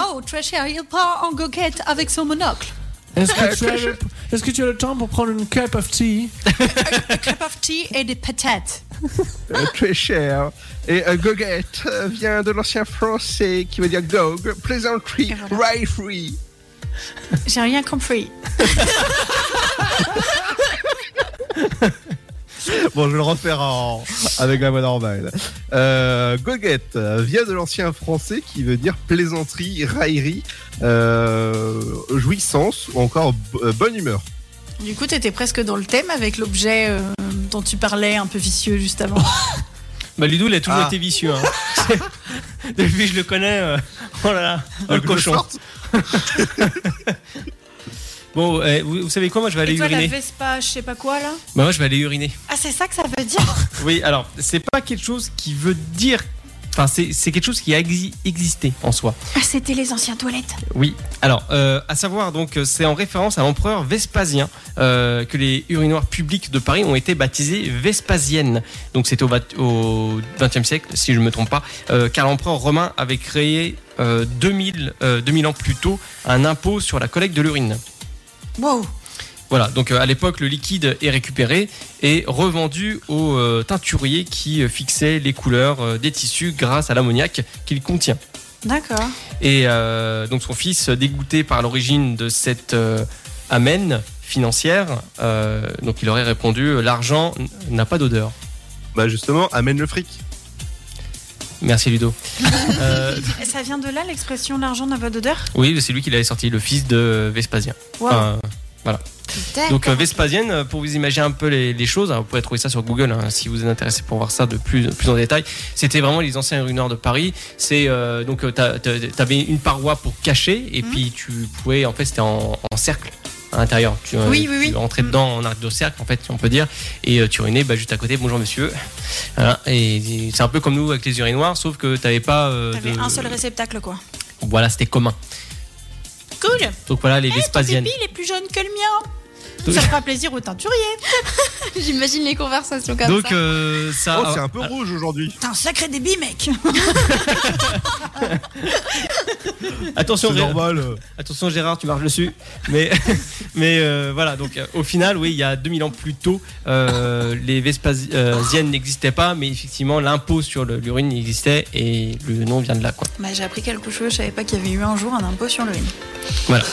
Oh, très cher, il part en goguette avec son monocle.
Est-ce que,
Ouais,
tu as
très
le- est-ce que tu as le temps pour prendre une cup of tea
Un cup of tea et des patates.
Euh, très cher. Et euh, goguette euh, vient de l'ancien français qui veut dire gog, plaisanterie,
Et voilà.
rifle.
J'ai rien compris.
Bon, je vais le refaire en- avec la voix normale. Euh, goguette euh, vient de l'ancien français qui veut dire plaisanterie, raillerie, euh, jouissance ou encore b- euh, bonne humeur.
Du coup, t'étais presque dans le thème avec l'objet euh, dont tu parlais, un peu vicieux juste avant.
Bah Ludo il a toujours
Ah.
été vicieux. hein. C'est- Depuis que je le connais. euh, Oh là là. Oh, le
Je
cochon.
sorte.
Bon eh, vous, vous savez quoi moi je vais aller
et toi,
uriner.
la Vespa, je sais pas quoi là
Bah moi je vais aller uriner.
Ah, c'est ça que ça veut dire
Oui, alors, c'est pas quelque chose qui veut dire. Enfin, c'est c'est quelque chose qui a exi- existé en soi.
Ah, c'était les anciennes toilettes.
Oui. Alors, euh, à savoir, donc, euh, c'est en référence à l'empereur Vespasien euh, que les urinoirs publics de Paris ont été baptisés Vespasiennes. Donc, c'était au, bat- au XXe siècle, si je ne me trompe pas, euh, car l'empereur romain avait créé euh, 2000, euh, 2000 ans plus tôt un impôt sur la collecte de l'urine.
Wow.
Voilà, donc euh, à l'époque, le liquide est récupéré et revendu aux euh, teinturiers qui euh, fixaient les couleurs euh, des tissus grâce à l'ammoniac qu'il contient.
D'accord.
Et euh, donc son fils, dégoûté par l'origine de cette euh, amène financière, euh, donc il aurait répondu euh, l'argent n- n'a pas d'odeur.
Bah justement, amène le fric.
Merci Ludo. Euh,
Ça vient de là l'expression l'argent n'a pas d'odeur
oui, c'est lui qui l'avait sorti, le fils de Vespasien.
Ah.
Ah,
Enfin, Donc euh, Vespasienne, euh, pour vous imaginer un peu les, les choses, hein, vous pouvez trouver ça sur Google hein, si vous êtes intéressé pour voir ça de plus, plus en détail. C'était vraiment les anciens rues nord de Paris. C'est euh, donc euh, t'as- t'as- t'avais une paroi pour cacher et
Mhm.
puis tu pouvais en fait c'était en, en cercle à l'intérieur. Tu, euh,
Oui, oui,
tu
oui. Mhm.
rentrais dedans en arc de cercle en fait, si on peut dire, et euh, tu urinais bah, juste à côté. Bonjour monsieur. Voilà. Et, et c'est un peu comme nous avec les urinoirs, sauf que t'avais pas. euh,
T'avais
de-
un seul réceptacle quoi.
Voilà, c'était commun.
Cool Eh,
Donc voilà les Vespasiennes.
Pipi, il est plus jeune que le mien Ça fera plaisir au teinturier.
J'imagine les conversations comme
Donc
ça.
euh, ça.
Oh, c'est un peu rouge aujourd'hui.
T'as un sacré débit, mec.
Attention,
C'est
Gérard.
normal. euh.
Attention Gérard, tu marches dessus. Mais, mais euh, voilà, donc euh, au final, oui, il y a 2000 ans plus tôt, euh, les Vespasiennes n'existaient pas, mais effectivement, l'impôt sur le- l'urine existait et le nom vient de là. Quoi.
Bah, j'ai appris quelque chose, je savais pas qu'il y avait eu un jour un impôt sur le N.
Voilà.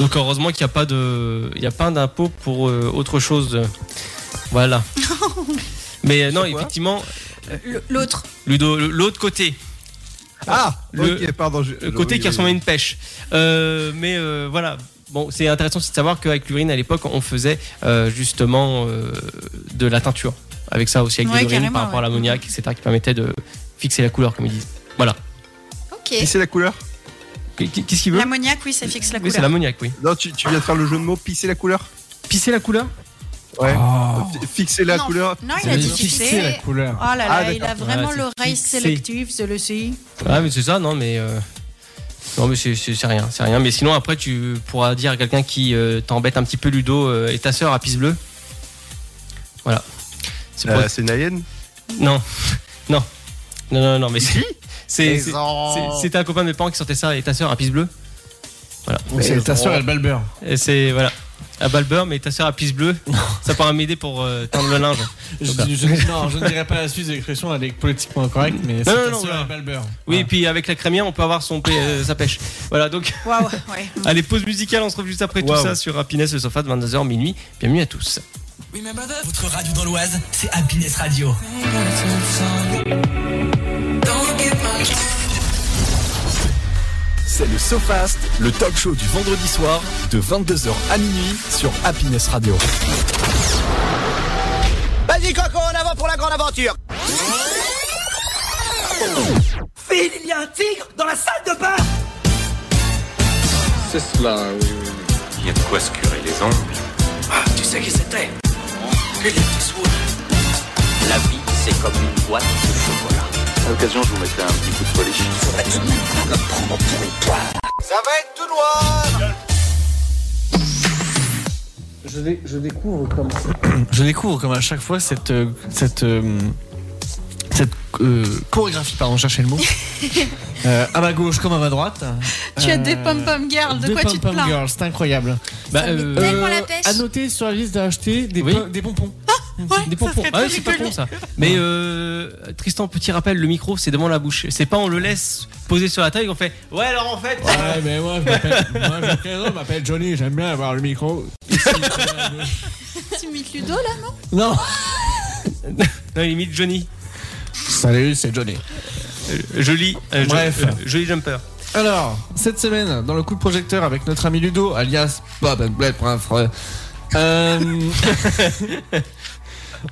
Donc heureusement qu'il n'y a pas de, il y a pas d'impôt pour euh, autre chose. Voilà. Mais euh, non,
quoi
effectivement,
L'autre,
Ludo, l'autre côté,
Ah,
Le-
ok, pardon. je-
le côté
oui,
qui
oui,
ressemble à
oui.
une pêche. Euh, mais euh, voilà. Bon, c'est intéressant aussi de savoir qu'avec l'urine à l'époque, on faisait euh, justement euh, de la teinture. Avec ça aussi, avec
Ouais,
de l'urine
carrément,
par rapport à
ouais.
l'ammoniac, etc., qui permettait de fixer la couleur, comme ils disent. Voilà.
Qui
Ok.
c'est la couleur
Qu'est-ce qu'il veut
l'ammoniac, oui, ça fixe la
Oui, c'est
couleur.
l'ammoniac, oui.
Non, tu, tu viens de faire le jeu de mots, pisser la couleur
Pisser la couleur
Ouais.
Oh.
Fi- Fixer la
Non.
couleur.
Non, il a dit
fixer
fixer.
la couleur.
Oh là là,
Ah,
il a
d'accord.
vraiment
Ouais, c'est
l'oreille
fixé.
sélective, celui-ci.
Ah, mais c'est ça, non, mais. euh, Non, mais c'est- c'est c'est rien, c'est rien. Mais sinon, après, tu pourras dire à quelqu'un qui euh, t'embête un petit peu, Ludo, euh, et ta sœur à pisse bleue. Voilà. C'est pour-
Euh, C'est une alien
Non, non, non, non, non, mais c'est. C'est
Les
c'est-
ans.
c'est- c'était un copain de mes parents qui sortait ça et ta soeur à pisse bleue.
Donc c'est ta soeur, elle balbeur.
Et C'est voilà. À Balbeur, mais ta soeur à pisse bleue, ça pourra m'aider pour euh, teindre le linge.
Je,
Voilà.
dis- je dis- non, je ne dirais pas la suite de l'expression, elle est politiquement correcte, mais c'est
non,
ta
non,
soeur,
voilà.
elle balbeur.
Oui, et
Voilà.
puis avec la crémière, on peut avoir son pê- euh, sa pêche. Voilà, donc
Waouh, ouais.
allez, pause musicale, on se retrouve juste après tout
Waouh.
ça sur Happiness le sofa de 22h minuit. Bienvenue à tous.
oh.
Votre radio dans l'Oise, c'est Happiness Radio.
C'est le SoFast, le talk show du vendredi soir de 22h à minuit sur Happiness Radio.
Vas-y Coco, en avant pour la grande aventure Phil, il y a un tigre dans la salle de bain
Il y a de quoi se curer les ongles.
Tu sais qui c'était Clint Eastwood. La vie, c'est comme une boîte de chocolat.
À l'occasion, je vous mettrai un petit coup de polish.
Ça va être tout noir
Je, dé- je découvre comme je découvre comme à chaque fois cette euh, cette euh, cette euh, chorégraphie pardon chercher le mot Euh, à ma gauche comme à ma droite
Tu as des
Euh,
pom-pom girls, de
des
quoi tu te
pom-pom
plains
girls, c'est incroyable
Bah,
met
euh,
tellement la pêche.
à noter sur la liste d'acheter des,
Oui.
pom- des bonbons
des pompons. Ah ouais, c'est pas con ça. Mais euh, Tristan, petit rappel, le micro c'est devant la bouche. C'est pas on le laisse poser sur la table et qu'on fait Ouais, alors en fait.
ouais mais moi je m'appelle moi, je me présente, je m'appelle Johnny j'aime bien avoir le micro
Tu imites Ludo là
non
Non, il imite Johnny.
salut c'est Johnny
Euh, Joli. euh,
Bref.
jo- euh, joli jumper.
Alors, cette semaine, dans le coup de projecteur avec notre ami Ludo, alias Bob and Blade pour un frère. Euh,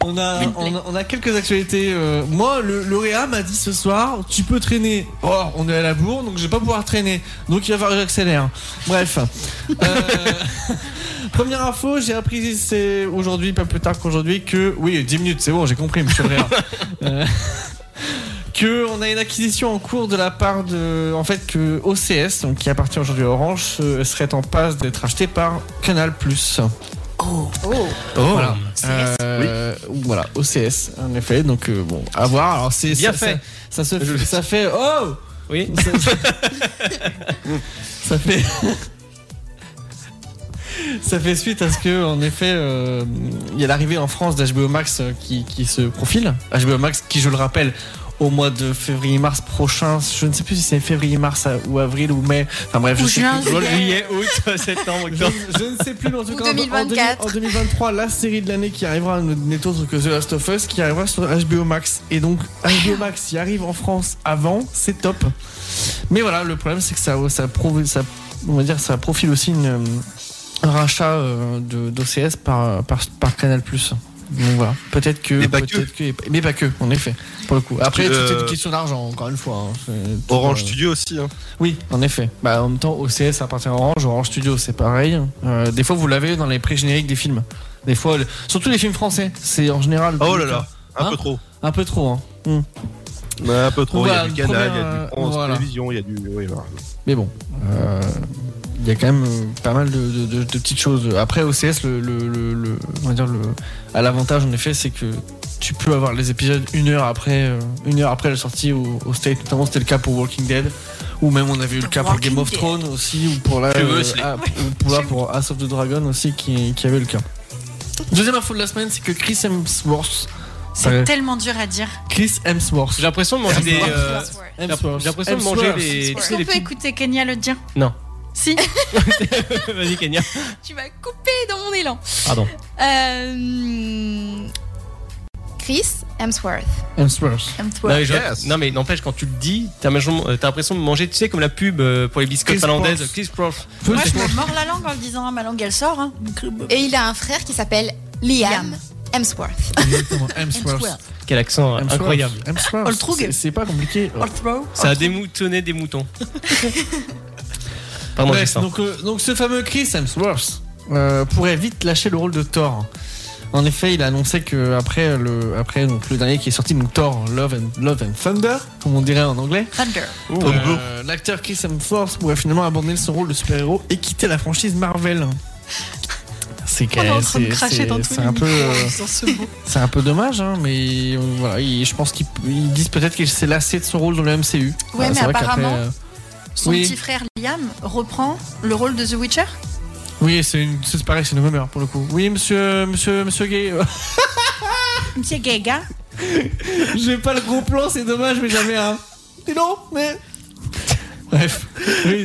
on, a, on, a- on a quelques actualités. euh, moi, le lauréat m'a dit ce soir Tu peux traîner. Or, on est à la bourre, donc je vais pas pouvoir traîner. Donc, il va falloir que j'accélère. Bref. Euh, première info j'ai appris c'est aujourd'hui, pas plus tard qu'aujourd'hui, que. Oui, 10 minutes, c'est bon, j'ai compris, monsieur le lauréat. Euh, que on a une acquisition en cours de la part de en fait que OCS donc qui appartient aujourd'hui à Orange euh, serait en passe d'être acheté par Canal Plus.
Oh,
Voilà. Euh, Voilà, OCS en effet donc euh, bon à voir alors c'est
Bien
ça,
fait.
ça, ça se ça fait oh
Oui.
ça, ça fait. Ça fait suite à ce que, en effet, euh, il y a l'arrivée en France d'HBO Max euh, qui, qui se profile. HBO Max, qui, je le rappelle, au mois de février-mars prochain, je ne sais plus si c'est février-mars à- ou avril ou mai. Enfin bref, je,
Ou
sais
juin,
plus.
juillet.
Juillet, août, septembre,
Je,
octobre.
je ne sais plus, mais en tout
Ou
cas, hein. en- en
2024.
deux- en 2023, la série de l'année qui arrivera n'est autre que The Last of Us qui arrivera sur HBO Max. Et donc, HBO Max, y arrive en France avant, c'est top. Mais voilà, le problème, c'est que ça, ça, prouve- ça- on va dire, ça profile aussi une, euh, un rachat euh, de- d'OCS par, par, par Canal. Donc voilà, peut-être que.
Mais pas
peut-être que- mais pas que, en effet, pour le coup. Après,
Tu,
tout
euh,
est une question d'argent, encore une fois. hein. C'est tout,
Orange
euh,
Studio aussi. Hein.
oui, en effet. Bah, en même temps, OCS appartient à Orange, Orange Studio, c'est pareil. Euh, des fois, vous l'avez dans les pré-génériques des films. Des fois, le- surtout les films français, c'est en général.
Oh là là, un
Hein
peu trop.
Un peu trop, hein.
Ouais, un peu trop. Il y a
Voilà,
euh,
du canal, il y a
première,
du France
euh, voilà.
Télévision, il y a du. oui, voilà.
Mais bon. euh, il y a quand même euh, pas mal de, de- de- de petites choses. Après, OCS, le, le, le- le- on va dire le, à l'avantage en effet, c'est que tu peux avoir les épisodes une heure après, euh, une heure après la sortie au, au State. Notamment, c'était le cas pour Walking Dead, ou même on avait eu le cas pour
Walking
Game of
Dead.
Thrones aussi, ou pour la,
Je veux, c'est-
ah, ou pour, là, pour House of the Dragon aussi, qui, qui avait le cas. Deuxième info de la semaine, c'est que Chris Hemsworth.
C'est
Ouais.
tellement dur à dire.
Chris Hemsworth.
J'ai l'impression de manger des.
Hemsworth.
euh, J'ai
Hemsworth.
l'impression de manger
Hemsworth.
des. tu
Est-ce
sais,
qu'on
des
peut écouter Kenya le dire
Non.
Si.
Vas-y, Kenya.
Tu m'as coupé dans mon élan.
Pardon.
Euh, Chris Hemsworth.
Hemsworth.
Hemsworth.
Non mais, je- non, mais n'empêche quand tu le dis, t'as l'impression euh, t'as l'impression de manger, tu sais comme la pub euh, pour les biscottes
Chris
finlandaises,
Prof.
Chris Prof.
Moi, je me mords la langue en le disant, hein, ma langue elle sort. hein.
Et il a un frère qui s'appelle Liam, Ah, Hemsworth.
Hemsworth.
Quel accent hein,
Hemsworth.
incroyable.
Hemsworth.
Oltrug.
C'est- C'est pas compliqué.
Oh.
Ça a démoutonné des moutons. Pardon,
Bref,
Justin.
donc, euh, donc ce fameux Chris Hemsworth euh, pourrait vite lâcher le rôle de Thor. En effet, il a annoncé que après le après donc le dernier qui est sorti donc Thor Love and Love and Thunder, comme on dirait en anglais.
Thunder.
Euh, L'acteur Chris Hemsworth pourrait finalement abandonner son rôle de super-héros et quitter la franchise Marvel. C'est quand
On est en
même
train de
c'est-
cracher
c'est-
dans tous
c'est
les
un peu euh,
micros dans ce mot.
c'est un peu dommage hein, mais euh, voilà, il- je pense qu'ils ils disent peut-être qu'il s'est lassé de son rôle dans le MCU.
Ouais,
Voilà,
mais
c'est vrai qu'après,
apparemment,
euh,
Son
oui.
petit frère Liam reprend le rôle de The Witcher.
Oui, c'est une... c'est pareil, c'est une rumeur pour le coup. Oui, monsieur, monsieur, monsieur Gay. euh,
Monsieur Gaga.
J'ai pas le gros plan, c'est dommage, mais jamais un. Dis non, mais. Bref.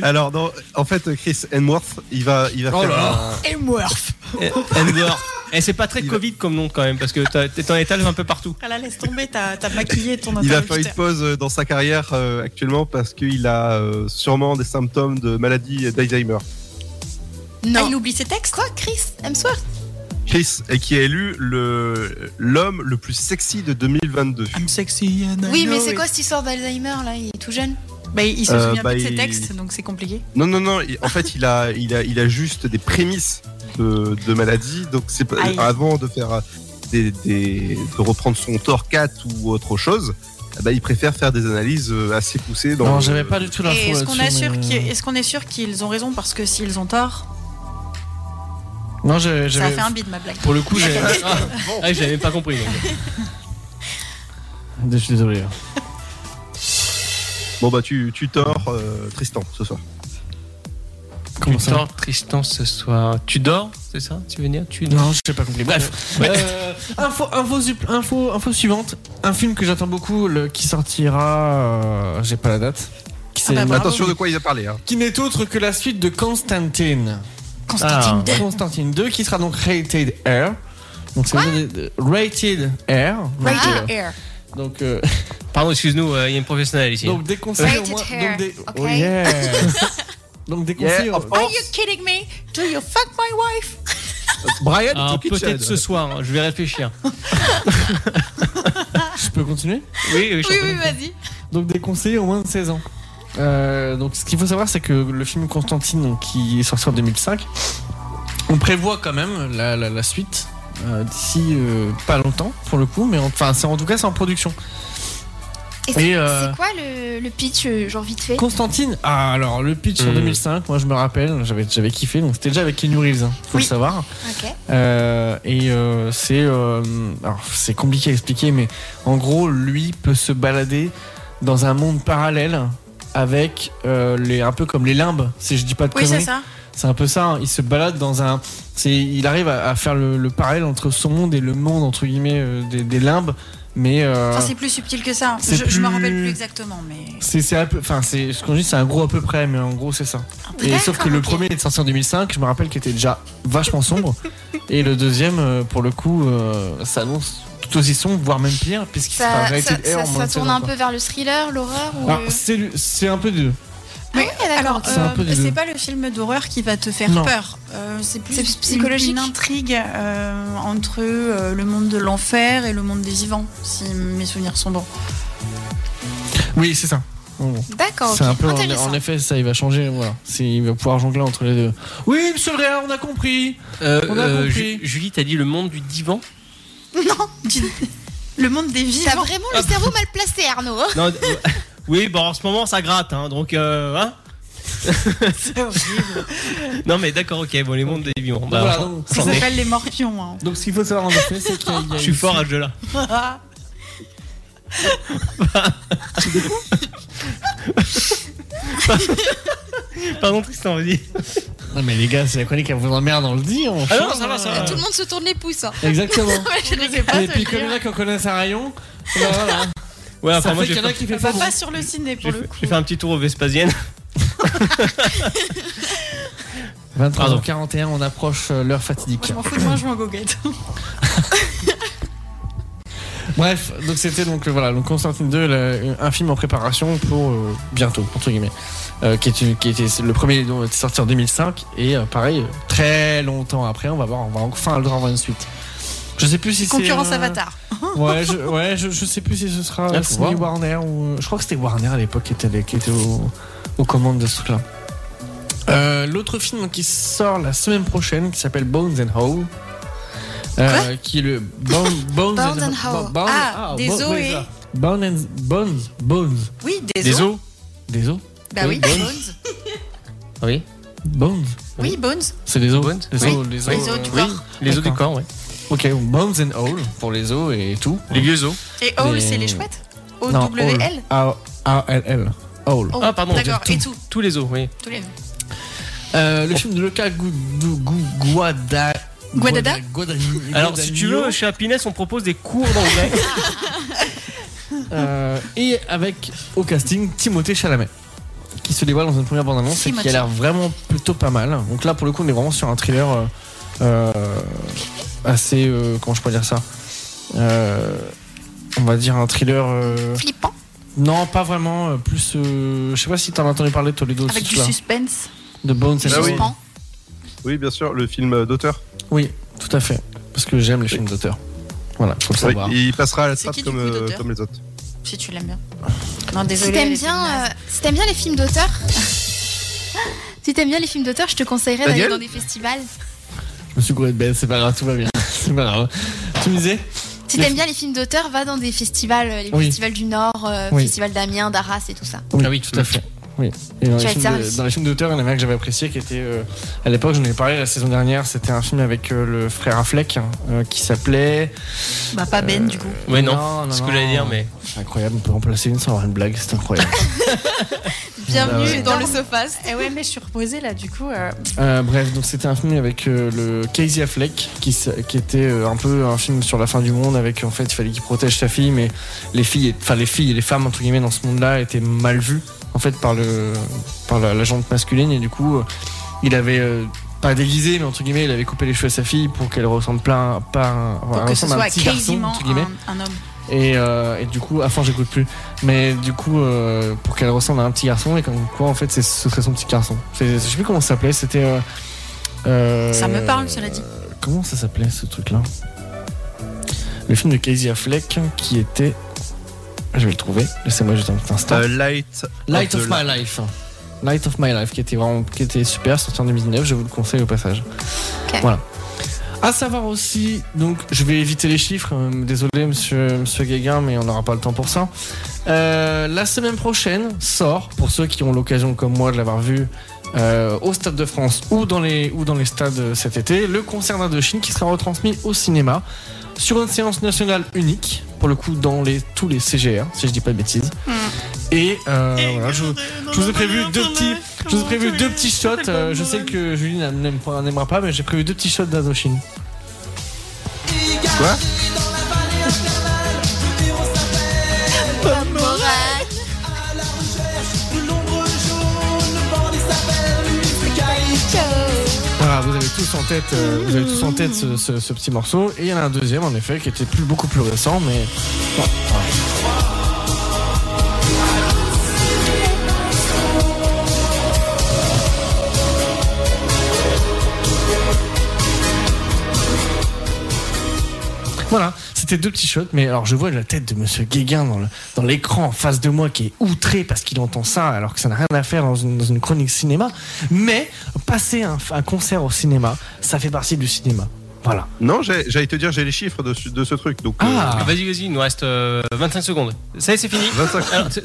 Alors, non, en fait, Chris Hemsworth, il va, il va
Oh
faire.
là.
un-
Hemsworth.
Eh, Endor. Et c'est pas très Covid comme nom quand même, parce que t'as- t'es en étale un peu partout.
Ah là, laisse tomber, t'as t'as maquillé ton
Il va faire une
interlocuteur.
pause euh, dans sa carrière euh, actuellement parce qu'il a euh, sûrement des symptômes de maladie d'Alzheimer.
Non.
il oublie ses textes
Quoi, Chris Hemsworth
Chris, et qui est élu le- l'homme le, plus sexy de 2022.
sexy
Oui, mais c'est quoi cette histoire d'Alzheimer là Il est tout jeune.
bah, Il se
Euh,
souvient
bah,
plus de ses
il-
textes, donc c'est compliqué.
Non, non, non, il- en fait, il a, il, a, il a juste des prémices de, de maladie. Donc, c'est pas-
Aïe.
avant de faire euh, des, des- de reprendre son tort 4 ou autre chose, eh ben, il préfère faire des analyses euh, assez poussées. Dans
Non,
le-
j'avais pas du tout l'info.
Et est-ce qu'on
là-dessus,
assure
mais- euh,
qu'il- est-ce qu'on est sûr qu'ils ont raison Parce que s'ils ont tort,
Non, j'avais.
ça a
j'avais-
fait un bide ma blague.
Pour le coup, j'avais.
Ah,
Oh.
ah, j'avais même pas compris. donc.
Je suis désolé. hein.
Bon, bah, tu, tu tords euh, Tristan ce soir.
Comment
tu
ça
dors, Tristan, ce soir. Tu dors, c'est ça Tu veux dire Tu
Non, j'ai pas compris. Bref.
Ouais.
Euh, info, info, sup- info, info suivante. Un film que j'attends beaucoup, le, qui sortira. euh, j'ai pas la date. Qui
Ah bah,
s'est-
bravo. Attention de quoi il a parlé. hein.
Qui n'est autre que la suite de Constantine.
Constantine Ah. 2.
Constantine 2, qui sera donc Rated Air. Donc c'est Rated Air.
Rated Air.
Donc, euh,
Pardon, excuse-nous, euh, il y a une professionnelle ici.
donc des conseils au
Rated
moins.
Air,
Donc des,
ok.
oh yes. donc des conseils. au-
Are you kidding me Do you fuck my wife
Brian,
Ah,
ton
peut-être
kitchen.
ce soir, hein, je vais réfléchir.
Je peux continuer
Oui, oui, je
Oui,
t'en prie.
oui, vas-y.
Donc des conseillers au moins de 16 ans. Euh, donc ce qu'il faut savoir c'est que le film Constantine donc, qui est sorti en 2005, on prévoit quand même la, la- la suite euh, d'ici euh, pas longtemps pour le coup, mais enfin c'est en tout cas c'est en production.
Et c'est
euh,
c'est quoi le, le pitch, euh, genre vite fait
Constantine, ah, alors le pitch en
Hmm.
2005, moi je me rappelle, j'avais j'avais kiffé, donc c'était déjà avec Keanu Reeves, hein, faut le savoir.
Ok.
Euh, et euh, c'est euh, alors c'est compliqué à expliquer, mais en gros, lui peut se balader dans un monde parallèle avec euh, les un peu comme les limbes, si je dis pas de
Oui, c'est
conneries.
ça.
C'est un peu ça. hein. Il se balade dans un. C'est, il arrive à, à faire le, le parallèle entre son monde et le monde entre guillemets euh, des, des limbes, mais euh,
Enfin, c'est plus subtil que ça. Je,
C'est
je me
plus-
rappelle plus exactement, mais.
c'est c'est un peu- enfin c'est ce qu'on dit, c'est un gros à peu près, mais en gros c'est ça. Et sauf que le premier est sorti en 2005, je me rappelle qu'il était déjà vachement sombre, et le deuxième euh, pour le coup euh, s'annonce tout aussi sombre, voire même pire, puisqu'il sera
Ça, ça-
rated R
ça-
en moins
ça
de
tourne
16 ans,
un
quoi.
peu vers le thriller, l'horreur ou
Alors,
le- Ah,
c'est du- c'est un peu des deux.
Mais alors,
C'est un peu
euh,
des
c'est
deux.
pas le film d'horreur qui va te faire
Non.
peur. Euh, c'est plus
C'est
une-
psychologique.
une intrigue euh, entre euh, le monde de l'enfer et le monde des vivants, si mes souvenirs sont bons.
Oui, c'est ça. En gros.
D'accord.
C'est
ok.
un peu en,
Intéressant.
en effet ça, il va changer, voilà. C'est- Il va pouvoir jongler entre les deux. Oui, monsieur le Réa, on a compris.
Euh,
On a
euh,
compris.
Ju- Julie, t'as dit le monde du divan
Non, du- le monde des
T'as
vivants.
vraiment le cerveau mal placé, Arnaud. hein
Non, d- oui, bon, en ce moment, ça gratte, hein, donc. euh, hein non, mais d'accord, ok, bon, les mondes des vivants. Bah,
voilà,
j'en-
donc,
Ça
j'en ai.
s'appelle les morpions. hein.
Donc ce qu'il faut savoir en effet, c'est qu'il y a
Je
euh,
suis fort à ce jeu-là. Pardon, Tristan, vas-y.
Non mais les gars, c'est la chronique, elle vous emmerde, on le dit. On
Ah non,
change,
ça va, ça
hein.
va.
Tout le monde se tourne les pouces. hein.
Exactement.
je ne sais
Ah,
pas.
Et
te
puis
le
comme il y en
dire.
a qui en connaissent un rayon, bah voilà.
Ouais,
Ça
enfin, moi,
fait
j'ai
qu'il y en a
fait-
qui fait
Bah,
pas
pas sur le ciné pour
J'ai
le
fait,
coup.
j'ai fait un petit tour au Vespasienne.
23h41, on approche euh, l'heure fatidique.
Je m'en fous de moi, je joue en goguette.
Bref,
Donc c'était donc euh, voilà, donc Constantine 2, le- un film en préparation pour euh, bientôt entre guillemets,
euh, qui, est une- qui était le premier dont était sorti en 2005 et euh, pareil euh, très longtemps après on va voir on va enfin le droit à avoir une suite je sais plus si c'est
Concurrence
euh,
Avatar.
ouais je, ouais je, je sais plus si ce sera
Ah, faut
Sony
voir.
Warner ou je crois que c'était Warner à l'époque qui était, qui était au- aux commandes de ce truc là l'autre film qui sort la semaine prochaine qui s'appelle Bones and Howe euh, qui est le Bone- Bones,
Bones and Howe. Ah, des
Bo-
os
Bones,
et-
là. Bones and- Bones Bones
Oui, des,
Des
os.
os Des os
Bah oui,
Bones.
Bones.
Ah
Oui.
Bones
Oui, Bones.
C'est les os Les
Oui.
os, les os,
Les os
euh,
du
oui.
corps.
Les os du
D'accord.
corps, ouais.
Ok, Bones and All pour les os et tout.
Les vieux os.
Et Owl,
Mais-
c'est les chouettes
Non,
O-W-L
all. A-L-L. All.
Oh,
Ah, pardon,
D'accord,
j'ai
et tout.
Tous les os, oui.
Tous les...
Euh, le film de Luca Gu- Gu- Gu- Guada.
Guadada
Guada-
Alors, si tu veux, chez Happiness, on propose des cours d'anglais.
Euh, et avec au casting Timothée Chalamet qui se dévoile dans une première bande-annonce et qui
Timothée.
a l'air vraiment plutôt pas mal. Donc là, pour le coup, on est vraiment sur un thriller euh, euh, assez. euh, comment je pourrais dire ça Euh, On va dire un thriller. euh,
Flippant,
non, pas vraiment. euh, plus. euh, je sais pas si t'en as entendu parler, Toledo,
avec
ce
du
truc-là.
suspense,
De Bones
du
and All.
suspens.
Oui, bien sûr, le film euh, d'auteur.
Oui, tout à fait. Parce que j'aime les films d'auteur. Voilà, faut le
Oui,
savoir.
il passera à la
C'est
trappe
qui, du
comme,
coup,
euh,
l'auteur
comme les autres.
Si tu l'aimes bien. Non, désolé.
Si
elle
t'aimes
était
bien,
naze.
euh, si t'aimes bien les films d'auteur, si t'aimes bien les films d'auteur, je te conseillerais d'aller
Daniel
dans des festivals.
Je me suis gouré de bête, c'est pas grave, tout va bien. c'est pas grave. Tu me disais
Si
Les
t'aimes bien les films d'auteur, va dans des festivals, euh, les
Oui.
festivals du Nord, euh,
Oui.
festival d'Amiens, d'Arras et tout ça.
Ah oui, tout à fait. Oui. Et dans,
Tu
les
vas
films
être
de-
servi.
dans les films d'auteur, il y en avait un que j'avais apprécié qui était. euh, à l'époque, j'en avais parlé la saison dernière, c'était un film avec euh, le frère Affleck hein, euh, qui s'appelait.
Bah, pas Ben, du coup.
Ouais, non,
Non, non,
c'est ce que
non.
j'allais dire, mais.
C'est incroyable, on peut remplacer une sans avoir une blague, c'est incroyable.
Bienvenue
ouais.
Bah dans le Sofast.
Eh ouais, mais je suis reposée là, du coup. euh,
Euh, bref, donc c'était un film avec euh, le Casey Affleck qui, s- qui était euh, un peu un film sur la fin du monde avec en fait il fallait qu'il protège sa fille mais les filles et- enfin les filles et les femmes entre guillemets dans ce monde-là étaient mal vues en fait par le par la, la jante masculine et du coup euh, il avait euh, pas déguisé mais entre guillemets il avait coupé les cheveux à sa fille pour qu'elle ressemble plein pas à un- enfin,
Pour
elle
que ce
Bah, ressemble à un
soit
petit garçon
quasiment
entre guillemets
un, un homme.
et, euh, et du coup, enfin j'écoute plus, mais du coup euh, pour qu'elle ressemble à un petit garçon et comme quoi en fait c'est, ce serait son petit garçon. C'est- je sais plus comment ça s'appelait, c'était. euh, euh,
Ça me parle, cela dit.
euh, Comment ça s'appelait ce truc-là Le film de Casey Affleck qui était, je vais le trouver. Laissez-moi juste un petit instant.
Euh, Light,
Light
of
of
the-
My Life. Light of My Life, qui était vraiment, qui était super, sorti en 2019. Je vous le conseille au passage.
Ok.
Voilà. À savoir aussi, donc, je vais éviter les chiffres. euh, Désolé, monsieur, monsieur Guéguin, mais on n'aura pas le temps pour ça. Euh, la semaine prochaine sort, pour ceux qui ont l'occasion, comme moi, de l'avoir vu euh, au Stade de France ou dans les, ou dans les stades euh, cet été, le concert d'Indochine qui sera retransmis au cinéma sur une séance nationale unique, pour le coup, dans les, tous les CGR, si je dis pas de bêtises. Et, euh, voilà, je, je vous ai prévu deux petits, je vous ai prévu deux petits shots. euh, je sais que Julie n'aime- n'aime pas- n'aimera pas, mais j'ai prévu deux petits shots d'Indochine.
Euh,
Quoi
Voilà, vous avez tous en tête, euh, vous avez tous en tête ce, ce- ce petit morceau. Et il y en a un deuxième, en effet, qui était plus, beaucoup plus récent, mais. Bon, voilà. Voilà, c'était deux petits shots, mais alors je vois la tête de Monsieur Guéguin dans le- dans l'écran en face de moi qui est outré parce qu'il entend ça alors que ça n'a rien à faire dans une, dans une chronique cinéma. Mais passer un, un concert au cinéma, ça fait partie du cinéma. Voilà.
Non, j'ai- j'allais te dire, j'ai les chiffres de, ce- de ce truc. Donc, euh,
Ah, vas-y, vas-y, il nous reste euh, 25 secondes. Ça y est, c'est fini. Ah,
25
Alors, c'est-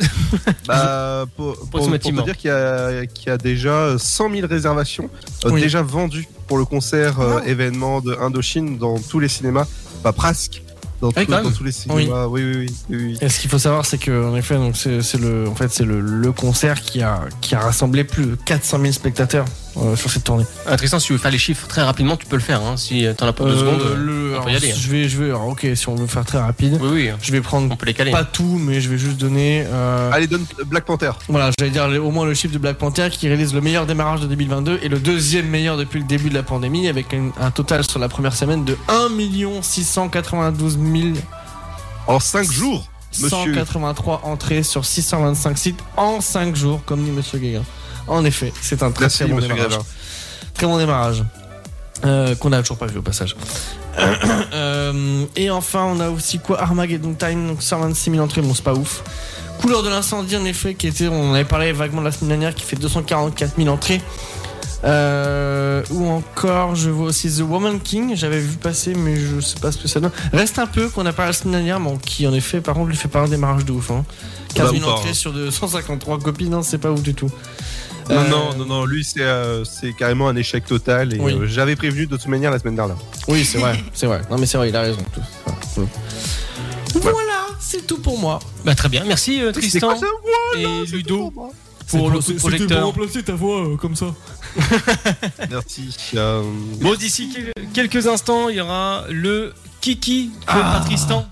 bah, pour, pour- pour
Approximativement.
te dire qu'il y, a- qu'il y a déjà 100 000 réservations euh,
Oui.
déjà vendues pour le concert
Ah.
euh, événement de Indochine dans tous les cinémas, pas presque, dans,
Ah Oui,
tous-
quand même.
dans tous les cinémas. Oui, oui, oui. oui, oui.
Et ce qu'il faut savoir, c'est que en effet, donc c'est c'est le, en fait, c'est le, le concert qui a, qui a rassemblé plus de 400 000 spectateurs euh, sur cette tournée.
Ah, Tristan, si tu veux faire les chiffres très rapidement, tu peux le faire. hein. Si t'en as pas deux
Euh,
secondes,
le-
on peut y
alors,
aller. hein.
Je vais, je vais, alors, ok, si on veut faire très rapide, je vais prendre
On peut les caler.
pas tout, mais je vais juste donner. euh,
Allez, donne Black Panther.
Voilà, j'allais dire le- au moins le chiffre de Black Panther qui réalise le meilleur démarrage de 2022 et le deuxième meilleur depuis le début de la pandémie, avec une- un total sur la première semaine de 1 692 000
en 5 jours. monsieur.
183 entrées sur 625 sites en 5 jours, comme dit Monsieur Guéguin. En effet, c'est un très,
Merci,
très bon
monsieur
démarrage.
Guéguin.
Très bon démarrage. Euh, qu'on n'a toujours pas vu au passage. Euh, et enfin, on a aussi quoi Armageddon Time, donc 126 000 entrées, bon, c'est pas ouf. Couleur de l'incendie, en effet, qui était, on en avait parlé vaguement la semaine dernière, qui fait 244 000 entrées. Euh, ou encore, je vois aussi The Woman King, j'avais vu passer, mais je sais pas ce que ça donne. Reste un peu, qu'on a parlé la semaine dernière, mais qui en effet, par contre, lui fait pas un démarrage de ouf. Hein. 15 000
Bah, ou pas,
entrées
hein.
sur 253 copies, non, c'est pas ouf du tout.
Non,
Euh,
Bah, non, non, non, lui c'est euh, c'est carrément un échec total. Et
Oui.
euh, j'avais prévenu de toute manière la semaine dernière.
Oui, c'est vrai, c'est vrai. Non, mais c'est vrai, il a raison. Voilà, c'est tout pour moi.
Bah, très bien, merci euh, Tristan
quoi Oh
et Ludo pour le coup de projecteur.
remplacer ta voix comme ça.
Merci. Euh,
Bon, d'ici quel- quelques instants, il y aura le Kiki de
Ah.
Tristan.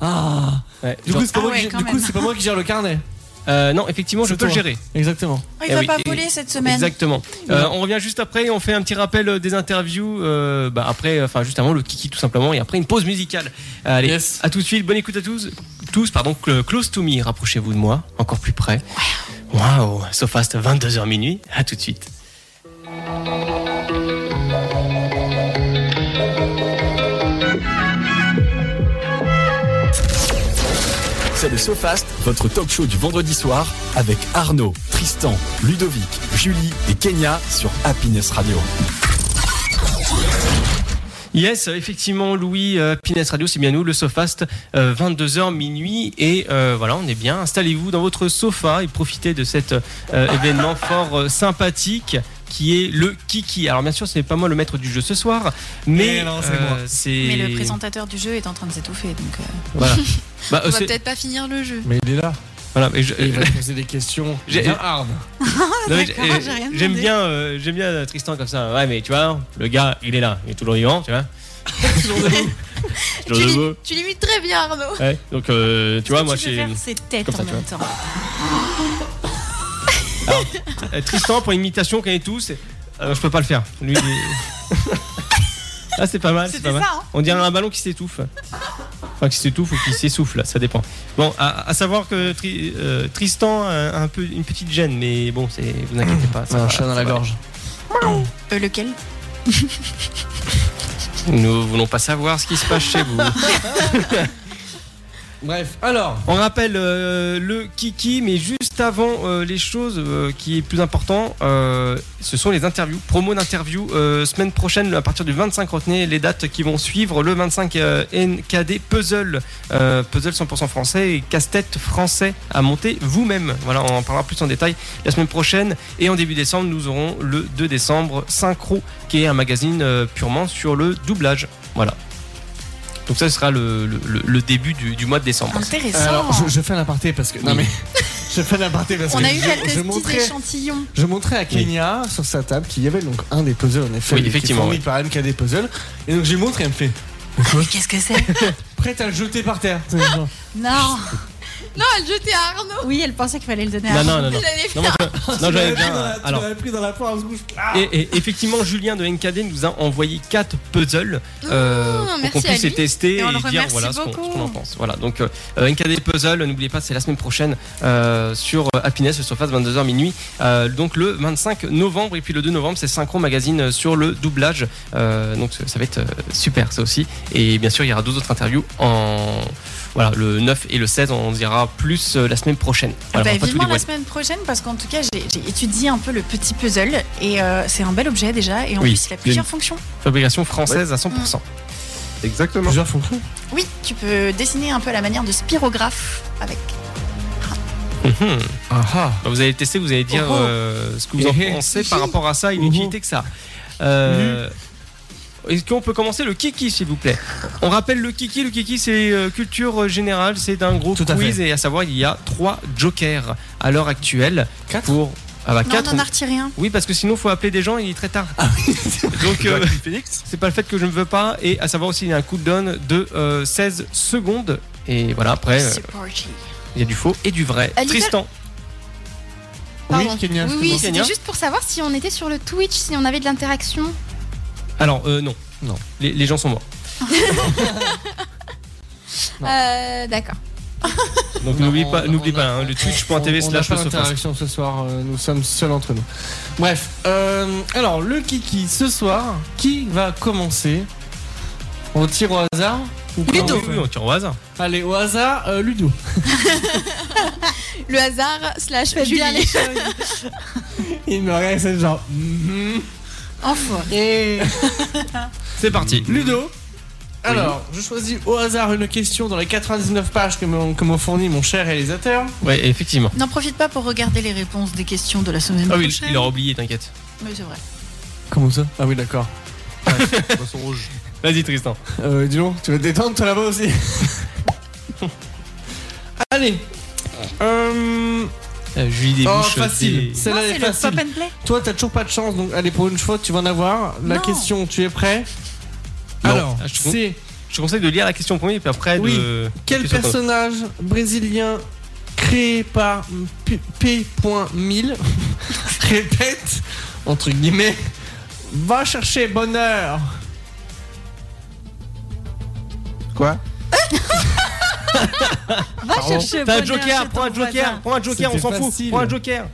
Ah Du coup, c'est
Ah
pas, moi
ouais,
qui gère-
quand
du coup,
même.
c'est pas moi qui gère le carnet.
Euh, non, effectivement, je
C'est
peux le
toi.
gérer.
Exactement.
Oh, il
Eh
va
oui,
pas
et-
voler cette semaine.
Exactement. Euh, on revient juste après et on fait un petit rappel euh, des interviews. euh, bah, après, euh, enfin, juste avant le kiki tout simplement et après une pause musicale. Allez, à tout de suite. Bonne écoute à tous. Tous, pardon. cl- Close to me. Rapprochez-vous de moi. Encore plus près. Waouh. Sofast 22h minuit. À tout de suite.
C'est le SoFast, votre talk show du vendredi soir avec Arnaud, Tristan, Ludovic, Julie et Kenya sur Happiness Radio.
Yes, effectivement, Louis euh, Pinès Radio, c'est bien nous, le Sofast, 22h minuit. Et euh, voilà, on est bien. Installez-vous dans votre sofa et profitez de cet euh, événement fort euh, sympathique qui est le Kiki. Alors, bien sûr, ce n'est pas moi le maître du jeu ce soir, mais euh,
Eh non, c'est moi.
c'est.
Mais le présentateur du jeu est en train de s'étouffer, donc. euh,
Voilà. Bah,
On
euh,
va
c'est-
peut-être pas finir le jeu.
Mais il est là.
Voilà, et je-
Il va te poser des questions.
J'ai-
Bien hard.
Non, mais
Ah, D'accord,
j'ai-
j'ai rien
J'aime
demandé.
bien, euh, j'aime bien euh, Tristan comme ça. Ouais, mais tu vois, le gars, il est là, il est toujours vivant, tu vois.
Tu,
toujours
li-
debout.
tu limites très bien, Arnaud.
Ouais, donc euh, tu vois, moi,
tu peux
c'est.
faire ses têtes
comme ça,
en
tu
même temps.
Euh, Tristan pour imitation qu'on est tous. euh, je peux pas le faire. Lui. il- ah c'est pas mal, c'est
C'était
pas mal.
ça, hein.
On dirait un ballon qui s'étouffe. Enfin qui s'étouffe ou qui s'essouffle, ça dépend. Bon, à, à savoir que Tri- euh, Tristan a un peu une petite gêne, mais bon, c'est vous inquiétez pas. ça
Un
va,
chat dans
ça
la
va.
gorge.
Euh, lequel
Nous voulons pas savoir ce qui se passe chez vous.
Bref, alors.
On rappelle euh, le kiki, mais juste avant euh, les choses euh, qui est plus important, euh, ce sont les interviews, promo d'interviews. euh, semaine prochaine, à partir du 25, retenez les dates qui vont suivre. Le 25 euh, NKD Puzzle, euh, Puzzle 100% français et casse-tête français à monter vous-même. Voilà, on en parlera plus en détail la semaine prochaine. Et en début décembre, nous aurons le 2 décembre Synchro, qui est un magazine euh, purement sur le doublage. Voilà. Donc ça ce sera le, le- le- le début du, du mois de décembre.
Intéressant.
Alors, je, je fais un aparté parce que. Non, mais. Je fais un aparté parce
On
que.
a eu
je-
quelques
je,
petits
montrais,
échantillons.
je montrais à Kenya sur sa table qu'il y avait donc un des puzzles en effet.
Oui,
qui est
effectivement,
fourni
oui.
par MKD Puzzle. Et donc je lui montre et elle me fait.
Mais qu'est-ce que c'est
Prête à le jeter par terre. C'est genre-
Non
Non, elle jetait à Arnaud.
Oui, elle pensait qu'il fallait le donner à
Non, non, non, non.
Il allait
Non,
faire
moi, je- non, j'avais
Tu l'avais
bien.
pris dans la- tu
alors,
l'avais pris dans la poire à ce gouche. Ah
et, et effectivement, Julien de NKD nous a envoyé 4 puzzles
Oh,
euh, pour
Oh, merci
qu'on
à
puisse les
lui.
tester
Et
et,
on le
dire
remercie
voilà ce qu'on- ce qu'on
beaucoup.
en pense. Voilà, donc euh, NKD Puzzle, n'oubliez pas, c'est la semaine prochaine euh, sur Happiness, sur Face 22h minuit. Euh, donc le 25 novembre et puis le 2 novembre, c'est Synchro Magazine sur le doublage. Euh, donc ça va être euh, super, ça aussi. Et bien sûr, il y aura deux autres interviews en Voilà, le 9 et le 16, on en dira plus euh, la semaine prochaine.
Ah
Voilà,
bah,
on va pas tout
vivement la
dévoiler.
semaine prochaine parce qu'en tout cas j'ai j'ai étudié un peu le petit puzzle et euh, c'est un bel objet déjà et en
Oui.
plus il a plusieurs fonctions.
Fabrication française à 100%.
Exactement.
Plusieurs fonctions.
Oui, tu peux dessiner un peu à la manière de spirographe avec.
Bah, Vous allez tester, vous allez dire
Oh, oh.
euh, ce que vous en
Eh, eh.
pensez par rapport à ça, une utilité que ça. a. Euh,
Mm.
Est-ce qu'on peut commencer le kiki, s'il vous plaît On rappelle le kiki. Le kiki, c'est euh, culture euh, générale, c'est d'un gros
à
quiz et à savoir, il y a trois jokers à l'heure actuelle. Pour. Ah bah,
non,
quatre,
on n'en
on-
a retiré un.
Oui, parce que sinon, faut appeler des gens et il est très tard.
Ah
Donc, euh, c'est pas le fait que je ne veux pas. Et à savoir aussi, il y a un coup de donne de euh, 16 secondes. Et voilà, après, euh, il y a du faux et du vrai.
À l'hiver-
Tristan.
Pardon.
Kenya,
Oui,
excuse-moi.
oui,
Kenya.
c'était juste pour savoir si on était sur le Twitch, si on avait de l'interaction.
Alors, euh, non. Non. Les, les gens sont morts.
Euh, D'accord.
Donc, n'oublie pas, n'oublie pas hein, le twitch.tv
On n'a
slash
pas
le Sofast.
d'interaction ce soir, euh, nous sommes seuls entre nous. Bref, euh, alors le kiki ce soir, qui va commencer On tire au hasard ou pas
Oui, oui, on tire au hasard.
Allez, au hasard, euh, Ludo.
Le hasard slash
Faites bien
Julie.
les
Il me regarde, c'est genre. mm-hmm.
Enfoiré.
C'est parti.
Mm-hmm. Ludo alors, je choisis au hasard une question dans les 99 pages que m'ont que m'ont fourni mon cher réalisateur.
Ouais, effectivement.
N'en profite pas pour regarder les réponses des questions de la semaine
Ah oui,
prochaine.
il aura oublié, t'inquiète.
Oui, c'est vrai.
Comment ça Ah oui, d'accord.
Poisson rouge.
Vas-y, Tristan.
Euh, dis donc, tu vas te détendre toi là-bas aussi. Allez. Euh...
Euh, Julie des
Oh,
Bouches,
facile.
des-
Celle-là
Non,
elle
c'est
est
le
facile.
pop and play.
Toi, t'as toujours pas de chance, donc allez, pour une fois, tu vas en avoir. La
Non.
question, tu es prêt
Non.
Alors,
Ah, je te con-
c'est
Je te conseille de lire la question en premier, puis après
Oui.
de.
quel
question pour-
personnage brésilien créé par P- P.1000 répète, entre guillemets, va chercher bonheur
Quoi
Va chercher.
T'as un
bonheur
joker,
chez
prends un
ton
joker,
voisin.
prends un joker, on
C'était
s'en fout.
facile.
Prends un joker.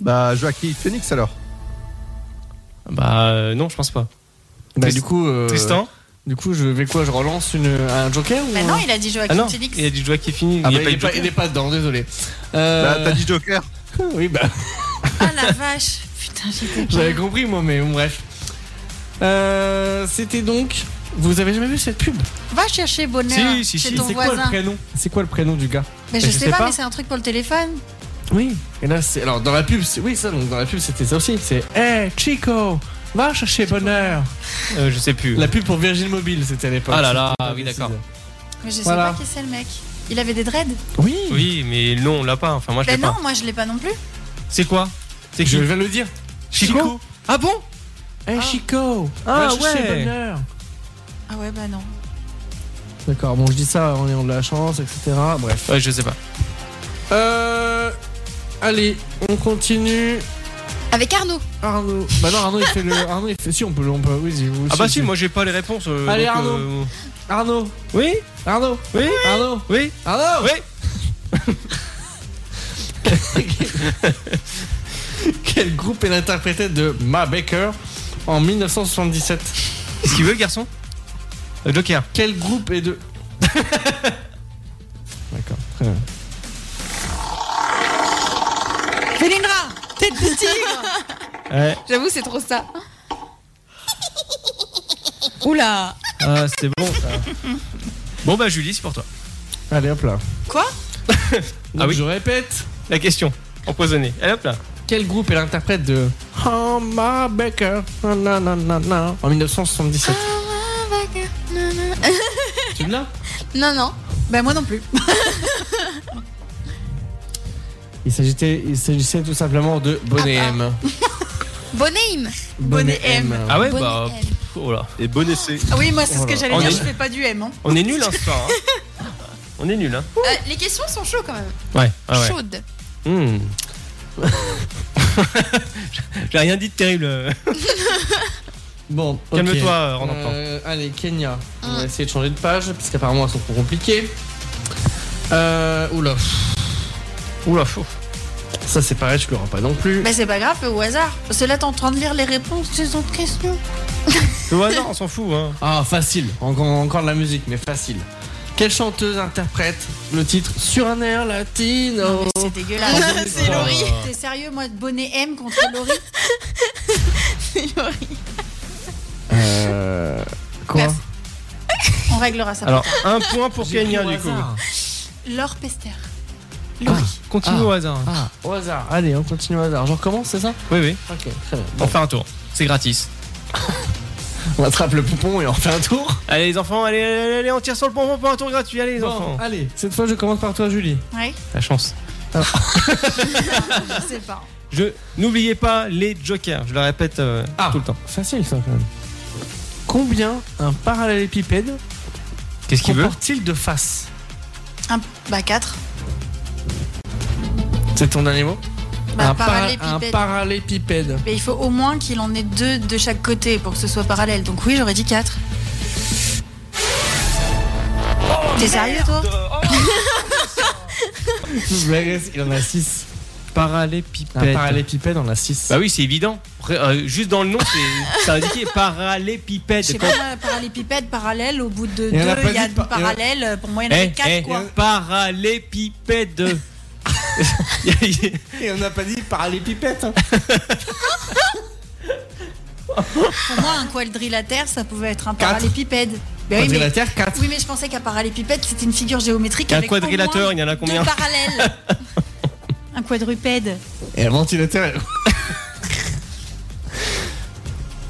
Bah, Joaquin Phoenix alors.
Bah, euh, non, je pense pas.
Bah,
Trist-
du coup, euh,
Tristan
Du coup, je vais quoi Je relance une, un joker ou
Bah non, il a dit
Ah
Joachim
non,
Félix.
il y a du joueur qui est fini.
Ah
il n'y
bah,
a pas eu
est
de
pas,
joker.
il est pas dedans, désolé. Euh,
Bah, t'as dit Joker.
oui, bah,
Ah la vache. Putain, j'étais.
j'avais compris moi, mais bon, bref. Euh, C'était donc. Vous avez jamais vu cette pub
Va chercher bonheur
Si, si,
chez
si,
ton
C'est quoi le
voisin.
prénom C'est quoi le prénom du gars
Mais je,
Je sais
sais pas,
pas.
mais c'est un truc pour le téléphone.
Oui. Et là, c'est alors dans la pub, c'est oui ça. Donc dans la pub, c'était ça aussi. C'est Hey Chico, va chercher bonheur.
Euh, Je sais plus.
La pub pour Virgin Mobile, c'était à l'époque.
Ah là là,
C'était
oui,
pas
d'accord.
décidé.
Mais je sais
Voilà.
pas qui c'est le mec. Il avait des dreads
Oui.
Oui, mais non, on l'a pas. Enfin, moi, je
Bah
l'ai
non,
pas.
moi je l'ai pas non plus.
C'est quoi C'est qui
Je viens de le dire. Chico.
Ah bon
Hey
Ah.
Chico,
Ah
va chercher
ouais.
bonheur.
Ah ouais, bah non.
D'accord. Bon, je dis ça en ayant de la chance, etc. Bref.
Ouais, je sais pas.
Euh, allez, on continue.
Avec Arnaud.
Arnaud. Bah non, Arnaud il fait le. Arnaud il fait. Si on peut, on peut. Oui, si, oui,
Ah bah
si.
si, moi j'ai pas les réponses. euh,
Allez,
donc,
Arnaud.
euh,
Arnaud.
Oui,
Arnaud.
oui,
Arnaud.
oui,
Arnaud.
oui.
Quel groupe est l'interprète de Ma Baker en 1977
Qu'est-ce qu'il veut, le garçon Euh, Joker.
Quel groupe est de. D'accord, très bien.
Félindra Tête de tigre
Ouais.
J'avoue, c'est trop ça.
Oula
Ah, c'est bon ça. Bon bah, Julie, c'est pour toi.
Allez hop là.
Quoi
Donc,
Ah oui.
Je répète.
La question. Empoisonnée. Allez hop là.
Quel groupe est l'interprète de Oh Ma Baker na, na, na, na, na, Ah. en 1977 Tu me l'as
Non, non.
Bah moi non plus.
Il s'agissait, il s'agissait tout simplement de Bonnet
Ah
M.
Bon name.
Bonnet M.
Ah ouais,
Bonnet
bah.
M.
pff, Oh là.
Et bon essai.
Ah oui, moi c'est ce que
Voilà.
j'allais
On
dire,
est-
je fais pas du M. Hein.
On est nul hein, ce soir. hein. On est nul, hein.
Euh, les questions sont chaudes quand même.
Ouais, ah ouais.
Chaudes.
Hmm. J'ai rien dit de terrible. euh.
Bon, ok.
Calme-toi, euh, Renan
Euh, allez, Kenya. On va
Mm.
essayer de changer de page, parce qu'apparemment elles sont trop compliquées. Euh, oula.
Oula, fou.
Ça, c'est pareil, je l'auras pas non plus.
Bah c'est pas grave, fais au hasard. Parce que là t'es en train de lire les réponses des autres questions.
Le hasard, on s'en fout, hein.
Ah, facile. Encore, encore de la musique, mais facile. Quelle chanteuse interprète le titre Sur un air latino
Oh. C'est dégueulasse.
C'est Laurie.
T'es sérieux, moi, bonnet M contre Laurie C'est Laurie.
Euh, quoi
On réglera ça.
Alors,
plus tard.
un point pour J'ai Kenya, pris au du coup. hasard.
Laure Pester.
Continue
Ah,
au hasard.
ah, au hasard. Allez, on continue au hasard. Je recommence, c'est ça
Oui, oui.
Ok, très bien.
On fait un tour. C'est gratis.
on attrape le poupon et on fait un tour.
Allez, les enfants, allez, allez, allez, on tire sur le pompon pour un tour gratuit. Allez, les
Bon,
enfants.
Allez, cette fois, je commence par toi, Julie.
Ouais.
La chance.
Je sais pas.
Je n'oubliez pas les jokers. Je le répète euh,
Ah.
tout le temps.
Facile, ça, quand même. Combien un parallélépipède
Qu'est-ce qu'il veut
comporte-t-il de face
Un, bah 4.
C'est ton dernier mot
Bah,
un, para-
parallépipède.
un parallépipède.
Mais il faut au moins qu'il en ait deux de chaque côté pour que ce soit parallèle. Donc oui, j'aurais dit 4.
Oh,
T'es sérieux toi
Je blague, Il en a 6.
Parallépipède.
Un parallépipède, on a 6.
Bah oui, c'est évident. Après, euh, juste dans le nom, c'est c'est indiqué
Je
parallépipède.
sais
Quand-
pas, euh, parallépipède, parallèle, au bout de deux,
Il y en a pas
il y a
dit
du
par-
parallèle. euh, Pour moi, il y en avait
Eh,
4
eh,
quoi.
Parallépipède.
Et on n'a pas dit parallépipède. hein.
Pour moi, un quadrilatère, ça pouvait être un
Quatre.
parallépipède. Ben oui, mais-
Quadrilatère, 4.
Oui, mais je pensais qu'un parallépipède, c'était une figure géométrique.
Un
avec au
quadrilatère,
moins
il y en a combien
Deux parallèles. un quadrupède.
Et un ventilateur.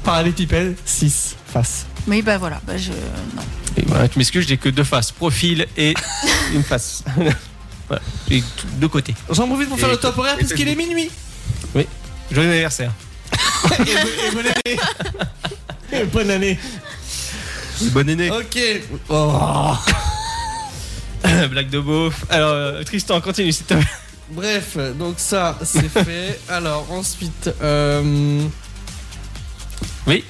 Parallépipède, 6 face.
Oui, bah voilà. Bah, je... non.
Et voilà, tu m'excuses, j'ai que deux faces, profil et une face. Voilà, j'ai tout- deux côtés.
J'en profite pour faire
Et-
le top horaire
et
puisqu'il est
Facebook.
minuit.
Oui. Joyeux anniversaire.
et, bo- et bonne année. Et bonne année.
Bonne année.
Ok. Oh.
Blague de beauf. Alors, euh, Tristan, continue, s'il te plaît.
Bref, donc ça, c'est fait. Alors, ensuite. Euh...
Oui.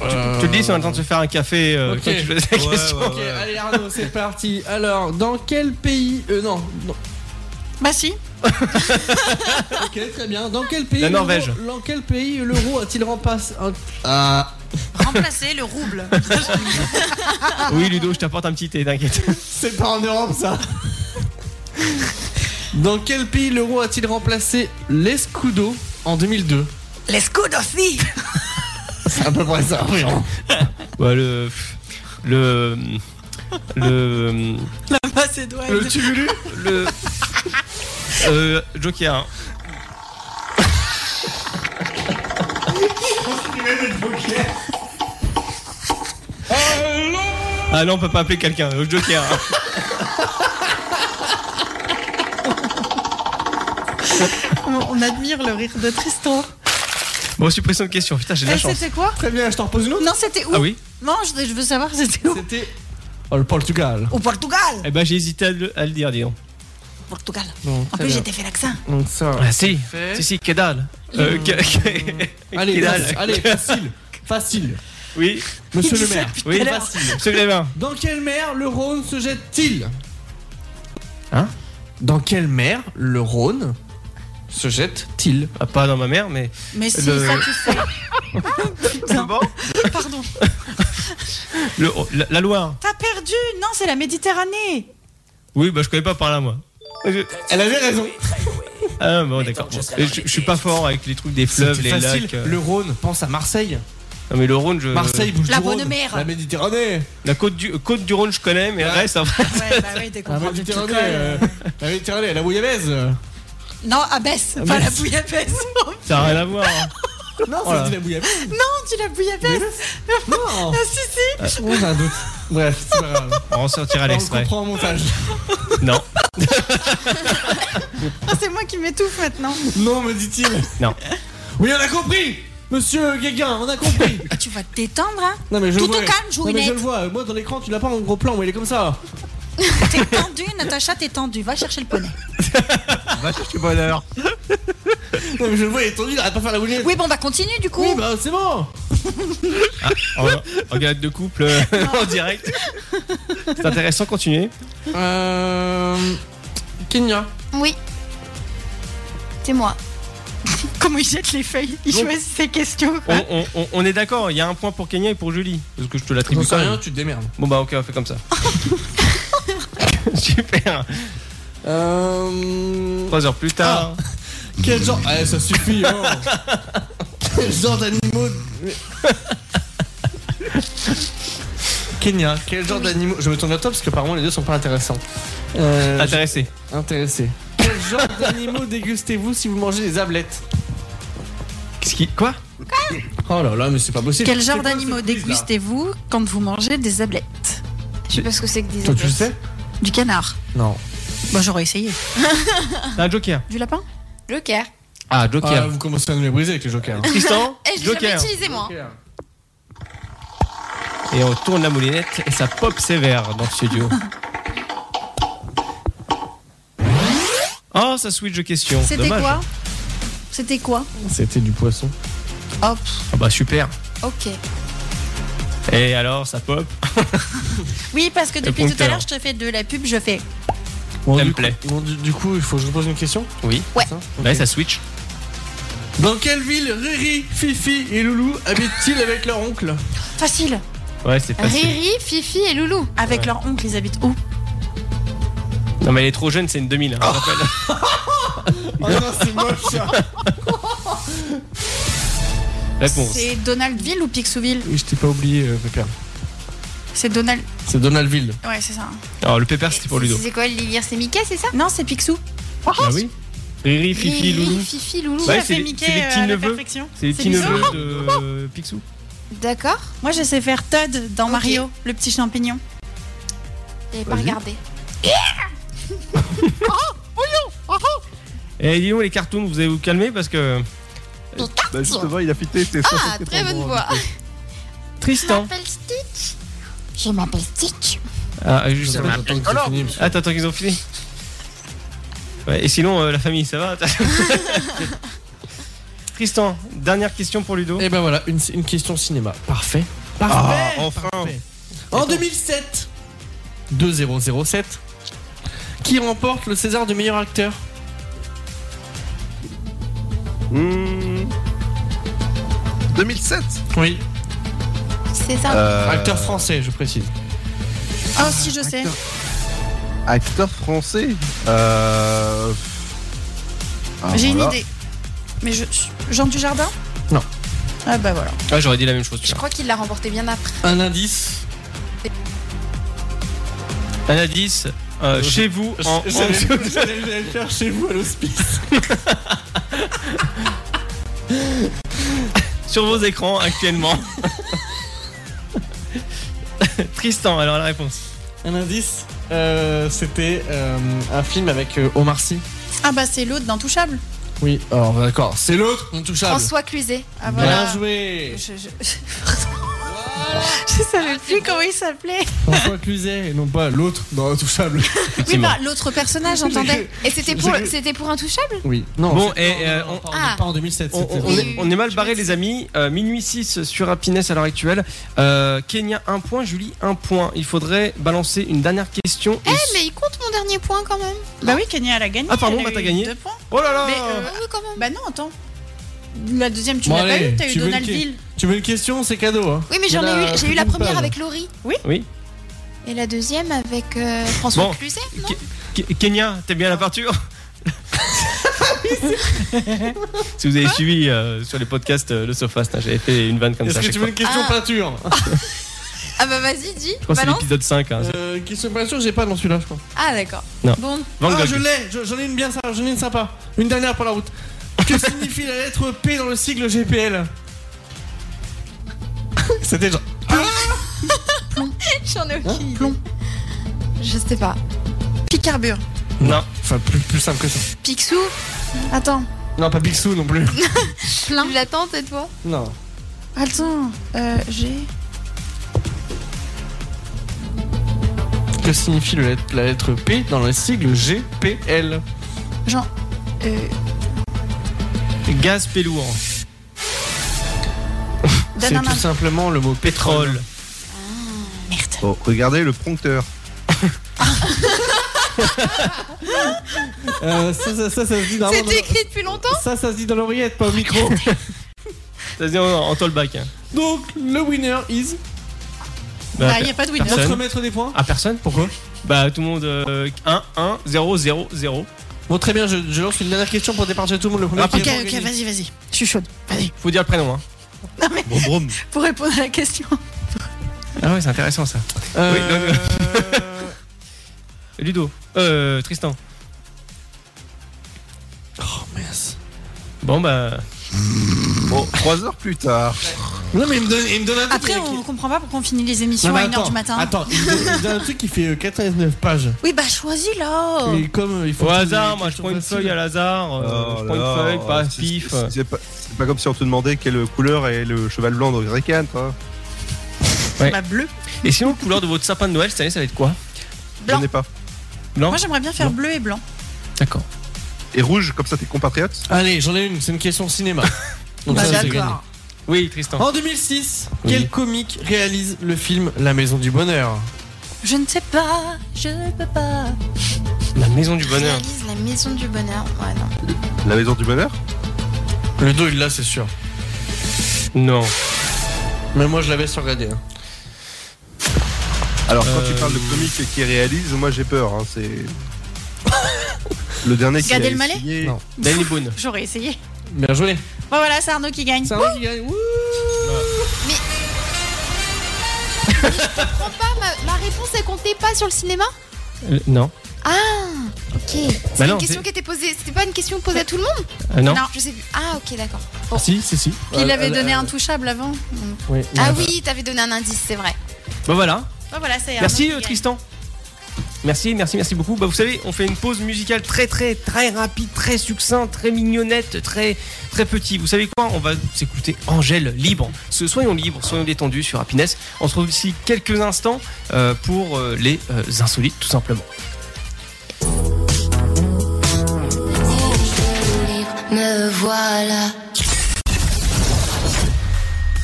Euh,
Tu te dis, si on a le temps de se faire un café euh,
Ok.
quand tu poses la
Ouais,
question.
Ok, allez Arnaud, c'est parti. Alors, dans quel pays euh, non, non.
Bah si.
Ok, très bien. Dans quel pays
La Norvège.
l'euro- Dans quel pays l'euro a-t-il remplacé Ah.
Remplacer le rouble.
Oui, Ludo, je t'apporte un petit thé, t'inquiète.
C'est pas en Europe ça. Dans quel pays l'euro a-t-il remplacé l'escudo en 2002
L'escudo si
C'est à peu près ça. oui, hein.
Bah, Ah, le. Le. Le.
La Macédoine.
Le tumulu
Le. Euh, Joker. hein. Ah non, on peut pas appeler quelqu'un. euh, Joker. hein.
On admire le rire de Tristan.
Bon, suppression de question. Putain, j'ai de la
Eh,
chance.
C'était quoi
Très bien, je t'en repose une autre.
Non, c'était où
Ah oui
Non, je, je veux savoir c'était où
C'était Oh, le Portugal.
au Portugal.
Eh ben, j'ai hésité à le, à le dire, dis donc.
Portugal.
Bon,
En
très
plus,
bien.
j'ai fait l'accent.
Donc ça.
Ah si,
Fait.
si, si, que dalle. Euh, que- que-
Allez,
que dalle.
faci- allez, facile. Facile.
Oui,
Monsieur
Il
le
dit ça
maire.
depuis
oui,
tout à l'heure.
Facile.
Monsieur Grévin.
Dans quelle mer le Rhône se jette-t-il
Hein
Dans quelle mer le Rhône se jette-t-il
Ah, pas dans ma mère, mais.
Mais si,
Le-
ça tu sais.
Bon,
Pardon.
Le, oh, la, la Loire.
T'as perdu Non, c'est la Méditerranée.
Oui, bah je connais pas par là, moi. Je-
Elle avait raison.
Ah bon, d'accord. Bon. Je, je suis pas fort avec les trucs des fleuves, les
C'était facile.
lacs. euh.
Le Rhône, pense à Marseille.
Non, mais le Rhône, je.
Marseille bouge
La
du Rhône.
Bonne Mer.
La Méditerranée.
La côte du, euh, côte du Rhône, je connais, mais le reste, après.
Ouais, bah oui, t'es
La
compris. tu
Méditerranée.
colles.
euh, La Méditerranée, la bouillabaisse.
Non, abaisse, pas la bouillabaisse.
Ça n'a rien à voir. hein.
Non,
Voilà.
ça dit la bouillabaisse.
non, tu la bouillabaisse.
Non.
Ah si, si.
Oh, j'ai un doute. Bref, c'est pas grave.
On en sortira
On le
l'extrait.
comprend au montage.
Non,
Ah, c'est moi qui m'étouffe maintenant.
Non, me dit-il.
non.
Oui, on a compris. Monsieur Guéguin, on a compris.
Ah, tu vas te détendre, hein
Non mais je
Tout
le vois.
au calme,
Non mais je
Jouinette.
le vois. Moi dans l'écran, tu l'as pas en gros plan, mais il est comme ça.
T'es tendue, Natacha, t'es tendue. Va chercher le poney.
va chercher bonheur.
Non mais je le vois, il est tendu, il arrête pas de faire la bouillette.
Oui, bon, bah continue du coup.
Oui, bah c'est bon.
En, en galette de couple, euh, en direct. C'est intéressant, continuez.
Euh... Kenya.
Oui. C'est moi.
Comment il jette les feuilles Il
Donc,
choisit ses questions. quoi.
On, on- on- on est d'accord, il y a un point pour Kenya et pour Julie. Parce que je te l'attribue
J'en sais
quand même.
rien, tu te démerdes.
Bon bah ok, on fait comme ça. Super.
Euh,
Trois heures plus tard.
Quel genre. Eh, ça suffit, oh. hein. Quel genre d'animaux. Kenya, quel genre d'animaux. Je me tourne vers toi parce que apparemment les deux sont pas intéressants. Euh,
Intéressé.
Intéressé. Quel genre d'animaux dégustez-vous si vous mangez des ablettes
Qu'est-ce qui. Quoi
Oh là là, mais c'est pas possible.
Quel
C'est
genre
quoi ce
d'animaux
quiz, là
dégustez-vous quand vous mangez des ablettes
Je sais pas ce que c'est que des
Toi, tu le
ablettes.
sais
Du canard.
Non.
Bon, j'aurais essayé.
Un Ah, joker.
du lapin
Joker.
Ah,
Joker. vous commencez à nous les briser avec les jokers. hein.
Tristan,
Eh, je l'ai jamais
Joker.
utilisé moi.
Et on tourne la moulinette et ça pop sévère dans le studio. Oh, ça switch de question.
C'était
Dommage.
quoi C'était quoi
C'était du poisson.
Hop,
Ah bah super.
ok.
Et alors, ça pop
Oui, parce que
Le
depuis tout à
compteur.
l'heure, je te fais de la pub, je fais.
Bon,
Ça
du
me plaît.
coup- bon, du, du coup, il faut que je vous pose une question.
Oui.
Ouais.
Ça
Ouais, ça switch.
Dans quelle ville Riri, Fifi et Loulou habitent-ils avec leur oncle
Facile
Ouais, Bah, c'est facile.
Riri, Fifi et Loulou.
Avec leur oncle, ils habitent où
Non, mais elle est trop jeune, c'est une 2000. hein, je rappelle.
Oh non, c'est moche
Réponse.
C'est Donaldville ou Pixouville
Je t'ai pas oublié, euh, Pépère.
C'est Donald.
C'est Donaldville.
Ouais, c'est ça.
Alors, le pépère, c'était pour Ludo.
C'est quoi le délire C'est Mickey, c'est ça
Non, c'est Picsou.
Ah oui Riri,
Riri,
Fifi, Loulou.
Fifi, Loulou.
Qui
Ouais,
a
c'est
fait
les-
Mickey
c'est les
euh,
petits
à la
neveux.
perfection
C'est les petits
Bizarre.
neveux de Picsou.
D'accord.
Moi, je sais faire Todd dans Mario, le petit champignon.
J'avais pas
Vas-y.
regardé.
Et Eh, dis donc, les cartoons, vous allez vous calmer parce que. Euh,
Bah, justement, il a fité ses
Ah, très bonne voix.
Tristan.
m'appelle Stitch. Je m'appelle Stitch.
Ah, juste
Attends, attends que c'est fini, monsieur.
Attends, attends qu'ils ont fini. Ouais, et sinon, euh, la famille, ça va Tristan, dernière question pour Ludo.
Et ben voilà, une, une question cinéma. Parfait.
Ah, enfin
En 2007, 2007, qui remporte le César du meilleur acteur
Hmm. 2007
Oui.
C'est ça.
Euh,
Acteur français, je précise.
Oh, si, je sais.
Acteur français euh... Ah, alors
J'ai une
là,
idée. Mais je... Jean Dujardin
Non.
Ah, bah voilà.
Ah, j'aurais dit la même chose.
Je crois qu'il l'a remporté bien après.
Un indice.
Un indice, euh, chez vous, en.
J'allais le faire chez vous à l'hospice.
sur vos écrans actuellement. Tristan, alors la réponse.
Un indice. euh, C'était euh, un film avec euh, Omar Sy.
Ah, bah c'est l'autre d'Intouchable.
Oui, alors d'accord, c'est l'autre intouchable.
François Cluzet.
Ah,
Bien
voilà.
joué.
Je, je... je savais plus comment il s'appelait.
François Cluzet et non pas l'autre dans intouchable.
Oui, bah l'autre personnage, j'entendais.
Et c'était pour, c'était pour Intouchable
Oui. Non.
Bon,
bah, c'est-
et, euh,
non, non,
on-
pas-
Ah.
pas en 2007.
On,
c'était-
on- on est, on est mal barré les amis, Euh, minuit 6 sur Happiness à l'heure actuelle. Euh, Kenya 1 point, Julie 1 point. Il faudrait balancer une dernière question. et-
Eh, mais il compte mon dernier point quand même.
Bah oui, Kenya, elle a gagné.
Ah, pardon,
elle a
bah, t'as
eu
gagné.
Deux points.
Oh là là
Mais, euh,
Ah oui, quand même.
Bah non, attends. La deuxième, tu
Bon,
l'as pas
allez,
eu, t'as eu
tu veux le
Donaldville.
Tu veux une question, c'est cadeau. Hein.
Oui, mais
Il y en
j'en ai
a
eu, j'ai eu la
plus d'une
première
page.
avec Laurie.
Oui.
Et la deuxième avec euh, François
Bon.
Cluzet, non
Ke- Kenya, t'aimes bien la peinture Si vous avez suivi euh, sur les podcasts euh, le Sofast, hein, j'avais fait une vanne comme ça.
Est-ce
à
que
chaque
tu veux
fois.
une question
Ah.
peinture
Ah bah vas-y, dis.
Je crois que c'est
Balance.
l'épisode 5. hein.
euh, Question peinture, j'ai pas dans celui-là, je crois.
Ah d'accord.
Non.
Bon,
Van
ah,
Gogh.
je l'ai. je- J'en ai une bien sympa. J'en ai une sympa. Une dernière pour la route. Que signifie la lettre P dans le sigle GPL C'était genre.
j'en ai aucune idée. Je sais pas.
Picarbure.
Non.
Enfin, plus, plus simple que ça.
Picsou,
Attends.
Non, pas Picsou non plus.
tu l'attends cette fois
non.
Attends. Euh, j'ai.
Que signifie le let- la lettre P dans le sigle GPL
Genre. Euh,
Gaz Pélour.
C'est
donne un
tout
indice.
simplement le mot pétrole.
Oh, Bon, regardez le prompteur.
Euh, ça, ça, ça, ça se dit normalement.
C'était
dans-
écrit depuis longtemps
Ça, ça se dit dans l'oreillette, pas au micro.
Ça se dit en, en tollback. hein.
Donc, le winner is.
Bah, Bah, y a pas de winner. personne.
Notre maître des points.
À personne Pourquoi Bah, tout le monde. 1, 1, 0, 0, 0.
Bon, très bien, je, je lance une dernière question pour départager tout le monde. Le premier
Ok,
qui
Ah, Ok,
répond
ok,
gagne.
vas-y, vas-y. Je suis chaude. Vas-y.
Faut dire le prénom, hein.
Non, mais
Bon, brom.
pour répondre à la question.
Ah ouais, c'est intéressant ça. Euh, Ludo. Euh, Tristan.
Oh, mince.
Bon, bah.
Bon, 3 heures plus tard.
Non, mais il me donne, il me donne un
Après, on comprend pas pourquoi on finit les émissions
Non, mais
à 1h
attends,
du matin.
Attends, il me donne- il me donne un truc qui fait euh, 99 pages.
Oui, bah choisis là.
Et comme euh, il faut.
Au
que-
hasard, moi je prends une feuille à l'hasard. euh, je prends une feuille, pas
c'est-
pif.
Oh c'est- C'est pas, c'est pas comme si on te demandait quelle couleur est le cheval blanc de Grécant. Hein.
Ouais.
Bah, bleu.
Et sinon, la couleur de votre sapin de Noël cette année, ça va être quoi
Blanc. Je n'ai pas.
Blanc
Moi, j'aimerais bien faire bleu et blanc.
D'accord.
Et rouge, comme ça, tes compatriotes
Allez, j'en ai une, c'est une question cinéma. Donc
Bah,
ça, c'est
d'accord.
gagné.
Oui, Tristan.
En 2006,
Oui.
quel comique réalise le film La Maison du Bonheur
Je ne sais pas, je ne peux pas.
Oh, La Maison du Bonheur.
Réalise la maison du bonheur. Ouais, non.
La maison du bonheur
Le dos, il l'a, c'est sûr.
Non.
Mais moi, je l'avais surgradé. hein.
Alors, quand
Euh.
tu parles de comique qui réalise, moi j'ai peur. hein, c'est. le dernier qui
Gad
a
Elmaleh
essayé-
Non.
Danny Boone.
J'aurais essayé.
Bien joué.
Bon, voilà, c'est Arnaud qui gagne. Wouh
Prends pas Ah, ma, ma réponse, elle comptait pas sur le cinéma
Euh, non.
Ah, ok. C'est
Bah
une
non,
question
c'est-
qui était posée. C'était pas une question posée à tout le monde
Euh, non.
Je sais plus. Ah, ok, d'accord. Bon.
Si, si, si.
Puis il avait donné
euh,
un touchable avant. donc.
Oui,
Ah
mais-
oui, t'avais donné un indice, c'est vrai.
Bah voilà.
Bon, voilà, c'est Arnaud qui
Merci euh,
gagne.
Tristan. Merci, merci, merci beaucoup. Bah vous savez, on fait une pause musicale très très très rapide, très succinct, très mignonnette, très très petit. Vous savez quoi On va s'écouter Angèle libre. So- Soyons libres, soyons détendus sur Happiness. On se retrouve ici quelques instants euh, pour euh, les euh, insolites tout simplement.
Me voilà.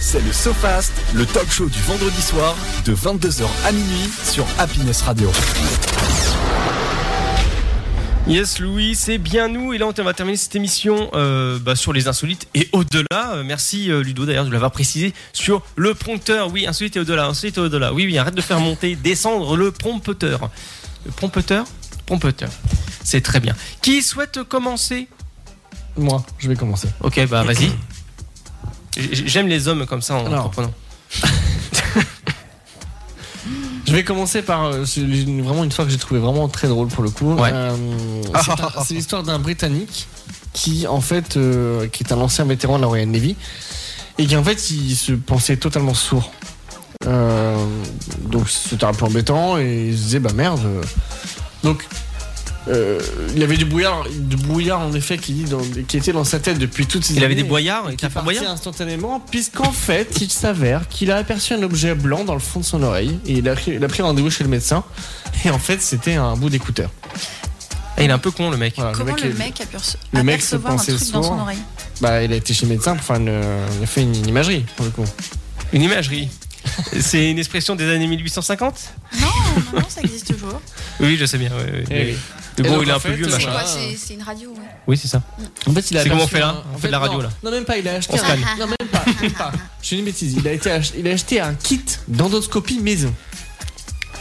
C'est le SoFast, le talk show du vendredi soir de 22h à minuit sur Happiness Radio.
Yes Louis, c'est bien nous. Et là, on va terminer cette émission euh, bah, sur les insolites et au-delà. Euh, merci euh, Ludo d'ailleurs de l'avoir précisé sur le prompteur. Oui, insolite et au-delà, insolite et au-delà. Oui, oui, arrête de faire monter, descendre le prompteur. Le prompteur Prompteur. C'est très bien. Qui souhaite commencer
Moi, je vais commencer.
Ok, bah vas-y. J- J'aime les hommes comme ça en
Alors.
entreprenant.
Je vais commencer par euh, c'est une- vraiment une histoire que j'ai trouvé vraiment très drôle pour le coup.
Ouais.
Euh, c'est un- c'est l'histoire d'un Britannique qui en fait euh, qui est un ancien vétéran de la Royal Navy et qui en fait il se pensait totalement sourd. Euh, donc c'était un peu embêtant et il se disait bah merde. euh. Donc euh, il y avait du brouillard, du brouillard en effet qui, dit dans- qui était dans sa tête depuis toutes ces
Il avait
années
des boyards, Ah, il était un
qui
fort
partit
boyard
instantanément puisqu'en fait il s'avère qu'il a aperçu un objet blanc dans le fond de son oreille et il a, il a pris rendez-vous chez le médecin et en fait c'était un bout d'écouteur.
Ah, il est un peu con le mec.
Voilà,
Comment
il-
le mec a pu rece-
le mec se
apercevoir un
pensait
truc dans son
sourd.
oreille
bah, il a été chez le médecin pour faire une, il a fait une imagerie pour le coup.
Une imagerie. c'est une expression des années 1850
Non, non, ça existe toujours.
Oui, je sais bien. oui, oui.
Eh oui.
Mais
Et
bon,
donc,
il est
en
un peu
fait,
vieux,
euh,
C'est
machin.
quoi
Machin.
C'est c'est une radio, ouais.
Oui, c'est ça.
En fait, il a
C'est comment on
aperçu
fait là
un-
On
en
fait de la
non,
radio, là.
Non, même pas, il a acheté.
On scanne.
un- Non, même pas, même pas. J'ai une bêtise. Il a, été ach- il a acheté un kit d'endoscopie maison.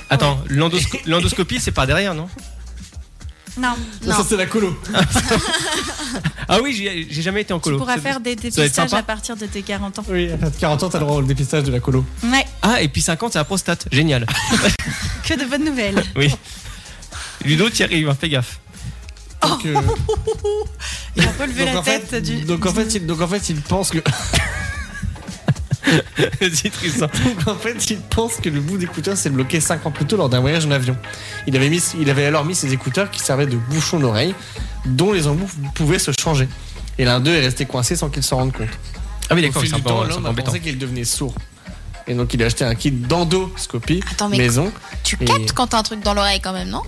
Attends, l'endosco- l'endoscopie, c'est par derrière, non
Non,
Non.
Ça, c'est la colo.
Ah oui, j'ai j'ai jamais été en
tu
colo.
pourras
Ça-
faire des
ça doit être
dépistages
sympa.
à partir de tes 40 ans.
Oui, à 40 ans, t'as le droit au dépistage de la colo.
Ouais,
Ah, et puis 50, c'est la prostate. Génial.
que de bonnes nouvelles.
Oui. Ludo, t'y arrives, hein, fais gaffe.
Donc, euh,
Il a un peu levé
donc,
Oh, la
en fait,
tête du.
donc, en fait, il, donc en fait, il pense que.
Vas-y, Tristan.
Donc en fait, il pense que le bout d'écouteur s'est bloqué 5 ans plus tôt lors d'un voyage en avion. Il avait, mis, il avait alors mis ses écouteurs qui servaient de bouchons d'oreille, dont les embouts pouvaient se changer. Et l'un d'eux est resté coincé sans qu'il s'en rende compte.
Ah oui,
Au
d'accord,
fil
c'est un
du
peu
temps,
c'est un
l'homme
peu
a
embêtant.
pensé qu'il devenait sourd. Et donc il a acheté un kit d'endoscopie
Attends, mais-
maison.
Tu
Et-
captes quand t'as un truc dans l'oreille quand même, non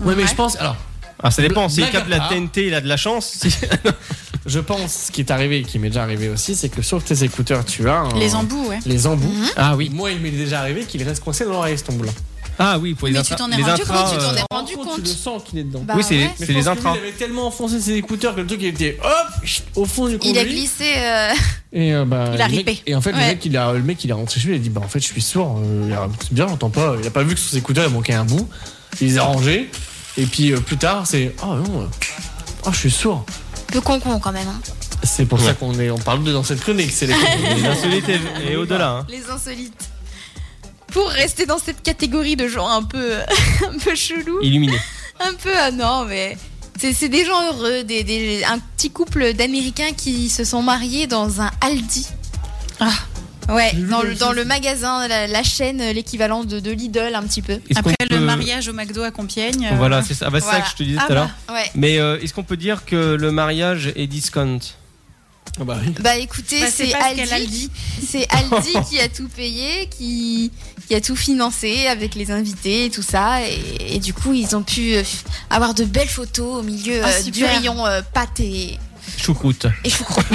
Ouais, mais je pense. Alors,
Ah, ça dépend. S'il
Blague
capte
à
la
part.
TNT, il a de la chance. Si-
je pense ce qui est arrivé, et qui m'est déjà arrivé aussi, c'est que sur tes écouteurs, tu as un-
Les embouts, ouais.
les embouts.
Mhm.
Ah oui.
Moi, il m'est déjà arrivé qu'il reste coincé dans l'oreille, ce tombeau-là.
Ah oui, pour les
Mais
intras-
tu t'en es
les
rendu
intras,
compte, tu t'en
euh,
es
rendu compte.
Tu le sens qu'il est dedans.
Bah Oui, c'est- ouais. c'est
Mais je
les
pense que
intras.
lui, Il avait tellement enfoncé ses écouteurs que le truc il était hop chut, au fond du
Il a
conduit.
glissé. euh,
Et, euh, bah,
Il a
le mec-
ripé.
Et en fait, le,
Ouais.
mec, il a, le mec, il est rentré chez lui, il a dit Bah, en fait, je suis sourd, euh, c'est bien, j'entends pas. Il a pas vu que sous écouteurs, il manquait un bout. Il les a rangés. Et puis euh, plus tard, c'est Ah non, euh, ah, je suis sourd.
Peu con con quand même. hein.
C'est pour ça qu'on est, on parle de dans cette chronique, c'est les,
Les insolites
et- et au-delà, hein.
Les insolites. Pour rester dans cette catégorie de gens un peu, un peu chelou.
Illuminé.
un peu ah non mais c'est c'est des gens heureux des, des- un petit couple d'américains qui se sont mariés dans un Aldi ah ouais dans le, dans le magasin la, la chaîne l'équivalent de, de Lidl un petit peu
Est-ce qu'on
Après le
peut-
mariage au McDo à Compiègne. euh,
Voilà, c'est ça. Ah bah, c'est
voilà.
ça que je te disais
Ah
tout à l'heure.
bah, ouais.
Mais euh, est-ce qu'on peut dire que le mariage est discount
bah oui.
bah écoutez
Bah, c'est
c'est
pas ce qu'elle a
Aldi c'est Aldi qui a tout payé qui qui a tout financé avec les invités et tout ça et, et du coup ils ont pu euh, avoir de belles photos au milieu
Ah,
euh, du
super.
rayon euh, pâtes et,
Choucroute.
et choucroute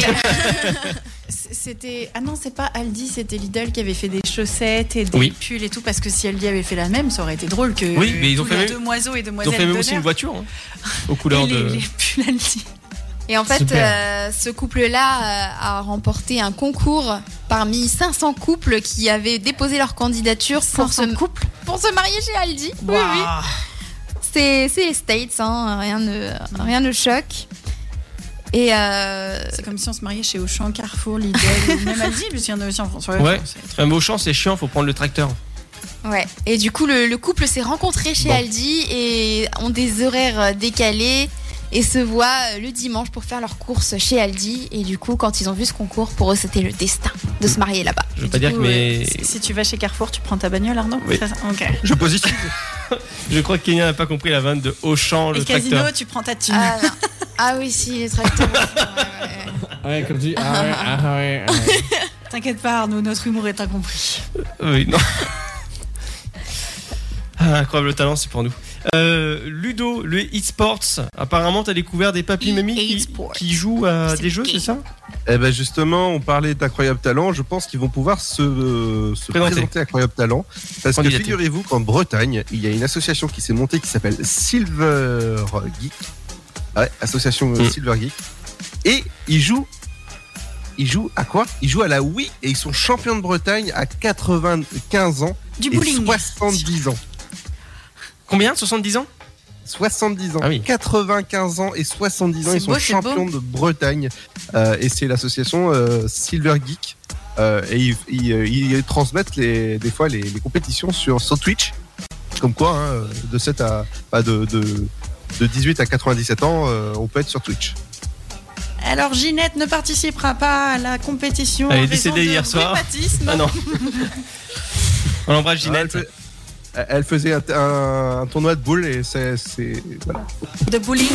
euh, C'était ah non c'est pas Aldi c'était Lidl qui avait fait des chaussettes et des
Oui.
pulls et tout parce que si Aldi avait fait la même ça aurait été drôle que
Oui, mais ils ont
tous
fait
les
même-
deux moiseaux et demoiselles
Ils ont fait même aussi
d'honneur.
une voiture hein, aux couleurs
Et les-
de.
les pulls Aldi.
Et en fait,
Super.
euh, ce couple-là euh, a remporté un concours parmi 500 couples qui avaient déposé leur candidature pour se, pour se marier chez Aldi. Oui, oui. C'est c'est les States, hein, rien, ne, rien ne choque. Et euh,
C'est comme si on se mariait chez Auchan, Carrefour, Lidl, ou même Aldi, parce qu'il y en a aussi en France. Ouais,
Ouais.
c'est-
Même au champ, c'est chiant, faut prendre le tracteur.
Ouais. Et du coup, le, le couple s'est rencontré chez
Bon.
Aldi et ont des horaires euh, décalés et se voient euh, le dimanche pour faire leurs courses chez Aldi. Et du coup, quand ils ont vu ce concours, pour eux, c'était le destin de se marier là-bas.
Je veux pas dire que mes.
Si- Si tu vas chez Carrefour, tu prends ta bagnole, Arnaud
Oui.
C'est ça Ok.
Je positive. Je crois que Kenya n'a pas compris la vanne de Auchan, le
Et Casino,
tracteur.
tu prends ta thune.
Ah, non. Ah oui, si, les tracteurs.
Ouais, comme tu dis, ah ouais, ah ouais, ah ouais.
T'inquiète pas, Arnaud, notre humour est incompris.
Oui, non. Ah, Incroyable talent, c'est pour nous. Euh, Ludo, le e-sports, apparemment t'as découvert des
E
papy mamies qui, qui jouent à des jeux, c'est ça
Eh ben justement, on parlait d'Incroyable Talent. Je pense qu'ils vont pouvoir se, euh, se
Présenter.
présenter. à Incroyable Talent. Parce que
Candidater.
figurez-vous qu'en Bretagne, il y a une association qui s'est montée qui s'appelle Silver Geek. Ouais, association euh, Silver Geek. Et ils jouent. Ils jouent à quoi Ils jouent à la Wii et ils sont champions de Bretagne à 95 ans
Du
et
bowling.
70 ans.
Combien 70 ans
70 ans. 95 ans et 70 ans.
C'est
Ils sont
beau, c'est beau.
champions de Bretagne. Euh, et c'est l'association euh, Silver Geek. Euh, et ils, ils- euh, ils transmettent les, des fois les, les compétitions sur, sur Twitch. Comme quoi, hein, de, 7 à, bah, de, de, de 18 à 97 ans, euh, on peut être sur Twitch.
Alors, Ginette ne participera pas à la compétition.
Elle est
en raison
décédée
de
hier soir.
rhumatisme.
Ah non.
On embrasse Ginette.
Elle, elle faisait un, un- un tournoi de boules et c'est. c'est- Voilà.
De bowling.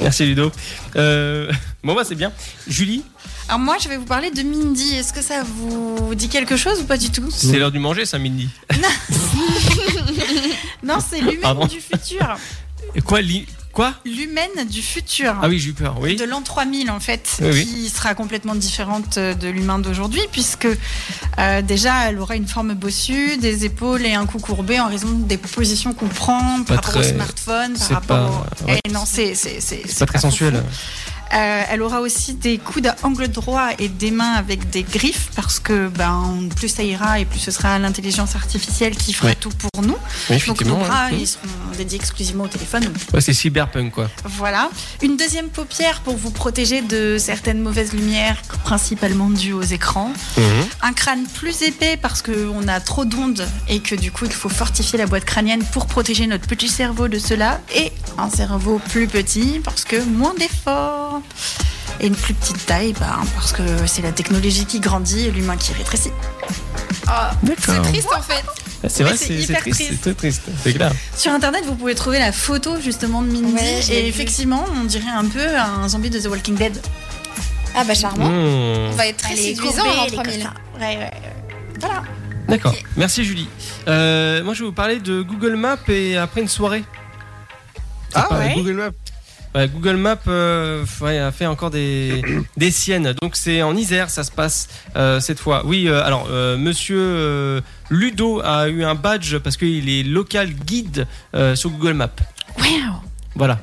Merci Ludo. Euh, bon bah c'est bien. Julie,
Alors, moi, je vais vous parler de Mindy. Est-ce que ça vous dit quelque chose ou pas du tout
c'est l'heure du manger, ça midi.
Non, c'est l'humaine
Pardon.
du futur.
Et Quoi li- Quoi
L'humaine du futur.
Ah oui, j'ai eu peur. Oui.
de l'an 3000 en fait,
Oui, oui.
qui sera complètement différente euh, de l'humain d'aujourd'hui puisque euh, déjà elle aura une forme bossue, des épaules et un cou courbé en raison des positions qu'on prend
Pas
par rapport
très-
au smartphone, par
c'est
rapport
pas-
au...
ouais.
Eh non, c'est c'est- c'est-
C'est
c'est
pas très
fou.
sensuel.
Euh, elle aura aussi des coudes à angle droit et des mains avec des griffes parce que ben plus ça ira et plus ce sera l'intelligence artificielle qui fera
Oui.
tout pour nous. Donc ah, nos
effectivement,
bras
ouais. Mm.
ils seront dédiés exclusivement au téléphone. donc
Ouais, c'est cyberpunk quoi.
voilà. Une deuxième paupière pour vous protéger de certaines mauvaises lumières, principalement dues aux écrans.
Mhm.
Un crâne plus épais parce qu'on a trop d'ondes et que du coup il faut fortifier la boîte crânienne pour protéger notre petit cerveau de cela. Et un cerveau plus petit parce que moins d'efforts. Et une plus petite taille bah, parce que c'est la technologie qui grandit et l'humain qui rétrécit.
C'est triste en fait.
C'est vrai,
Mais c'est
c'est c'est
hyper
triste.
triste.
C'est très triste. C'est clair.
Sur internet, vous pouvez trouver la photo justement de Mindy
Ouais, je l'ai
et
vu.
effectivement, on dirait un peu un zombie de The Walking Dead.
Ah bah charmant.
Mmh.
On va être très
Elle est
séduisant
courbée,
en
elle est
3000.
Ouais, ouais. Voilà.
D'accord. Merci Julie. Euh, moi je vais vous parler de Google Maps et après une soirée.
Ah, Google Maps.
Ouais, Bah, Google Maps euh, ouais, a fait encore des, des siennes. Donc c'est en Isère, ça se passe euh, cette fois. Oui, euh, alors euh, Monsieur euh, Ludo a eu un badge parce qu'il est local guide euh, sur Google Maps. Voilà.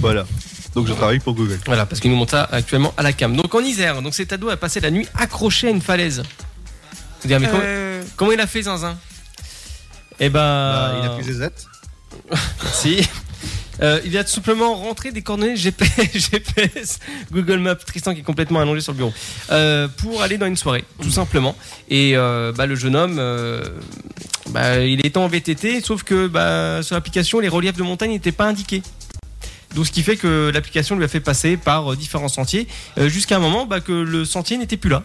Voilà. Donc je travaille pour Google.
Voilà, parce qu'il nous monte ça actuellement à la cam. Donc en Isère, donc cet ado a passé la nuit accroché à une falaise. Vous direz, mais comment,
Euh.
comment il a fait Zinzin Eh ben.
Bah, il a plus des zètes.
si. Euh, il a tout simplement rentré des coordonnées GPS, GPS, Google Maps, Tristan qui est complètement allongé sur le bureau, euh, pour aller dans une soirée, tout simplement. Et euh, bah, le jeune homme, euh, bah, il était en VTT, sauf que bah, sur l'application, les reliefs de montagne n'étaient pas indiqués. Donc ce qui fait que l'application lui a fait passer par euh, différents sentiers, euh, jusqu'à un moment bah, que le sentier n'était plus là.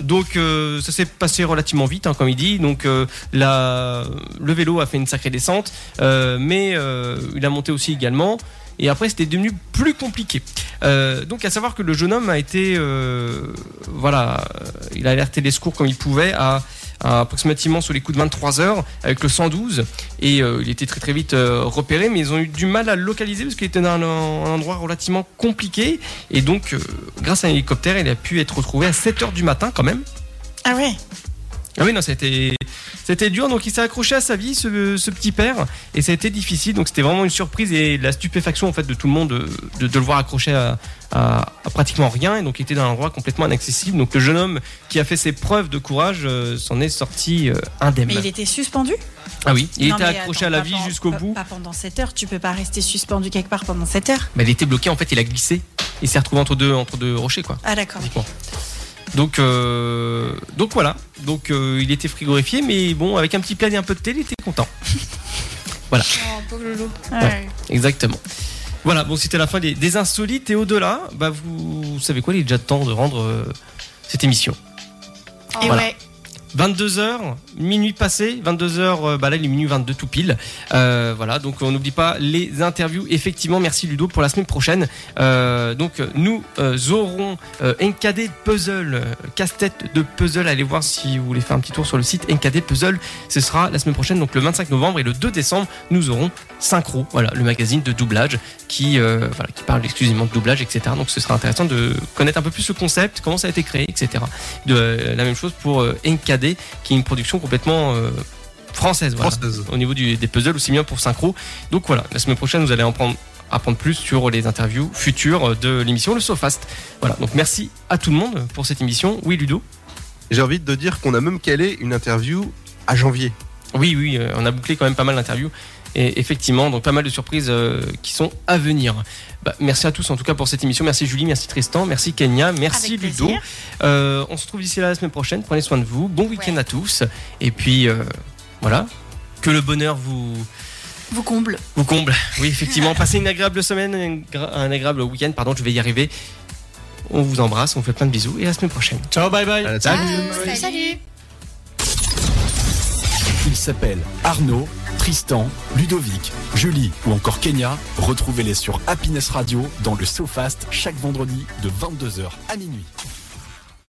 Donc euh, ça s'est passé relativement vite, hein, comme il dit. Donc euh, la- le vélo a fait une sacrée descente, euh, mais euh, il a monté aussi également. Et après, c'était devenu plus compliqué. Euh, donc, à savoir que le jeune homme a été, euh, voilà, euh, il a alerté les secours comme il pouvait à, à approximativement sous les coups de 23 heures avec le 112 et euh, il était très très vite euh, repéré, mais ils ont eu du mal à le localiser parce qu'il était dans un, un endroit relativement compliqué et donc, euh, grâce à un hélicoptère, il a pu être retrouvé à 7 heures du matin quand même.
Ah ouais
Ah oui, non, c'était, c'était dur. Donc, il s'est accroché à sa vie, ce, ce petit père, et ça a été difficile. Donc, c'était vraiment une surprise et la stupéfaction en fait de tout le monde euh, de, de le voir accroché à, à- à pratiquement rien. Et donc, il était dans un endroit complètement inaccessible. Donc, le jeune homme qui a fait ses preuves de courage euh, s'en est sorti euh, indemne.
Mais il était suspendu
Ah oui, il
Non,
était
mais
accroché
attends,
à la
pas
vie
pen-
jusqu'au
pas-
bout.
Pas pendant 7 heures, tu peux pas rester suspendu quelque part pendant 7 heures.
Mais il était bloqué. En fait, il a glissé. Il s'est retrouvé entre deux entre deux rochers, quoi.
Ah d'accord.
Bon. Donc, euh, donc voilà. Donc euh, il était frigorifié, mais bon, avec un petit plat et un peu de thé, il était content. voilà.
Oh, pauvre Lolo.
Ouais, exactement. Voilà, bon, c'était la fin des, des insolites et au-delà, bah vous, vous savez quoi, il est déjà temps de rendre euh, cette émission.
Et
Voilà.
ouais.
22h, minuit passé, 22h, bah là il est minuit 22 tout pile. Euh, voilà, donc on n'oublie pas les interviews. Effectivement, merci Ludo pour la semaine prochaine. Euh, donc euh, nous euh, aurons euh, NKD Puzzle, euh, casse-tête de puzzle. Allez voir si vous voulez faire un petit tour sur le site NKD Puzzle. Ce sera la semaine prochaine, donc le 25 novembre et le 2 décembre, nous aurons Synchro, voilà, le magazine de doublage qui, euh, voilà, qui parle exclusivement de doublage, etc. Donc ce sera intéressant de connaître un peu plus le concept, comment ça a été créé, etc. De, euh, la même chose pour euh, NKD, qui est une production complètement euh, française, voilà, au niveau du- des puzzles, aussi bien pour Synchro. Donc voilà, la semaine prochaine, vous allez en prendre apprendre plus sur les interviews futures de l'émission Le Sofast. Voilà, donc merci à tout le monde pour cette émission. Oui, Ludo
J'ai envie de dire qu'on a même calé une interview à janvier.
Oui, oui, euh, on a bouclé quand même pas mal d'interviews. Et effectivement, donc pas mal de surprises euh, qui sont à venir. Bah, merci à tous en tout cas pour cette émission. Merci Julie, merci Tristan, merci Kenya, merci Ludo. Euh, on se retrouve d'ici là la semaine prochaine. Prenez soin de vous. Bon week-end à tous. Et puis euh, voilà, que le bonheur vous
Vous comble.
vous comble. Oui, effectivement. Passez une agréable semaine, un gra- un agréable week-end. Pardon, je vais y arriver. On vous embrasse, on vous fait plein de bisous et à la semaine prochaine.
Ciao, bye bye.
Ah, Salut. Salut.
Ils s'appellent Arnaud, Tristan, Ludovic, Julie ou encore Kenya. Retrouvez-les sur Happiness Radio dans le SoFast chaque vendredi de 22h à minuit.